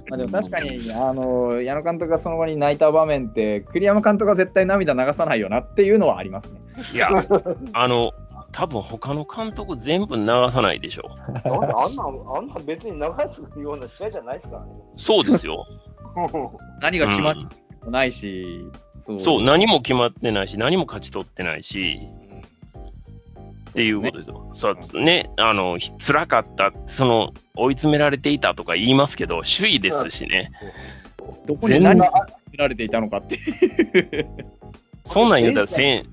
まあ、でも確かに、あの矢野監督がその場に泣いた場面って、栗山監督は絶対涙流さないよなっていうのはありますね。い [laughs] や、あの、多分他の監督全部流さないでしょなんであんなんあんなん別に流すような試合じゃないですからね。う。そうですよ。何が決まっ [laughs] うんてもないし、そうそう、何も決まってないし、何も勝ち取ってないし、っていうことですよ。そうですね、あの、ひ辛かった、その、追い詰められていたとか言いますけど、首位ですしね、どこに何が作られていたのかっていう。そんなん言うたら、せん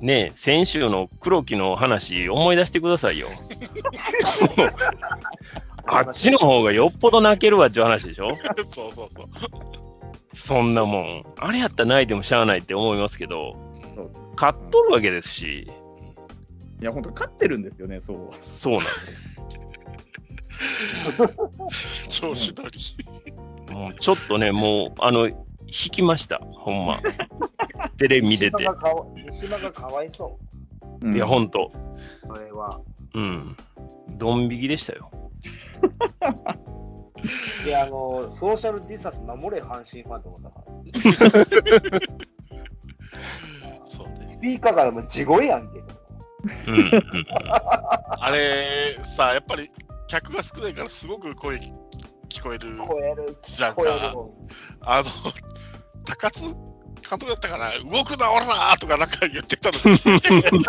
ねえ、先週の黒木の話、思い出してくださ [laughs] いよ。あっちの方がよっぽど泣けるわっていう話でしょそうそうそう。そんなもん。あれやったら泣いてもしゃあないって思いますけど、そうです勝っとるわけですし、いや、本当勝ってるんですよね、そう。そうなんです調子取り。もうちょっとね、もう、あの、引きました、ほんま。テレビ見て [laughs] て。三島がかわ三島がかわいそいや、ほんと。う、それは。うん。ドン引きでしたよ。で、あの、ソーシャルディスタンス守れ、阪神ファンって思ったから。そうね。スピーカーからも地声やんけ。うんうん。あれさ、やっぱり客が少ないからすごく声聞こえる。聞こえる、じゃん聞かこえる。あの、 [laughs] 高津監督だったかな、動くな、おらとかなんか言ってたのに。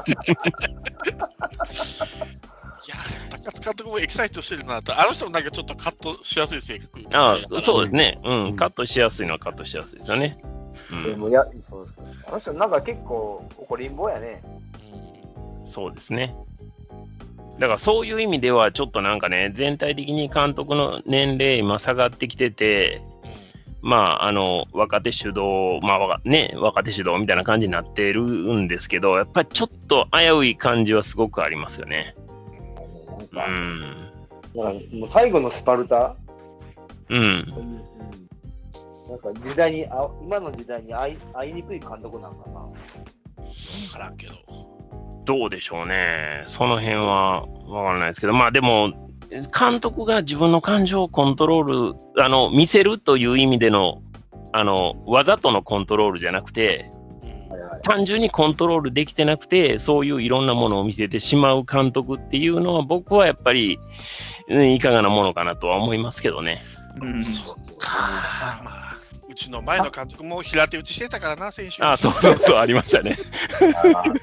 いや、高津監督もエキサイトしてるなと、あの人もなんかちょっとカットしやすい性格。ああ、そうですね。うん。カットしやすいのはカットしやすいですよね。うでもやそうそうあの人、なんか結構怒りんぼやね。ん。そうですね。だからそういう意味では、ちょっとなんかね、全体的に監督の年齢、今下がってきてて、まあ、あの若手主導、まあわかね、若手主導みたいな感じになってるんですけど、やっぱりちょっと危うい感じはすごくありますよね。なんうん。か、なんかもう最後のスパルタ、うん。なんか時代にあ、今の時代に会い会いにくい監督なんかな。分からんけど。どうでしょうね。その辺はわからないですけど、まあでも、監督が自分の感情をコントロール、あの、見せるという意味での、あの、わざとのコントロールじゃなくて、単純にコントロールできてなくてそういういろんなものを見せてしまう監督っていうのは僕はやっぱり、うん、いかがなものかなとは思いますけどね。うんそっか、まあ、うちの前の監督も平手打ちしてたからな、選手。ああそうそうそうありましたね。 [laughs]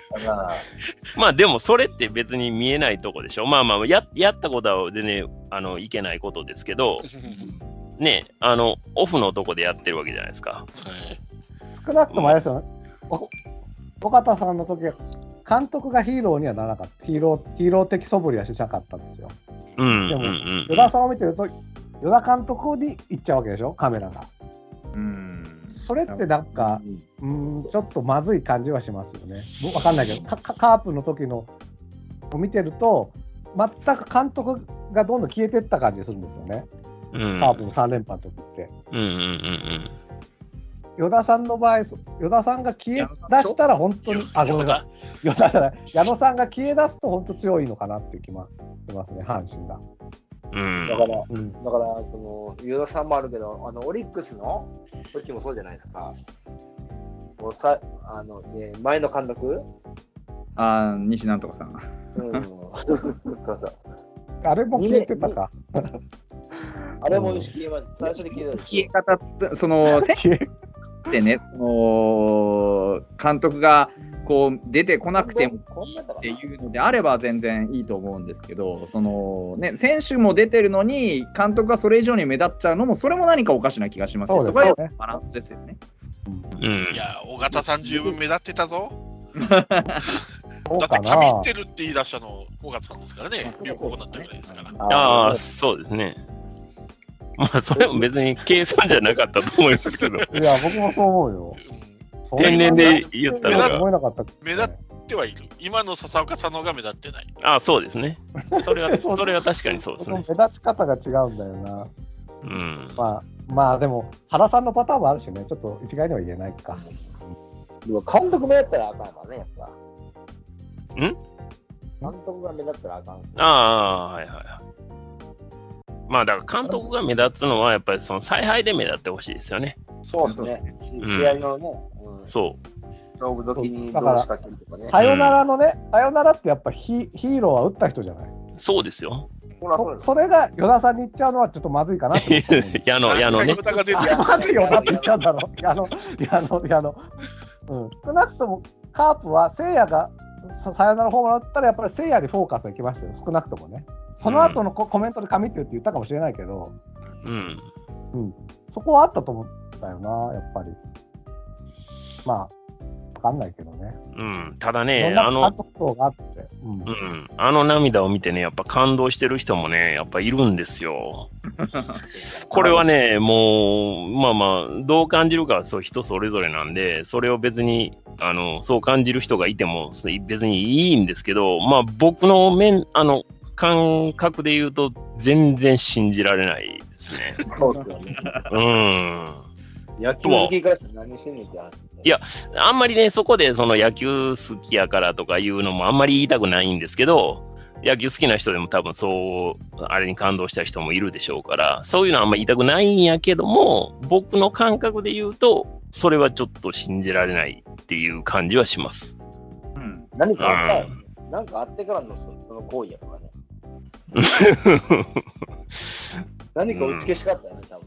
まあでもそれって別に見えないとこでしょ。まあまあややったことは全然あのいけないことですけどねあのオフのとこでやってるわけじゃないですか。少なくともあれですよね、お尾形さんの時は監督がヒーローにはならなかった、ヒーローヒーロー的素振りはしなかったんですよ。うんうんでうもんう与田さんを見てると、与田監督に行っちゃうわけでしょ、カメラが。うんそれってなんか、うーん、ちょっとまずい感じはしますよね。わかんないけど、かかカープの時のを見てると、全く監督がどんどん消えてった感じするんですよね、んうんカープの3連覇の時って。うんうんうん与田さんの場合、そ与田さんが消え出したら本当に、あ、ごめんなさい、与田じゃない、矢野さんが消え出すと本当強いのかなっていう気もしますね、阪神が。うんだから、うん、だから、その、ユダさんもあるけど、あの、オリックスの時もそうじゃないですか。もうさあの、ね、前の監督あー西なんとかさん。うん。そうそう。あれも消えてたか。あれも消えま最初に消えたで消えし方って、その、 [laughs] 選消え手ってね、その監督がこう出てこょなくても。こんなだかってらいうのであれば全然いいと思うんですけど、そのね、選手も出てるのに、監督がそれ以上に目立っちゃうのも、それも何かおかしな気がしますし、そそうですこはねバランスですよね。うん [laughs] いや、尾形さん十分目立ってたぞ。そうだって、かかみなっ。てるって言い出したの、尾形さんですからね。両方だったぐらいですから。ああ、そうですね。まあ、それも別に計算じゃなかったと思いますけど、いや、僕もそう思うよ。うんそんな天然で言ったのが思えなかったけどね、目立っってはいる。今の笹岡さんの方が目立ってない。あそうですね。それは、それは確かにそうですね。目立ち方が違うんだよな。うん。まあ、まあでも、原さんのパターンもあるしね、ちょっと一概には言えないか。でも監督目立ったらあかんわね、やっぱ。ん監督が目立ったらあかん。ああ、はいはいはい。まあ、だから監督が目立つのは、やっぱりその采配で目立ってほしいですよね。そうですね。うん試合のね、うんそう。勝負時にどだうから仕掛けるとかね。さよならのね、さよならってやっぱヒヒーローは打った人じゃない。そうですよ。ほら、そうそです。それが与田さんに言っちゃうのはちょっとまずいか [laughs] なって思う [laughs] 矢野、矢野ね。歌が出て [laughs] あまずいよなって言っちゃうんだろう。矢野、矢野、矢野。うん、少なくともカープは聖夜がささよならホームラン打ったらやっぱり聖夜にフォーカスがきましたよ、少なくともね。その後のコ,、コメントで神ってるって言ったかもしれないけど、うん。そこはあったと思ったよな、やっぱり。まあ、わかんないけどね。うん。ただいろねん、あなの監、督等があって。うんうん、あの涙を見てね、やっぱ感動してる人もね、やっぱいるんですよ。これはね、もう、まあまあ、どう感じるかはそう人それぞれなんで、それを別に、あの、そう感じる人がいてもそう別にいいんですけど、まあ僕の面、あの、感覚で言うと、全然信じられないですね。そうですよね。うん。野球好きからして何してんねんって話。いやあんまりね、そこでその野球好きやからとかいうのもあんまり言いたくないんですけど、野球好きな人でも多分そう、あれに感動した人もいるでしょうから、そういうのはあんまり言いたくないんやけども、僕の感覚で言うと、それはちょっと信じられないっていう感じはします。うん。何かあったようなんかあってからのそその行為 [laughs] やからね。何か打ち消しだったよね、多分。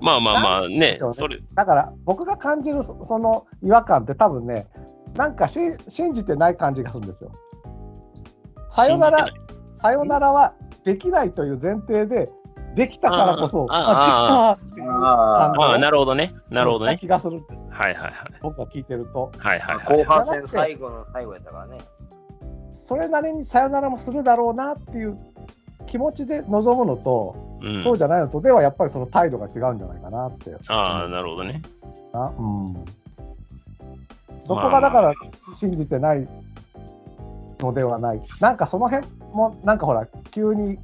まあまあまあね、そうねそれ、だから僕が感じるそその違和感って多分ねなんかし信じてない感じがするんですよ。さよなら信じてさよならはできないという前提でできたからこそあああできたっていう感ああ、なるるほどね、なるほどね。気がするんですよはいはいはい。僕が聞いてるとはいはいはい。後半戦最後の最後やったからね。それなりにさよならもするだろうなっていう気持ちで臨むのと、うんそうじゃないのとではやっぱりその態度が違うんじゃないかなってああ、なるほどね。な、うん、そこがだから信じてないのではない、なんかその辺も、なんかほら、急に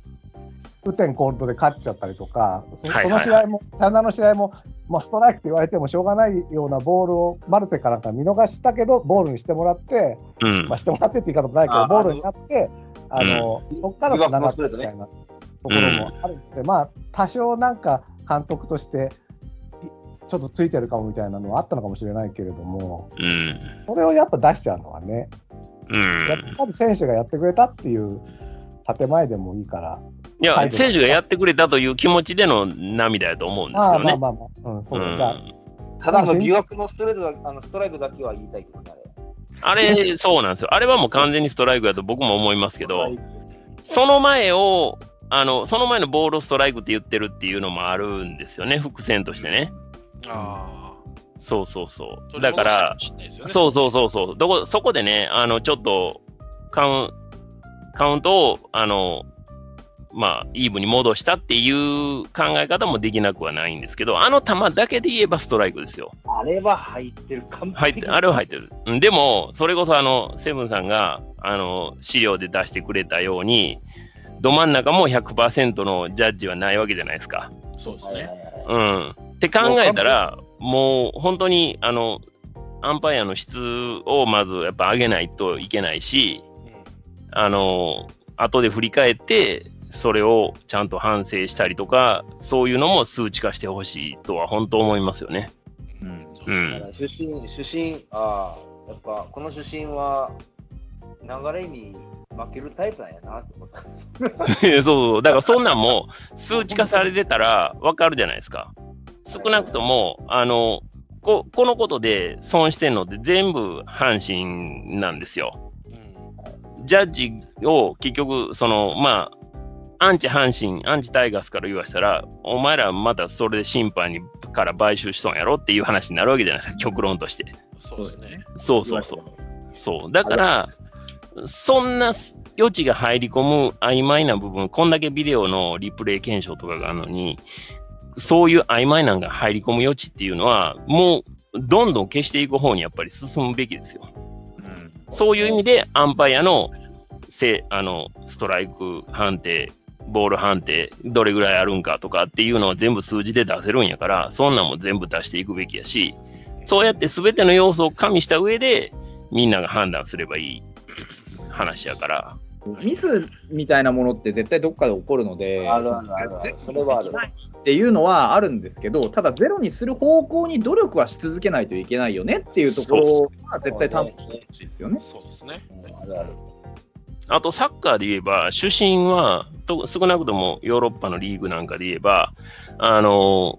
雨天コールドで勝っちゃったりとか、そはいはいその試合も、サヨナラの試合も、まあ、ストライクと言われてもしょうがないようなボールをマルテかなんか見逃したけど、ボールにしてもらって、うんまあ、してもらってって言い方もないけあど、ーボールになって、あのそこからつながったみたいなところもあるので、まあ、多少なんか監督として、いちょっとついてるかもみたいなのはあったのかもしれないけれども、うん。それをやっぱ出しちゃうのはね、うやん。っぱり選手がやってくれたっていう建前でもいいから、いや態、度が選手がやってくれたという気持ちでの涙やと思うんですまけあどまあね。まあまあ、うん、そううだ、んじゃあただの疑惑のストレートだあのストライクだけは言いたいけどね。あれ、そうなんですよ。あれはもう完全にストライクだと僕も思いますけけど、その前を、あのその前のボールをストライクって言ってるっていうのもあるんですよね、伏線としてね。あそうそうそあ。う。だから、取り戻したもしれないですよね、そうそうそうそう、どこそこでね、あのちょっとカウンカウントをあの、まあ、イーブンに戻したっていう考え方もできなくはないんですけど、あの球だけで言えばストライクですよ。あれは入ってる完入っ璧てあれは入ってる。うんでも、それこそあのセブンさんがあの資料で出してくれたように、ど真ん中も100%のジャッジはないわけじゃないですか。そうですはいはいね。はいうん、って考えたら、もう本当にあのアンパイアの質をまずやっぱ上げないといけないし、あの後で振り返って、それをちゃんと反省したりとか、そういうのも数値化してほしいとは本当思いますよね。うん。うんそうでうすねだかん、ら主審、主審、ああ、やっぱこの主審は流れに負けるタイプなんやなって思った。 [laughs] そうそう、だからそんなんも数値化されてたら分かるじゃないですか。少なくとも、あのここのことで損してんのって全部阪神なんですよ。ジャッジを結局、そのまあ、アンチ阪神、アンチタイガースから言わしたら、お前らまたそれで審判にから買収しとんやろっていう話になるわけじゃないですか、極論として。うんそうですね。そうそうそう。そうだから、そんな余地が入り込む曖昧な部分、こんだけビデオのリプレイ検証とかがあるのに、そういう曖昧なんが入り込む余地っていうのは、もうどんどん消していく方にやっぱり進むべきですよ。うんそういう意味でアンパイアのせあのストライク判定、ボール判定、どれぐらいあるんかとかっていうのを全部数字で出せるんやから、そんなんも全部出していくべきやし、そうやって全ての要素を加味した上で、みんなが判断すればいい話やから。ミスみたいなものって絶対どっかで起こるので、あるあるあるある。それはある。っていうのはあるんですけど、ただゼロにする方向に努力はし続けないといけないよねっていうところは絶対担保してほしいですよね。そうですね。あるある。あとサッカーで言えば、主審はと少なくともヨーロッパのリーグなんかで言えば、あの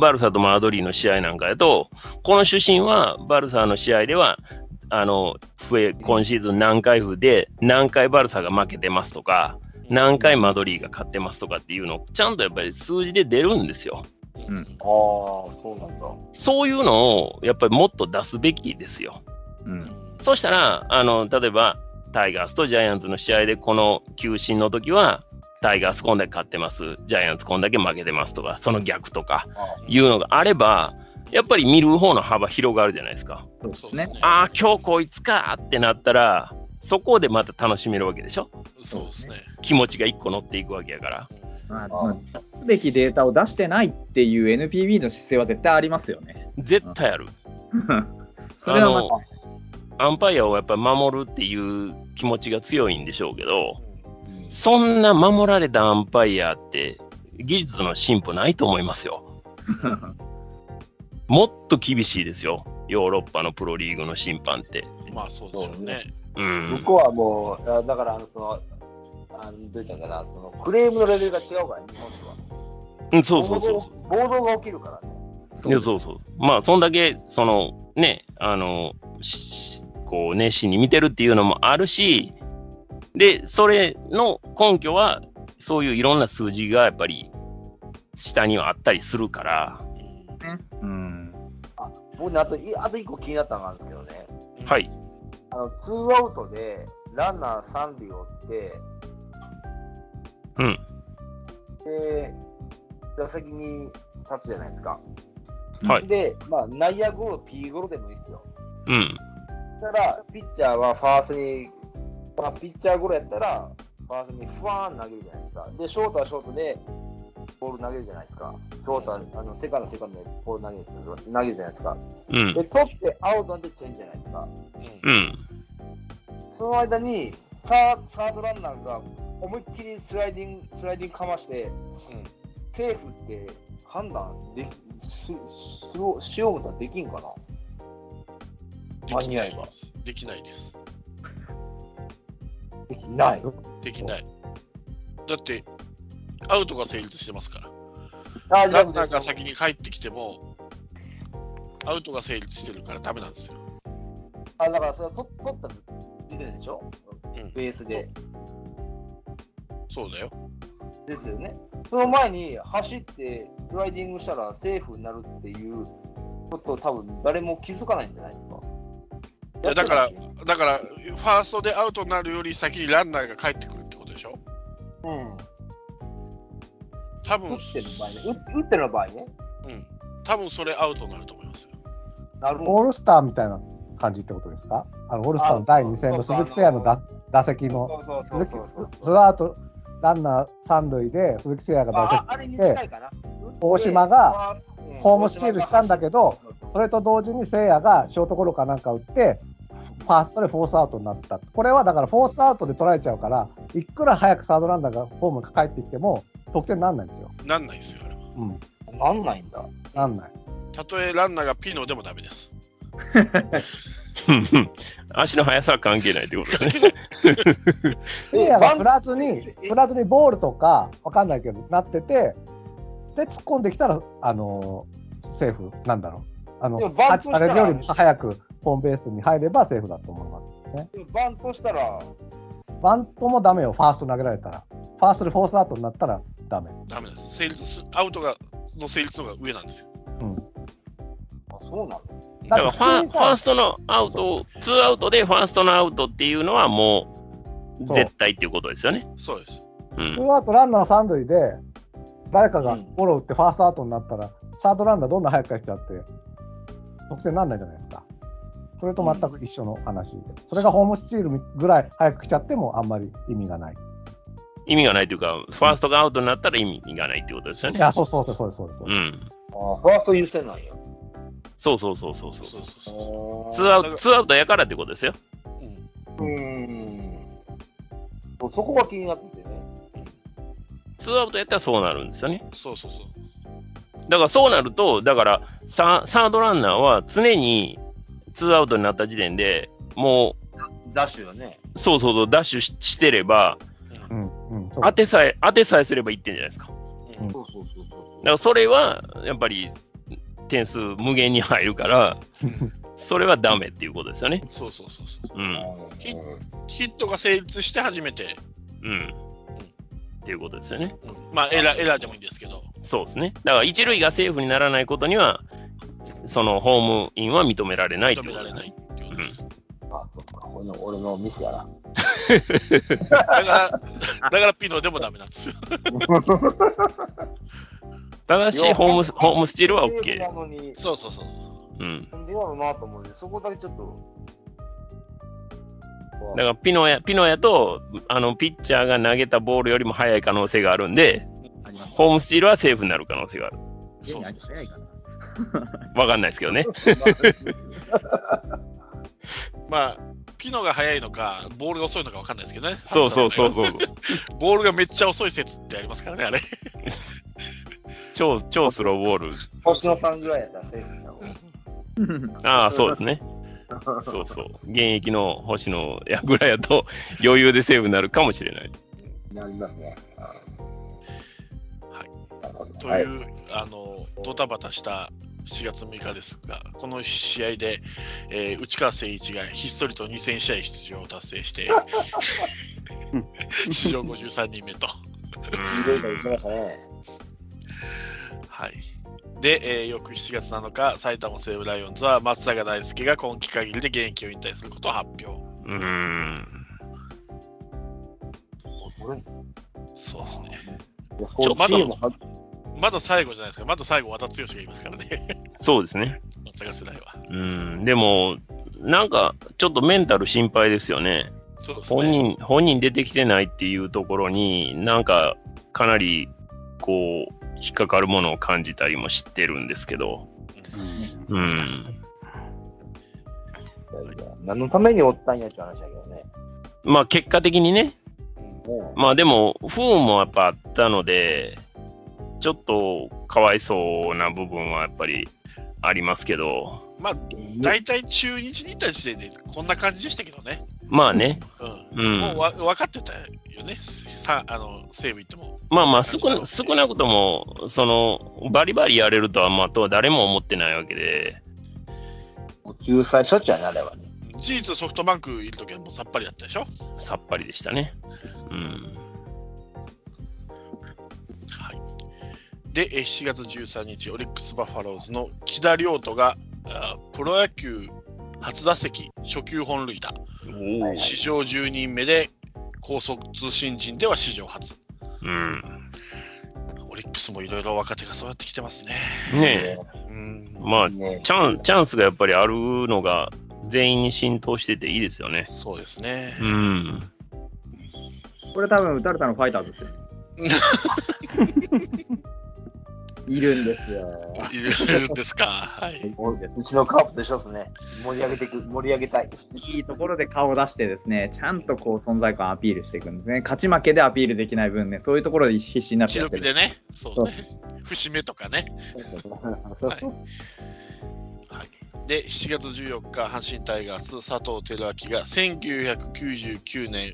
バルサとマドリーの試合なんかやと、この主審はバルサの試合では、あの笛今シーズン何回笛で何回バルサが負けてますとか、何回マドリーが勝ってますとかっていうのをちゃんとやっぱり数字で出るんですよ。うんああ、そうなんだ。そういうのをやっぱりもっと出すべきですよ。うんそしたら、あの例えばタイガースとジャイアンツの試合でこの球審の時は、タイガースこんだけ勝ってます、ジャイアンツこんだけ負けてますとか、その逆とかいうのがあれば、やっぱり見る方の幅広がるじゃないですか。そうですね。ああ、今日こいつかってなったら、そこでまた楽しめるわけでしょ。そうですね。気持ちが一個乗っていくわけやから。まあまあ出すべきデータを出してないっていう NPB の姿勢は絶対ありますよね。 [laughs] 絶対ある。それはまあのアンパイアをやっぱり守るっていう気持ちが強いんでしょうけど、そんな守られたアンパイアって技術の進歩ないと思いますよ。 [laughs] た。もっと厳しいですよ。ヨーロッパのプロリーグの審判って。まあそうでしょうね。う向んこ。うはもう、あだから、あの、その、あのどう言ったらいいかな、そのクレームのレベルが違うから、日本とは。うんそうそうそうそう。暴動暴動が起きるからね。いやそうそう。まあ、そんだけ、その、ね、あの、しこう、熱心に見てるっていうのもあるし、で、それの根拠は、そういういろんな数字がやっぱり、下にはあったりするから、うん。僕ね、あと、いあと一個気になったのがあるんですけどね。はい。あの、ツーアウトで、ランナー三塁を追って、うん。で、打席に立つじゃないですか。はいで、まあ、内野ゴロ、P ゴロでもいいですよ。うん。そしたら、ピッチャーはファーストに、まあ、ピッチャーゴロやったら、ファーストにふわーん投げるじゃないですか。で、ショートはショートで、ボール投げるじゃないですか。ショートは、あの、セカンド、セカンドでボール投げる投げるじゃないですか。うん。で、取ってアウトになってチェンジじゃないですか。うん。その間に、サーサードランナーが思いっきりスライディング、スライディングかまして、セーフって判断でき、し、しよう、しようことはできんかなできないです。できないです。できない。できない。だって、アウトが成立してますから。あランナーが先に帰ってきても、アウトが成立してるからダメなんですよ。あだからそれは取取った時点でしょ、うんベースで。そうだよ。ですよね。その前に走ってスライディングしたらセーフになるっていうことを多分誰も気づかないんじゃないですか。いやだから、だから、ファーストでアウトになるより先にランナーが帰ってくるってことでしょうん、多打分ってる場合ね、打打ってる場合ね、うん。多分それアウトになると思いますよ。なるオほールスターみたいな感じってことですかあのオールスターの第2戦の鈴木誠也の打打席ど。のそうそうそ鈴う木そうツーアウトランナー三塁で鈴木誠也が打あ席ああれに近いかな。大島がホームスチールしたんだけどそれと同時に誠也がショートゴロかなんか打ってファーストでフォースアウトになったこれはだからフォースアウトで取られちゃうからいくら早くサードランナーがホームに帰ってきても得点にならないんですよ。なんないですよ、あれは。うん、うんなんないんだ。なんない。たとえランナーがピノでもダメです。足の速さは関係ないってことだね。誠也が振らずに振らずにボールとかわかんないけどなっててで突っ込んできたらあのセーフなんだろうあのでもタバッントチされるよりもした早くホームベースに入ればセーフだと思います。でもバントしたら、バントもダメよ、ファースト投げられたら。ファーストでフォースアウトになったらダメ。ダメです。成立すアウトがの成立の方が上なんですよ。あそうなんだ。だから普フ通ァにファーさストのアウト、ツーアウトでファーストのアウトっていうのはもうそう絶対っていうことですよね。そうです。うツん、ーアウトランナー三塁で、誰かうがんゴロ打ってファーストアウトになったら、サードランナーどんどん早く返しちゃって、得点になんないじゃないですか。それと全く一緒の話で、それがホームスチールぐらい早く来ちゃってもあんまり意味がない。意味がないというか、ファーストがアウトになったら意味がないってことですよいね。や、そうそうそうそうですそうです。そううですん。あファースト優先なんや。そうそうそうそうそう。そうそうそうツーアウト、ツーアウトやからってことですよ。うーん。そこが気になっててね。ツーアウトやったらそうなるんですよね。そうそうそうだからそうなると、だからササードランナーは常にツーアウトになった時点でもダッシュよね。う、そうそうそう、ダッシュししてれば、うんうんそう当てさえ、当てさえすればいってんじゃないですか。うだんそうそうそうそう。からそれは、やっぱり点数無限に入るから、それはダメっていうことですよね。そうそうそうそううん。ヒヒットが成立して初めて、うん。っていうことですよね。うんまあエラーエラーでもいいんですけど、そうですね。だから一塁がセーフにならないことには、そのホームインは認められないって認こめとらでれすないね。っていうことです。あ、そっか。俺の俺のミスやな。だから、だからピノでもダメなんですよ。ただし、ホームスホームスチールは OK な。のに、そうそうそう。うん。なんでやろうなと思うんで、そこだけちょっと。だからピノや、ピノやと、あの、ピッチャーが投げたボールよりも速い可能性があるんで、ありますホームスチールはセーフになる可能性がある。そうそう早いかな。わかんないですけどね。まあ、ピノが速いのか、ボールが遅いのかわかんないですけどね。そうそうそうそう。ボールがめっちゃ遅い説ってありますからね、あれ。超、超スローボール。星野さんぐらいやったらセーフだもん。ああ、そうですね。そうそう。現役の星野やぐらいや [laughs] と、余裕でセーフになるかもしれない。 [laughs] なりますね。。はいという、あのドタバタした4月6日ですが、この試合で、えー内川誠一がひっそりと2000試合出場を達成 [laughs] して、史上53人目と。いろいろ言ってましたね。はいで、えー翌7月7日、埼玉西武ライオンズは松坂大輔が今季限りで現役を引退することを発表。うーん。俺いそうですね。やちょまだそうチームはまだ最後じゃないですか、まだ最後、和田剛がいますからね、 [laughs] そうですね。松坂世代は。うん。でも、なんか、ちょっとメンタル心配ですよね。そうです本ね。人本人出てきてないっていうところになんかかなりこう引っかかるものを感じたりもしてるんですけどうんいやいや何のためにおったんやって話だけどね。まあ結果的にねもまあでも不運もやっぱあったのでちょっとかわいそうな部分はやっぱりありますけどまあ、大体中日にいた時点でこんな感じでしたけどね。まあねうんうんもうわ分かってたよね、さあの西武行っても。まあまあ少な少なくともそのバリバリやれるとはまあとは誰も思ってないわけでう、救済処置やな、あればね。事実、ソフトバンクいるときはもうさっぱりだったでしょ。さっぱりでしたねうんはい、で、えー7月13日、オリックス・バファローズの木田亮斗があープロ野球初打席、初球本塁打、おお史上10人目で高速通信人では史上初。うん。オリックスもいろいろ若手が育ってきてますね。ねえ、うんまあ、ねチャンチャンスがやっぱりあるのが全員に浸透してていいですよね。そうですね。うん。これ多分打たれたのファイターズですよ。いるんですよ。いるんですか。はい。うちのカープと一緒ですね。盛り上げていく、盛り上げたい。いいところで顔を出してですね、ちゃんとこう存在感アピールしていくんですね。勝ち負けでアピールできない分ね、そういうところで必死になって視やって力る。でね、そうね。節目とかね。はい、で7月14日、阪神タイガース佐藤輝明が1999年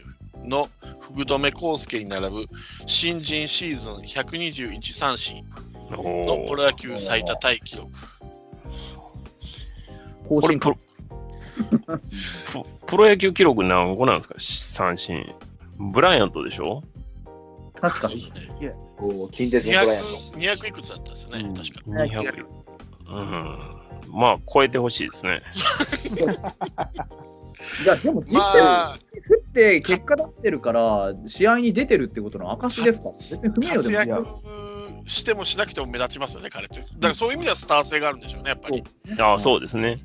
の福留孝介に並ぶ新人シーズン121三振のおプロ野球最多タイ記録。更これ新プロププロ [laughs] 野球記録何個なんですか三振。ブライアントでしょ確かそうでに。すねおー近鉄のブライアント。 200 200いくつだったんですね、うん確か。 ?200。うん。まあ、超えてほしいですね。いや、でも実際、まあ、振って結果出してるから、試合に出てるってことの証ですか別に不明よ活でも躍してもしなくても目立ちますよね、彼って。だからそういう意味ではスター性があるんでしょうね、やっぱり。ああ、そうですね。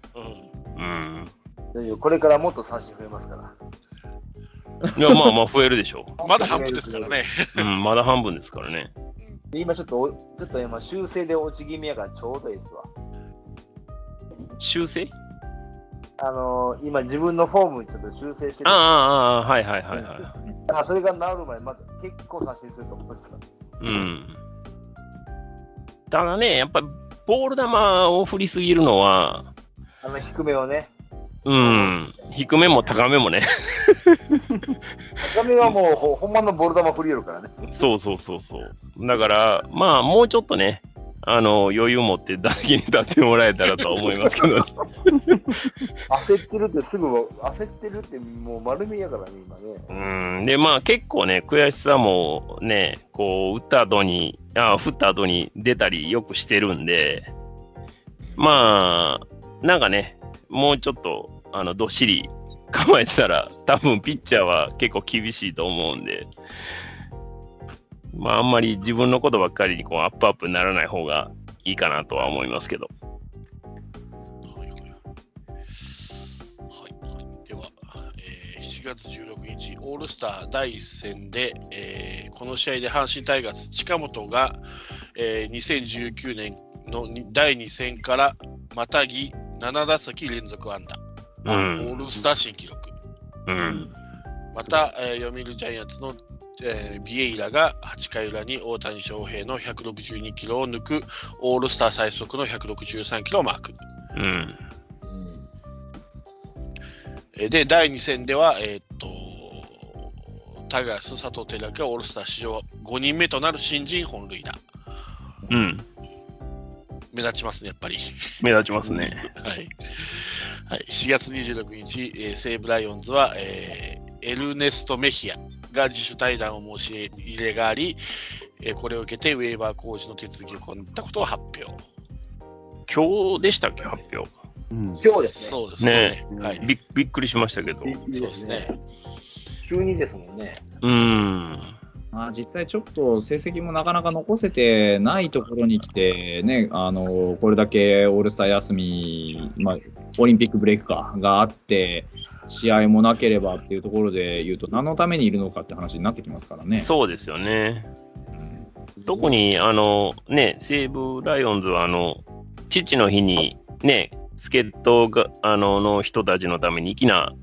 うんうん。大丈夫これからもっと三振増えますから。いや、まあまあ増えるでしょまだ半分ですからね。う。うん、まだ半分ですからね。で今ちょっとお、ちょっと今修正で落ち気味やからちょうどいいですわ。修正あのー、今自分のフォームちょっと修正してるああ、ああ、ああはいはいはいはい。あそれが治る前まず結構三振すると思うんですよ。うん。ただね、やっぱりボール球を振りすぎるのは、あの低めをね。うん、低めも高めもね。高めはもうほほんまのボール球振りよるからね。そうそうそうそう。だから、まあもうちょっとね、あの余裕持って打席に立ってもらえたらとは思いますけど、焦ってるってすぐ焦ってるってもう丸見えやからね今ね。うん、でまあ結構ね悔しさもねこう打った後にあ振った後に出たりよくしてるんでまあなんかねもうちょっとあのどっしり構えてたら多分ピッチャーは結構厳しいと思うんでまああんまり自分のことばっかりにこうアップアップにならない方がいいかなとは思いますけどはいはいはい、では、えー7月16日、オールスター第1戦で、えーこの試合で阪神タイガース、近本が、えー2019年のに第2戦からまたぎ7打席連続安打、オうんールスター新記録、うんまた、えー、読売ジャイアンツの、えービエイラが8回裏に大谷翔平の162キロを抜くオールスター最速の163キロをマーク。うんえーで、第2戦では、えーっと、タガース佐藤輝明がオールスター史上5人目となる新人本塁打。うん目立ちますね、やっぱり。 [laughs] 目立ちますねはい。はい、4月26日、えー西武ライオンズは、えーエルネスト・メヒアが自主対談を申し入れがあり、えーこれを受けてウェーバー工事の手続きを行ったことを発表。今日でしたっけ発表うん今日ですね。そうですね。ねはい。びっびっくりしましたけどそうですね。急にですもんね。うんまあ、実際ちょっと成績もなかなか残せてないところに来て、ね、あのこれだけオールスター休み、まあ、オリンピックブレイクかがあって、試合もなければっていうところで言うと、何のためにいるのかって話になってきますからね。そうですよね。うん特に、あの、ね、西武ライオンズは、あの、父の日に、ね、助っ人が、あの、の人たちのために、粋な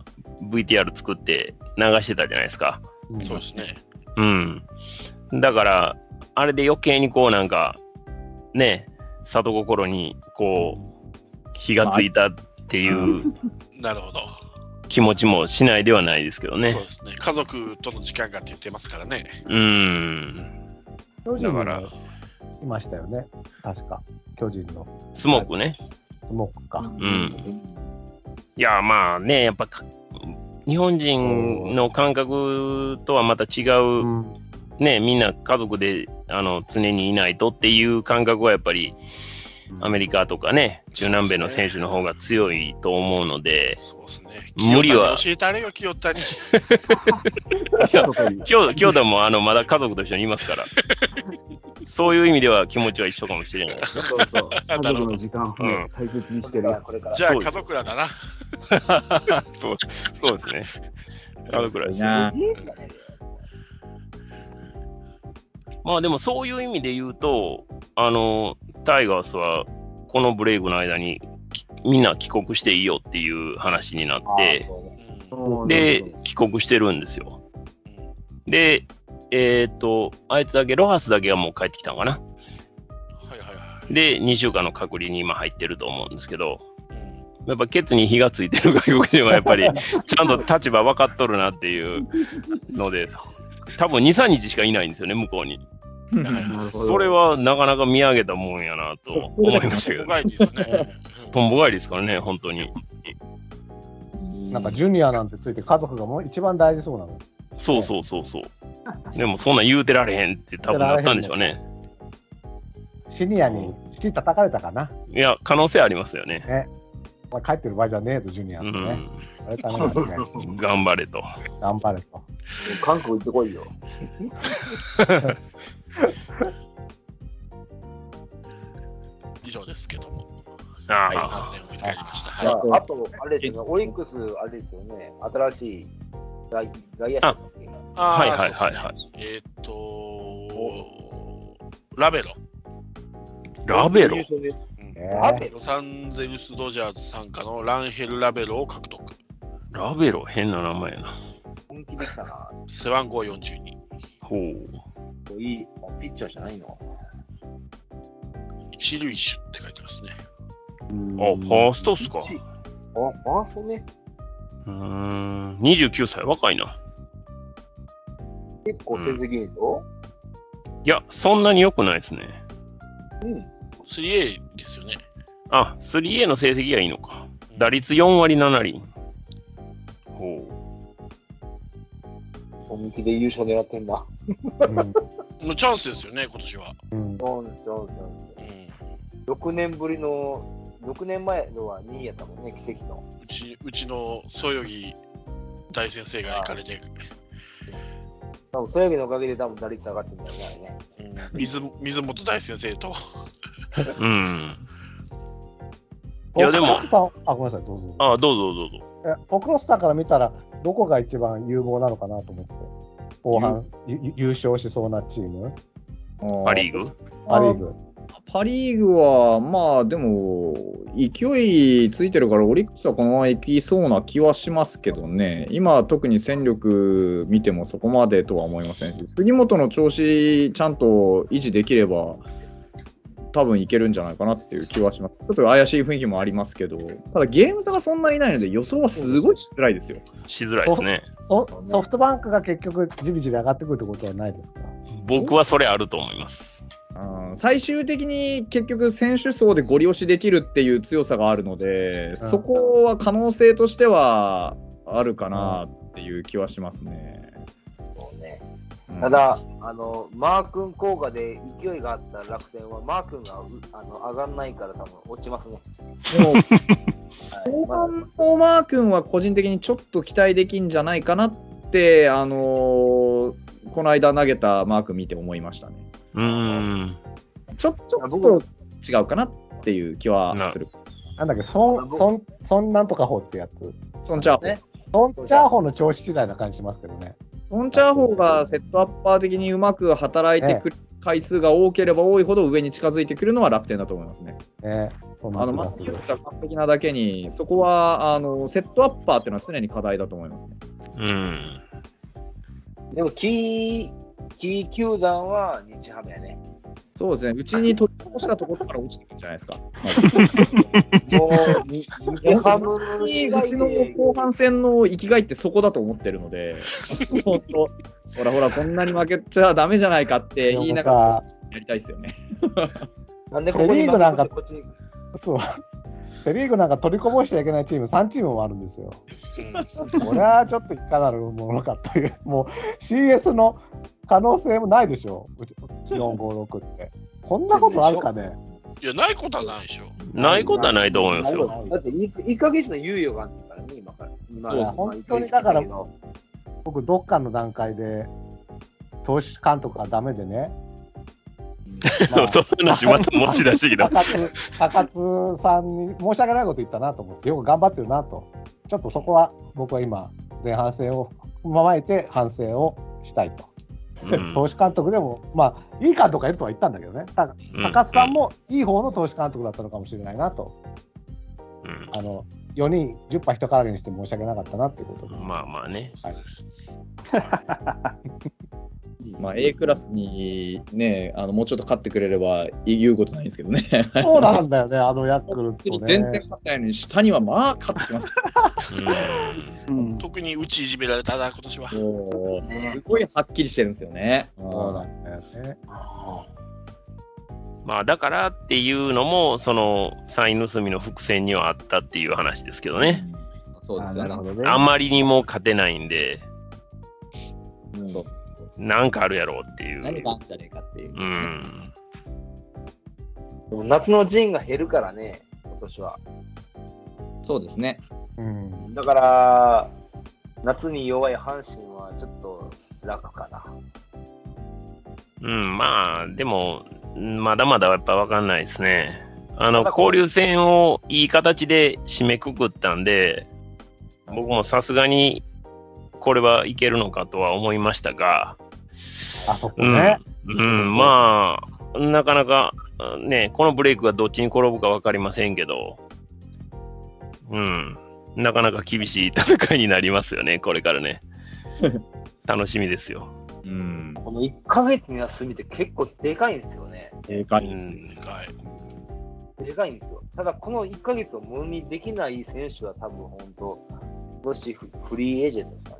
VTR 作って流してたじゃないですか。そうですね。うん。だから、あれで余計にこう、なんか、ね、里心に、こう、火がついたっていうなるほど。気持ちもしないではないですけどねそう。ですね。家族との時間がって言ってますからね。うん。巨人だもから、いましたよね。確か。巨人のスモークね。スモークか。うんいやまあねやっぱか日本人の感覚とはまた違う、うんねみんな家族であの常にいないとっていう感覚はやっぱりアメリカとかね中南米の選手の方が強いと思うのでそうですね。無理は清谷教えてあれよ、清 [laughs] 谷。そうか今日今日でもあのまだ家族と一緒にいますからそういう意味では気持ちは一緒かもしれないですね。そうそう。家族の時間をうん大切にしこてるれかやらこれからじゃあ、そうです家族らだな。そうそうですね。家族らですなまあでもそういう意味で言うと、あの、タイガースはこのブレイクの間にきみんな帰国していいよっていう話になって、うんつ。で、帰国してるんですよ。で、えっ、と、あいつだけ、ロハスだけはもう帰ってきたのかな。はいはいはで、2週間の隔離に今入ってると思うんですけど、い。うんやっぱケツに火がついてる外国人はやっぱり [laughs] ちゃんと立場分かっとるなっていうので、多分2、3日しかいないんですよね、向こうに。なるほどそれはなかなか見上げたもんやなと思いましたけどね。いですね。とんぼ返りですからね、本当に。なんかジュニアなんてついて家族がもう一番大事そうなの。そうそうそうそう。でもそんなん言うてられへんって多分なったんでしょうね。シニアに父叩かれたかな。いや、可能性ありますよね。お前帰ってる場合じゃねえぞ、ジュニアうってね。ん。言われたね間違いなく頑張れと。頑張れと。韓国行ってこいよ。以上ですけども。あはい、あ、反省を振り返りました。まはああと、あれですよね、オリックス、あれですよね、新しい外外野手ですね。はいい、はいはいい。はい。えーっと、ラベロ。ラベロ。ラベロロサンゼルス・ドジャーズ傘下のランヘル・ラベロを獲得。ラベロ、変な名前やな。本気できたな。背番号42。ほう。いい、ピッチャーじゃないの。一塁手って書いてますね。あ、ファーストっすか。あ、ファーストね。うーん、29歳、若いな。結構成績いいぞ。いや、そんなに良くないですね。 3A ですよね。あ、3A の成績がいいのか。打率4割7厘。ほ本気で優勝狙ってんだ。のチャンスですよね、今年は。そうです、そうです。うん6年ぶりの、6年前のは2位やったもんね、奇跡の。うちうちのそよぎ大先生が行かれて、多分、そういうのおかげで多分打率上がってんだよねあれね。うん水水本大先生と、う。うん。いやでも奥さんあ、ごめんなさい、どうぞ。あ、どうぞどうぞ。えオクロスターから見たら、どこが一番有望なのかなと思って、後半、ゆゆ優勝しそうなチーム、パ・リーグパ・リーグ。パ・リーグは、まあでも、勢いついてるから、オリックスはこのまま行きそうな気はしますけどね、今、特に戦力見てもそこまでとは思いませんし、杉本の調子、ちゃんと維持できれば、多分いけるんじゃないかなっていう気はします。ちょっと怪しい雰囲気もありますけど、ただゲーム差がそんなにないので、予想はすごいしづらいですよ。しづらいですね。ソソフトバンクが結局、じりじり上がってくるってことはないですか僕はそれあると思います。うん最終的に結局、選手層でゴリ押しできるっていう強さがあるので、そこは可能性としてはあるかなっていう気はしますね。そうね。うんた、だ、あの、マー君効果で勢いがあった楽天は、マー君がうあの上がんないから多分落ちますね。でもはい後まだ半のマー君は個人的にちょっと期待できんじゃないかなって、あのーこの間投げたマー君見て思いましたね。うーん。ちょちょっと違うかなっていう気はする。なんだっけ、ソン、ソン、ソンなんとか法ってやつ。そんちゃうソンチャーホの調子次第な感じしますけどね。ソンチャーホーがセットアッパー的にうまく働いてくる回数が多ければ多いほど上に近づいてくるのは楽天だと思いますね。ね、そんなあの気マがッすチ力る。が完璧なだけに、そこはあのセットアッパーっていうのは常に課題だと思いますね。うん。でも、キー、キー球団は日ハムやね。そうですね、うちに取りこぼしたところから落ちてくるんじゃないですか。もう、に日ハムうち以外ので後半戦の生きがいってそこだと思ってるの [laughs] で、本当、ほらほら、こんなに負けちゃだめじゃないかって言いながらさ、やりたいですよね。なんでここセリにーグなんかこっちにそう。 [laughs] セ・リーグなんか取りこぼしちゃいけないチーム、3チームもあるんですよ。うんこれはちょっといかなるものかという、 [laughs] もう CS の可能性もないでしょう、うち456って。こんなことあるかね。いや、ないことはないでしょ。ないことはないと思いますよ。だって1、1ヶ月の猶予があるからね、今から。今そう本当にだから僕、どっかの段階で、投手監督がダメで [laughs] ね。まあその話また持ち出してきた。高津高津さんに申し訳ないこと言ったなと思って、よく頑張ってるなと、ちょっとそこは僕は今、前半戦を踏まえて反省をしたいと。うん [laughs] 投手監督でも、まあ、いい監督がいるとは言ったんだけどね、た高津さん、もいい方の投手監督だったのかもしれないなと、うんあの4人、10杯人からげにして申し訳なかったなっていうことです。まあまあね。まあ、A クラスにね、あのもうちょっと勝ってくれれば言うことないんですけどね。そうなんだよね、あのヤクルト、ね。全然勝ってないのに、下にはまあ勝ってきます。うん特にうちいじめられたな、今年は。もうすごいはっきりしてるんですよね。そうなんだよね。まあだからっていうのも、そのサイン盗みの伏線にはあったっていう話ですけどね。そうであすなねる。ほどね。あまりにも勝てないんで、うんそうそうそうなんかあるやろうってい何うがあ。るんじゃねえかっていう。うん。もう夏の陣が減るからね、今年は。そうですね。うん、だから、夏に弱い阪神はちょっと楽かな。うん、まあ、でも、まだまだやっぱ分かんないですね。あの、交流戦をいい形で締めくくったんで、僕もさすがにこれはいけるのかとは思いましたが、あそこね。うん、うんまあ、なかなかね、このブレイクがどっちに転ぶか分かりませんけど、うん、なかなか厳しい戦いになりますよね、これからね。楽しみですよ。うん。この1ヶ月の休みって結構でかいんですよね。でかいですうね。んはいでかいんですよ。ただ、この1ヶ月を無にできない選手は多分本当、もしフフリーエージェントで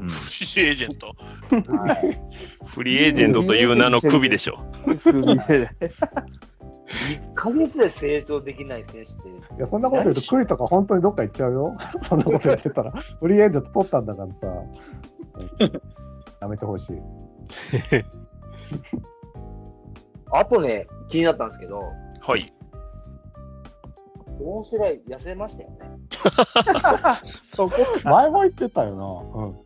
うんフリーエージェント。すかね。はい。フリーエージェントという名の首でしょ。 1ヶ月で成長できない選手って、いや、そんなこと言うと、クイとか本当にどっか行っちゃう [laughs] よ。そんなこと言ってたら。フリーエージェント取ったんだからさ。やめてほしい。あとね、気になったんですけど、はい。面白い痩せましたよね。そこ、前も言ってたよ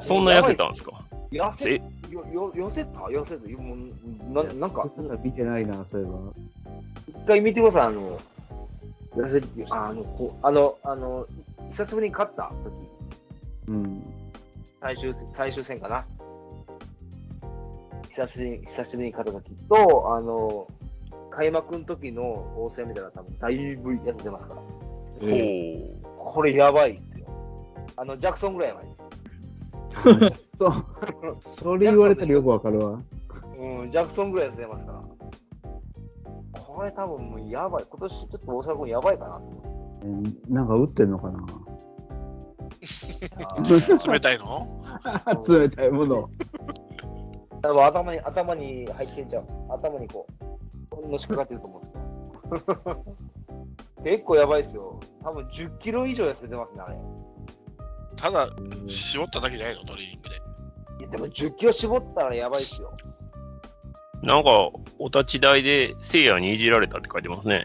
そんな痩せたんですか痩せえよよ寄せた寄せたもうななんか、見て [laughs] ないな、そういえば。一回見てください、あの、痩せああのこうあの、あの、久しぶりに勝った時うん。最終最終戦かな。久しぶりに久しぶりに勝った時と、あの、開幕の時の応戦みたいな多分だいぶ痩せてますから、おーこれやばいですよ。あの、ジャクソンぐらいやばいです。 [laughs] そう。それ言われたらよくわかるわ。うん、ジャクソンぐらい痩せてますから。これ多分もうやばい。今年ちょっと大阪君やばいかなと思って。うんなんか打ってんのかな [laughs] 冷たいの冷たいもの。多分頭に頭に入ってんじゃん。頭にこう、のしかかってると思うんですよ。 [laughs] 結構やばいですよ。多分10キロ以上痩せてますね、あれ。ただ、絞っただけじゃないのトレーニングで。いやでも10キロ絞ったらやばいですよ。なんか、お立ち台で聖夜にいじられたって書いてますね。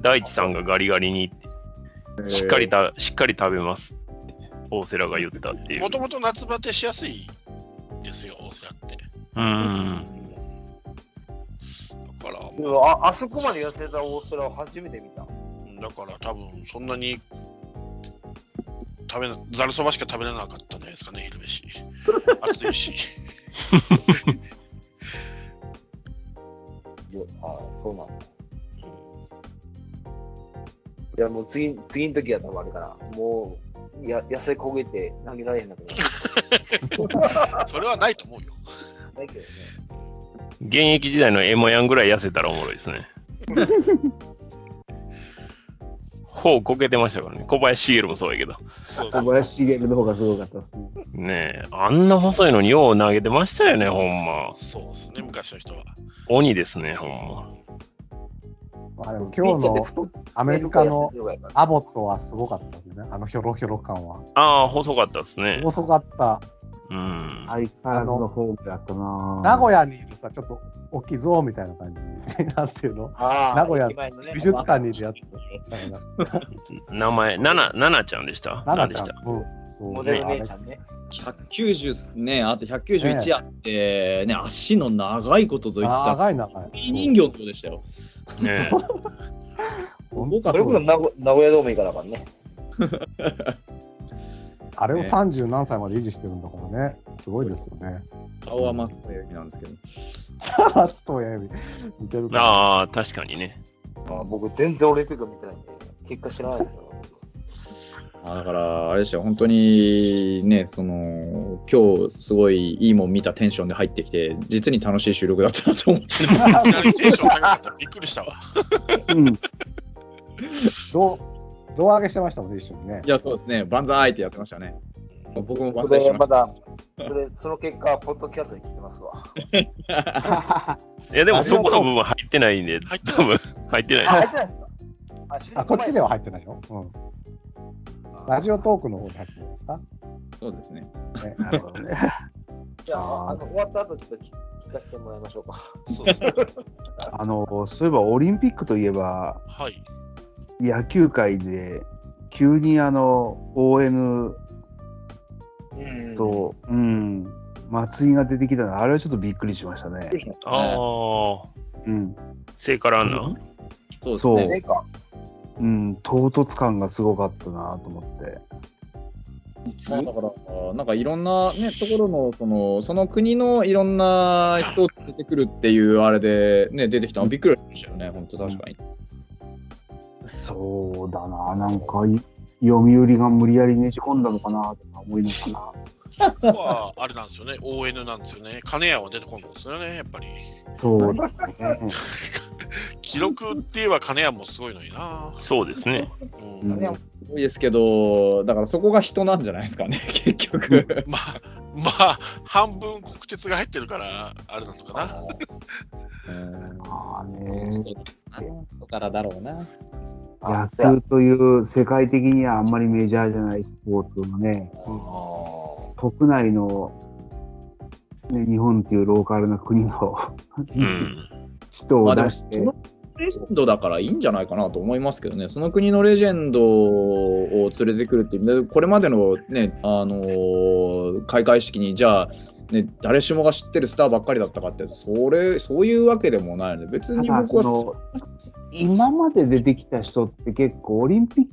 大地さんがガリガリにって、しっかりた、しっかり食べますって。大瀬良が言ったっていう。もともと夏バテしやすいですよ、オセラって。うん。だから、でもああそこまで痩せた大空を初めて見た。だから多分そんなに食べなざるそばしか食べれなかったんじゃないですかね、昼飯。 [laughs] 暑いし。いやあそうなんだ。いや、もう次、次の時は多分あれかな。もう、や痩せ焦げて投げられへんなくなる。それはないと思うよ。ないけどね。現役時代のエモヤンぐらい痩せたらおもろいですね。ほうこけてましたからね。小林茂もそうやけど。そうそ小う林茂の方がすごかったですね。ねえ、あんな細いのによう投げてましたよね、ほんま。そうですね、昔の人は。鬼ですね、ほんま。な。あでも今日ののアメリカのアボットはすごかったんだね。あのひょろひょろ感は。ああ、細かったですね。遅かった。うん。相変わらずのフォームだったな名古屋にいるさ、ちょっと大きい像みたいな感じ。なんていうのあー名古屋駅前のね美術館にいるやつ。だから名前、なな、ななちゃんでした。ななんんだでしちたゃん。うん、そうモデル姉ちゃんね。 190ね、あって191あって、ね、足の長いことといっあた、長い長い。いい人形のことでしたよ。ね本当これこそ名古名古屋ドームいかなあかんね。あれをね30何歳まで維持してるんだからね。すごいですよ [laughs] ね。顔はマストの意味なんですけど。松任谷由実似てるえ。かああ、確かにね。あ僕、全然オリンピック見てないんで、結果知らないですよ。あだから、あれでしょ、本当にね、その、今日すごいいいもん見たテンションで入ってきて、実に楽しい収録だったなと思って。いきなりテンション高かった。びっくりしたわ。うん。どう胴上げしてましたもんね、一緒にね [laughs] い。や、そうですね、万歳ってやってましたね。僕も万そ歳しれ、まました。だ、それ、その結果、ポッドキャストで聞きますわ。 [laughs] いや、でもそこの部分入ってないんで、入って多分入ってない。入ってないですかあ知りあ、こっちでは入ってい。ないよ。うん。ラジオトークの方で入ってるんですか、そうですね。ね、 [laughs] なるほどね。じゃあ、あの終わった後、ちょっと聞聞かせてもらいましょうか。そうですね。あの、そういえばオリンピックといえば、はい。野球界で急にあの、ON [laughs] うんと、うん、松井が出てきたのあれはちょっとびっくりしましたね。ああ、うん、聖火ランナー、そうですそうね。ねか。うん、唐突感がすごかったなと思って。まあだから、なんかいろんな、ね、ところのその、その国のいろんな人出てくるっていうあれで、ね、出てきたのびっくりしましたよね、本当確かに。そうだな、なんかい読売が無理やりねじ込んだのかなとか思いながら。ここはあれなんですよね、ON なんですよね、金谷は出てこんのですよね、やっぱり。そうだね。記録って言えば金谷もすごいのにな。そうですね。う、うん [laughs] んすごいですけど、だからそこが人なんじゃないですかね、 [laughs] 結局。まあ、まあ、半分国鉄が入ってるから、あれなのかな。 [laughs] うんまあね、だからだろうな。野球という世界的にはあんまりメジャーじゃないスポーツのね、国内の、ね、日本っていうローカルな国のうん。人まあをでも出そして、のレジェンドだからいいんじゃないかなと思いますけどね、その国のレジェンドを連れてくるっていう意味で、これまでの,、ねあのー開会式に、じゃあ、ね、誰しもが知ってるスターばっかりだったかって、それそういうわけでもないので、別たにだ僕そはの今まで出てきた人って結構オリンピッ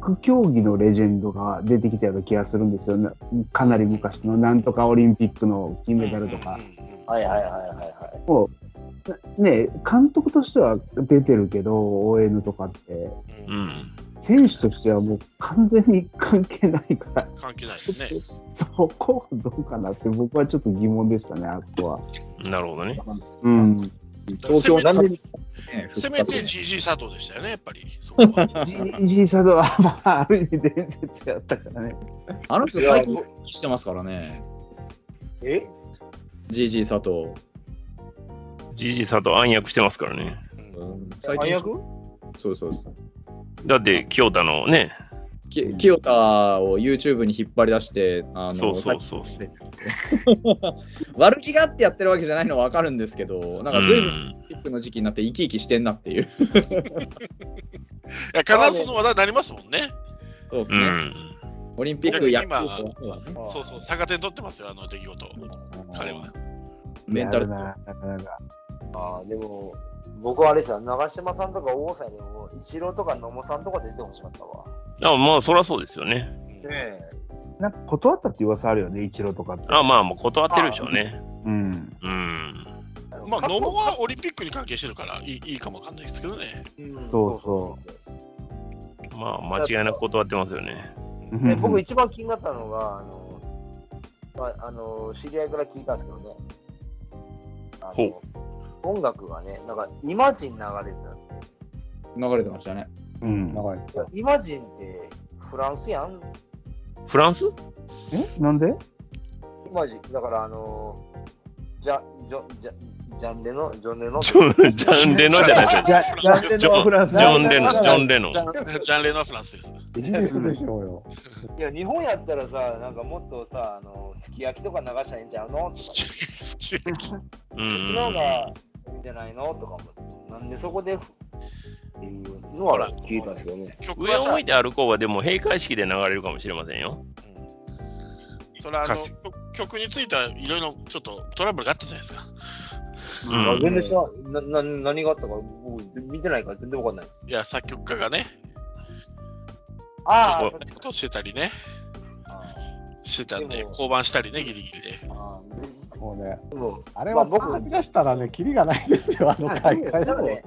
ク競技のレジェンドが出てきたような気がするんですよねかなり昔のなんとかオリンピックの金メダルとかう、んうんうんはいはいはいはいもうね監督としては出てるけど ON とかっうてんうん。選手としてはもう完全に関係ないから [laughs] 関係ないですね。そこはどうかなって僕はちょっと疑問でしたねあそこは。なるほどね。うん、東京なんで、ね、せめて GG 佐藤でしたよね、やっぱり。そこ [laughs] は G サードはまあある意味伝説やったからね。あの人、最近してますからね、え GG 佐藤。ジジ佐藤暗躍してますからね。うん最暗近躍そうですそうですだって、清田のね、き清田を YouTube に引っ張り出して、あのそうそうそうそう。悪気があってやってるわけじゃないのは分かるんですけど、なんうかずいぶんん。ピップの時期になって生き生きしてんなっていう。いや、必ずその話題になりますもんね。そうですうね。ん。オリンピックやってる今とはねそうそう、逆手に取ってますよ、あの出来事。彼は。メンタルやるななかなかああ、でも、僕はあれですよ、長嶋さんとか大沢でも、一郎とか野茂さんとか出てほしかったわ。あまあ、そりゃそうですよね。ねなんか断ったって噂あるよね、イチローとかって。あまあ、もう断ってるでしょうね。うん。うん。まあ、野茂はオリンピックに関係してるから、いいいいかもわかんないですけどね。うん。そうそうまあ、間違いなく断ってますよね。ね、僕一番気になったのが、あの、まあ、あの知り合いから聞いたんですけどね、あの音楽がね、なんかイマジン流れてたんで流れてましたね。うん。長いですいやイマジンってフランスやんフランスえなんでイマジン、だからあの、ジャ、ジョ、ジャ、ジャンレの、ジョンレの、ジョンジョン・レノンじゃないですよ。ジャジャンレノンはフランスジョン・レノン、ジョン・レノンジ。ャンジャンレノンはフランスです。イギリスでしょうよ。いや、日本やったらさ、なんかもっとさ、あの、すき焼きとか流したらいいんちゃうのとか、そ [laughs] うんっちの方がいいんじゃないのとかも、なんでそこで、っていうのは聞いたんですけどね。曲上はをさ向い、て歩こうはでも閉会式で流れるかもしれませんよ。うんそれはあの歌詞曲についてはいろいろちょっとトラブルがあったじゃないですか。うあん、全然違う。な、な、何があったか、僕、見てないから全然わかんない。いや、作曲家がね、ああ、そっちことしてたりね、かしてたんで、でも降板したりね、ギリギリで。あもうね、あ、でも、あれはまあ僕僕出したらね、キリがないですよ、あの大あ会でものね。、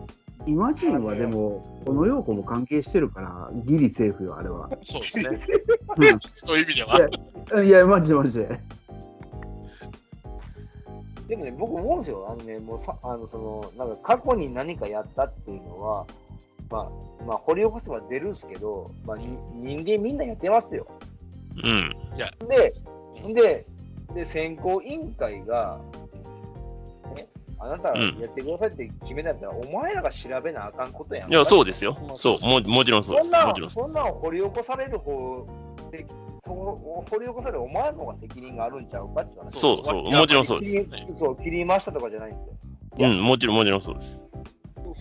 イマジンはでも、この陽子も関係してるから、ギリセーフよ、あれは。そう [laughs] ですね。うんそういう意味でいは。いや、マジでマジで。でもね、僕思うんですよ。あのね、もうさ、あの、その、なんか過去に何かやったっていうのは、まあ、まあ、掘り起こせば出るんですけど、まあ、に人間みんなやってますよ。うん、で、で、で、選考委員会が、ね、あなたやってくださいって決めたんだったら、お前らが調べなあかんことやん。いや、そうですよ。そう、ももちろんそうです。そんもちなろんそうそんなん掘り起こされる方で、その掘り起こされるお前の方が責任があるんちゃうかって話そうそうもちろんそうです切りそう、切りましたとかじゃないんですよ。うん、もちろん、もちろんそうです。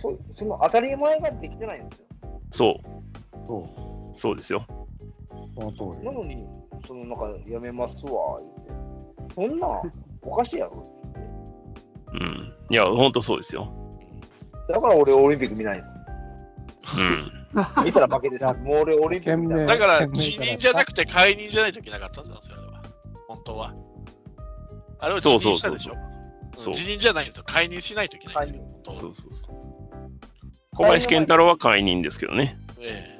そその当たり前ができてないんですよ。そう、そうそうですよ。その通りな。のに、そのなんかやめますわ、言って。そんなんおかしいやろ。うん。いや、ほんとそうですよ。だから俺オリンピック見ないの。うん。見たら負けです。もう俺オリンピック見ないだから辞任じゃなくて解任じゃないといけなかったんですよ、あれは。本当は。あれは辞任したでしょ。そうそうそうそう辞任じゃないんですよ。解任しないといけないんですよ。本当そうはそうそう。小林健太郎は解任ですけどね。え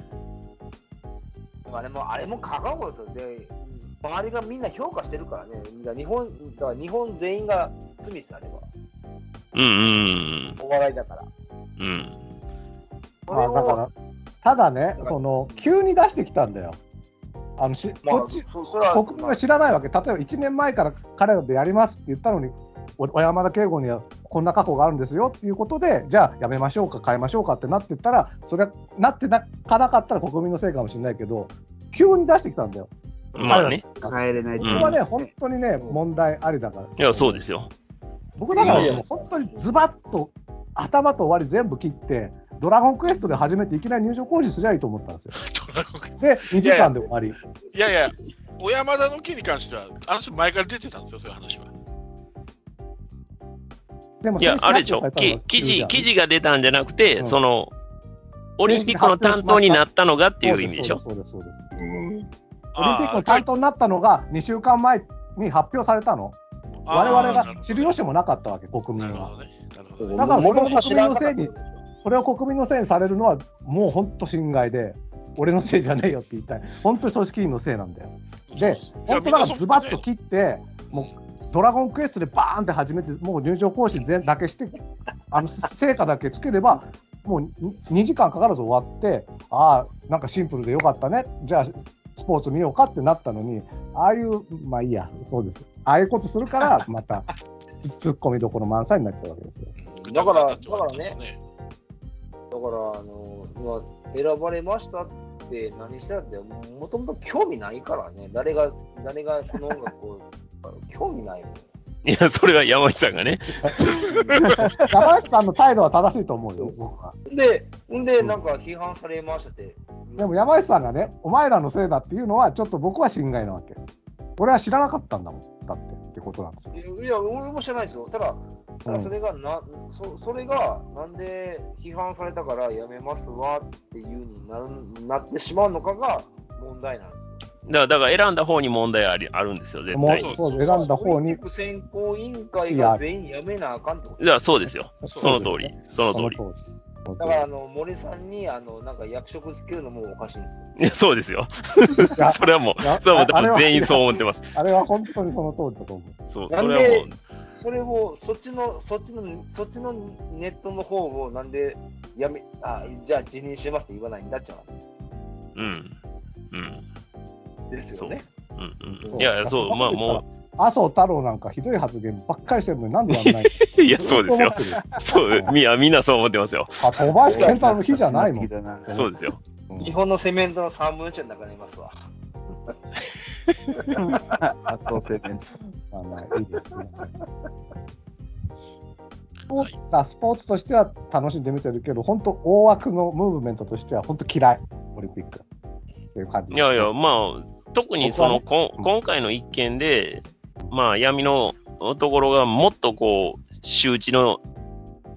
[laughs] えあれも、あれも過保護ですよ。で、周りがみんな評価してるからね。だから日本、だから日本全員が罪してあれば。うんうんお笑いだから。うんうん。そまれあ、をだから、ただね、その、急に出してきたんだよ。あのしまあこっち、そそれは国民は知らないわけ、例えば1年前から彼らでやりますって言ったのに、お小山田圭吾にはこんな過去があるんですよっていうことで、じゃあやめましょうか、変えましょうかってなってったら、それはなってなかなかったら国民のせいかもしれないけど、急に出してきたんだよ。まあね。帰れないことれはね、本当にね、問題ありだから。いや、そうですよ。僕だからいやいもう本当にズバッと頭と終わり全部切って、ドラゴンクエストで初めていきなり入場行使すりゃいいと思ったんですよ。ドラゴンクエスで、2時間で終わり。トいやいや、小山田の件に関しては、あの人前から出てたんですよ、そういう話は。でもいや、あれでしょ。記き記事、記事が出たんじゃなくて、うんその、オリンピックの担当になったのがっていう意味でしょ。そうです、そうですそうです。オリンピッあクの担当になったのが2週間前に発表されたの、我々が知る由ももなかったわけ、国な民るほは。どね。なるほどねだからそれをもとも国と知民らなのかったせいに、それを国民のせいにされるのは、もう本当侵害で、俺のせいじゃねえよって言いたい、本当に組織委員のせいなんだよ。で、本当だからズバッと切って、もうドラゴンクエストでバーンって始めて、もう入場行進全だけして、あの成果だけつければ、もう2時間かからず終わって、ああ、なんかシンプルでよかったね、じゃあスポーツ見ようかってなったのに、ああいう、まあいいや、そうです、ああいうことするから、また突っ込みどころ満載になっちゃうわけですよ。うんだかぐらちゃぐちゃになっちゃうんですよね。だから、あの、まあ、選ばれましたって何したって、もともと興味ないからね、誰が、誰がこの音楽を、興味ないの。いや、それは山内さんがね。山内さんの態度は正しいと思うよ、僕は。で、んで、なんか批判されましたって。でも山内さんがね、お前らのせいだっていうのは、ちょっと僕は心外なわけ。俺は知らなかったんだもん、だってってことなんですよ。いや、俺も知らないですよ。ただ、ただそれがな、そそれが、なんで批判されたからやめますわっていうになるなってしまうのかが問題なんですよ。だから、だから選んだ方に問題ありあるんですよ、絶も対うに。そう選んだ方オリンにピック選考委員会が全員やめなあかんってこといや、そうですよ。そその通り。その通り。その通だからあの森さんにあのなんか役職つけるのもおかしいんいですよ。や、そうですよ。りいや [laughs] それはもう、いやそれはああれもうは全員そう思ってます。あれは本当にその通りだと思う。そう、なんそでれはもそれをそっちのそっちのそっちのネットの方をなんでやめあじゃあ辞任しますって言わないんだっちゃう、うん。うん。うんですよね。うんうそん、ういや、そう、まあも麻生太郎なんかひどい発言ばっかりしてるのになんでやんないう、 [laughs] いや、そうで [laughs] すよ。すよ。そう、みや、みんなそう思ってますよ。あ、小林健太郎の日じゃない [laughs] もん。そうですよ。日本のセメントの3分の1の中にいますわ。あそうせね。あ [laughs] まあいいですね。スポーツあスポーツとしては楽しんで見てるけど、本当、大枠のムーブメントとしては、本当嫌い、オリンピック。っていう感じいやいや、まあ、特にその、こん今回の一件で、まあ、闇のところがもっとこう、周知の、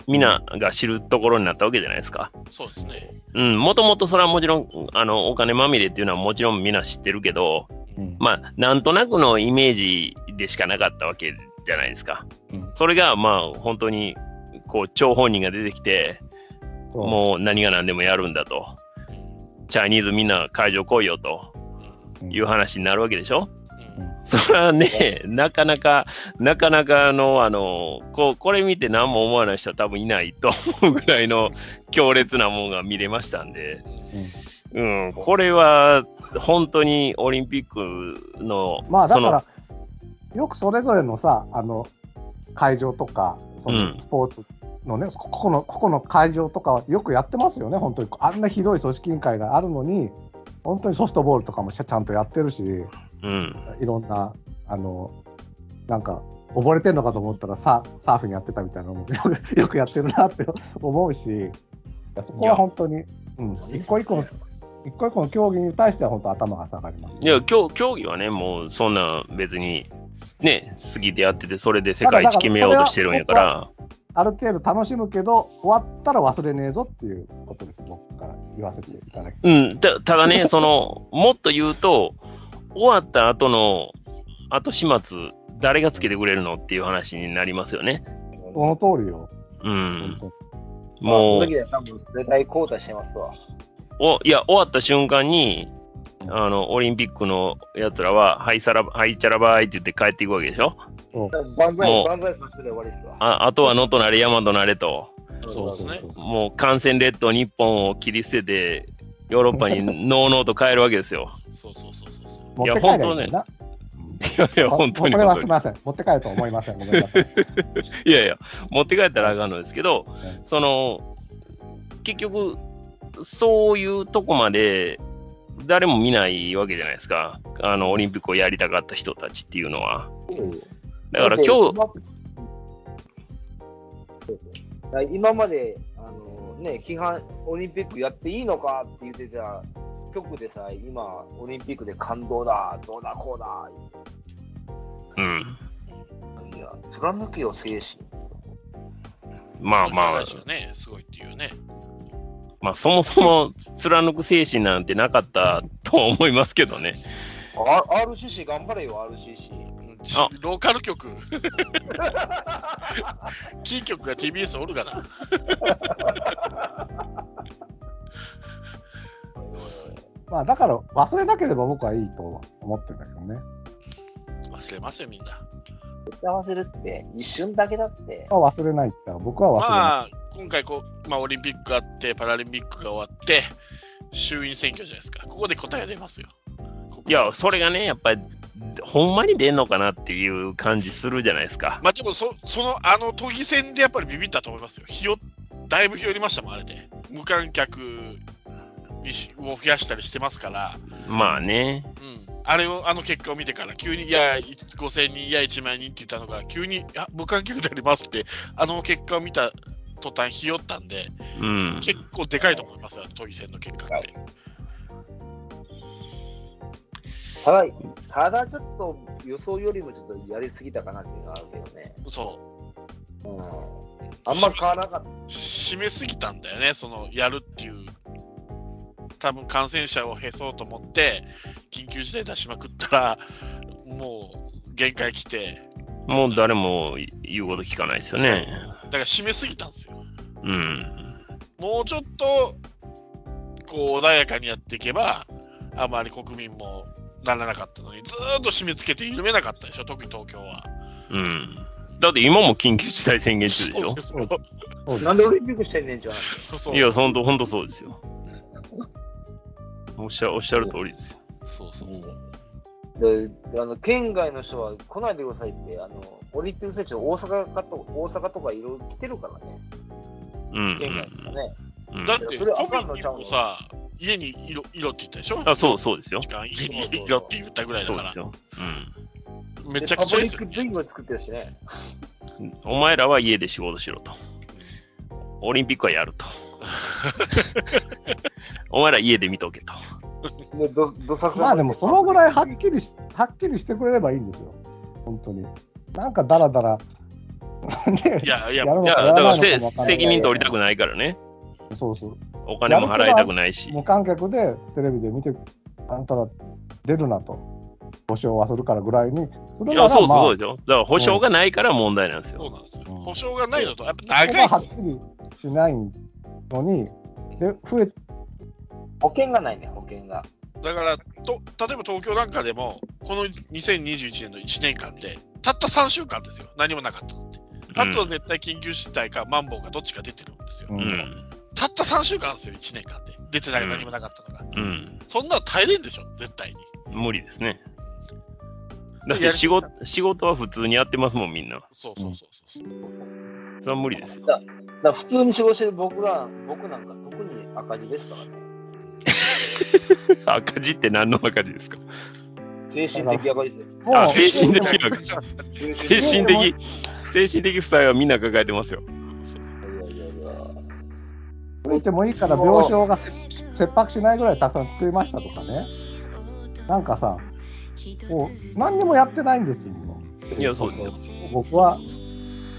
皆が知るところになったわけじゃないですか。そうですね。うん、もともとそれはもちろん、あの、お金まみれっていうのはもちろんみんな知ってるけど、うんまあ、なんとなくのイメージでしかなかったわけじゃないですか。うんそれが、まあ、本当に、こう、張本人が出てきて、そうもう何が何でもやるんだと。チャイニーズみんな会場来いよという話になるわけでしょ。それはね、なかなか、なかなかの、あの、こう、これ見て何も思わない人は多分いないと思うぐらい [laughs] の強烈なもんが見れましたんで、うん、これは本当にオリンピックの、まあだかそのら、よくそれぞれのさ、あの会場とか、そうんのスポーツのね、ここのここの会場とかはよくやってますよね、本当に。あんなひどい組織委員会があるのに、本当にソフトボールとかもしちゃんとやってるし、いうん、ろんな、あの、なんか、溺れてるのかと思ったらササーフィンやってたみたいなのもよく [laughs] よくやってるなって思うし、いやそこは本当に、うん、一個一個の一個一個の競技に対しては本当頭が下がります、いや、競競技はね、もうそんな別に、ね、好きでやってて、それで世界一決めようとしてるんやから、ある程度楽しむけど、終わったら忘れねえぞっていうことです、僕から言わせていただきうん、たただね、その、もっと言うと、終わった後の、後始末、誰がつけてくれるのっていう話になりますよね。その通りよ、うん。本まあそものう時、は多分世代交代してますわ。おいや終わった瞬間にあのオリンピックのやつらは「はいさらはいチャラバイ」って言って帰っていくわけでしょ万も歳、う万歳させて終わりですわ。ああとは野となれ山となれとそうですね。もう感染列島日本を切り捨ててヨーロッパにのうのうと帰るわけですよそうそうそうそうそう。当持って帰ればいいんだいや本よな。当ねいやいや本当にこれはす本当みにません、持って帰ると思いません、ごめんなさい。いやいや持って帰ったらあかんのですけどねその結局そういうとこまで誰も見ないわけじゃないですかあのオリンピックをやりたかった人たちっていうのはだから今日だって今今まで、あのね、批判、オリンピックやっていいのかって言ってた局でさえ、今、オリンピックで感動だ、どうだこうだ、うんいや、貫けよ精神。まあまあ話がね、すごいっていうね。まあそもそも貫く精神なんてなかったとは思いますけどね。あ RCC 頑張れよ、RCC。あローカル局。キー局が TBS おるかな。まあだから忘れなければ僕はいいと思ってるんだけどね。忘れますよ、みんな。幸せるって、一瞬だけだって。まあ忘れないって言ったら僕は忘れない。まあ、今回こう、まあ、オリンピックがあって、パラリンピックが終わって、衆院選挙じゃないですか。ここで答え出ますよ。ここいや、それがね、やっぱりほんまに出んのかなっていう感じするじゃないですか。まあ、でもそ、その、あの都議選でやっぱりビビったと思いますよ。日よ、だいぶ日よりましたもん、あれで。無観客にしを増やしたりしてますから、まあね。うん、あれを、あの結果を見てから、急に、いや、い5000人、いや、1万人って言ったのが、急に、いや、無観客でありますって、あの結果を見た途端、日よったんで、うん。結構でかいと思いますよ、都議選の結果って。ただ、ただちょっと予想よりもちょっとやりすぎたかなっていうのはあるけどね。そう。うん。あんま変わらなかった。締めすぎたんだよね、そのやるっていう、多分感染者をへそうと思って、緊急事態出しまくったら、もう限界来て、もう誰も言うこと聞かないですよね。だから締めすぎたんですよ。うん。もうちょっと、こう、穏やかにやっていけば、あまり国民もならなかったのに、ずーっと締め付けて緩めなかったでしょ、特に東京は。うん。だって今も緊急事態宣言中でしそうょ。ですよなんでオリンピックしてんねんじゃん。そうそういや、ほんと、ほんとそうですよ。おっしゃおっしゃる通りですよ。そうそうそう。であの県外の人は来ないでくださいって、あのオリンピック選手、大阪かと大阪とかいろいろ来てるからね、うん県外とかね。うん。うんだって、それあか都んの民ちゃうのもさ、家にいろいろって言ったでしょあ、そうそうですよ。時間家にいろって言ったぐらいだそうかでらす、よ。うん。めちゃくちゃですよでパブリック随分作ってるしね。お前らは家で仕事しろと。オリンピックはや [laughs] ると。お前ら家で見とけと。でどどさくさまあでもそのぐらいはっきりしはっきりしてくれればいいんですよ、本当に。なんかだらだら、 [laughs] ねい、やいやや、るのかだやらないのかからもわかせんない責任取りたくないからね。そうそう、お金も払いたくないし。無観客でテレビで見て、あんたら出るなと、保証はするからぐらいに、そいれなや、そらうそうまあ、そうですよ。だから保証がないから問題なんですそうよ。なんですよ。うん保証がないのと、やっぱそこ長いっがはっすきりしないのに、で増え保険がないね、保険が。だからと、例えば東京なんかでも、この2021年の1年間で、たった3週間ですよ、何もなかったのって。あとは絶対緊急事態か、マンボウか、どっちか出てるんですよ。うん。たった3週間ですよ、1年間で。出てない、何もなかったのが。うん。うんそんなの耐えれんでしょ、絶対に。無理ですね。だって仕事仕事は普通にやってますもん、みんな。そうそうそうそう。それは無理ですよ。だから普通に仕事してる僕ら、僕なんか特に赤字ですからね。赤字って何の赤字ですか精神的赤字ですよ。もあう精神的な [laughs] 赤字。精神的、精神的負債はみんな抱えてますよ。いやいやいや増えてもいいから病床が設切迫しないぐらいたくさん作りましたとかねなんかさもう何にもやってないんですよいや、そうですよ。僕は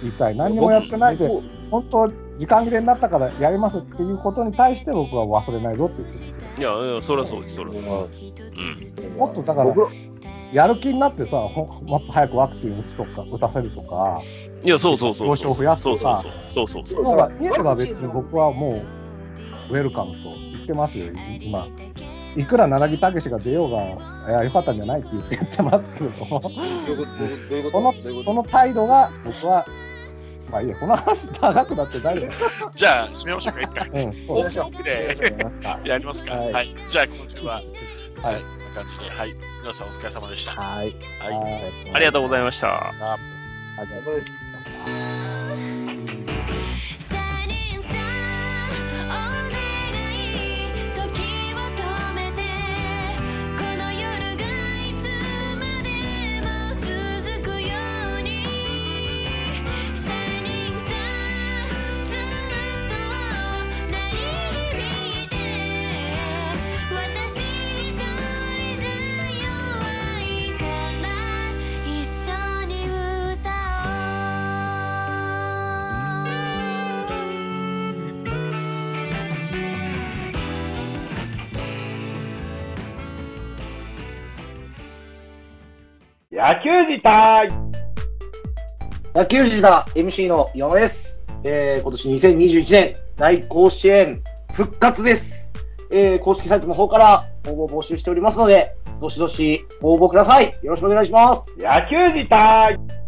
言いたい何にもやってないで本当時間切れになったからやりますっていうことに対して僕は忘れないぞって言ってるんですよいや、いやそりゃそうです、そりゃそうです。もっとだからやる気になってさほもっと早くワクチン打つとか打たせるとかうん。いや、そうそうそう。病床増やすとかそうそうそう。そうそうだから家では別に僕はもうウェルカムと言ってますよ今いくら七木武が出ようがいや良かったんじゃないって言って言ってます [laughs] けれどもどういうことどういうそこのとどういうことその態度が僕はまあいいやこの話長くなって大丈じゃあ、締めましょうか、一 [laughs] 回。夫、うん、そうオフトークで [laughs] やりますか。はいはい。じゃあ、今週は、ははいい。こんな感じで、はい。皆さんお疲れ様でした。ははいい。ありがとうございました。 「サニースターお願い」「時を止めて」「この夜がいつまでも続くように」「シャイニングスターずっと鳴り響いて」「私一人じゃ弱いから一緒に歌おう」野球時隊野球時だ MC の4です。えー、今年2021年大甲子園復活です。えー、公式サイトの方から応募募集しておりますので、どしどし応募ください。よろしくお願いします。野球時隊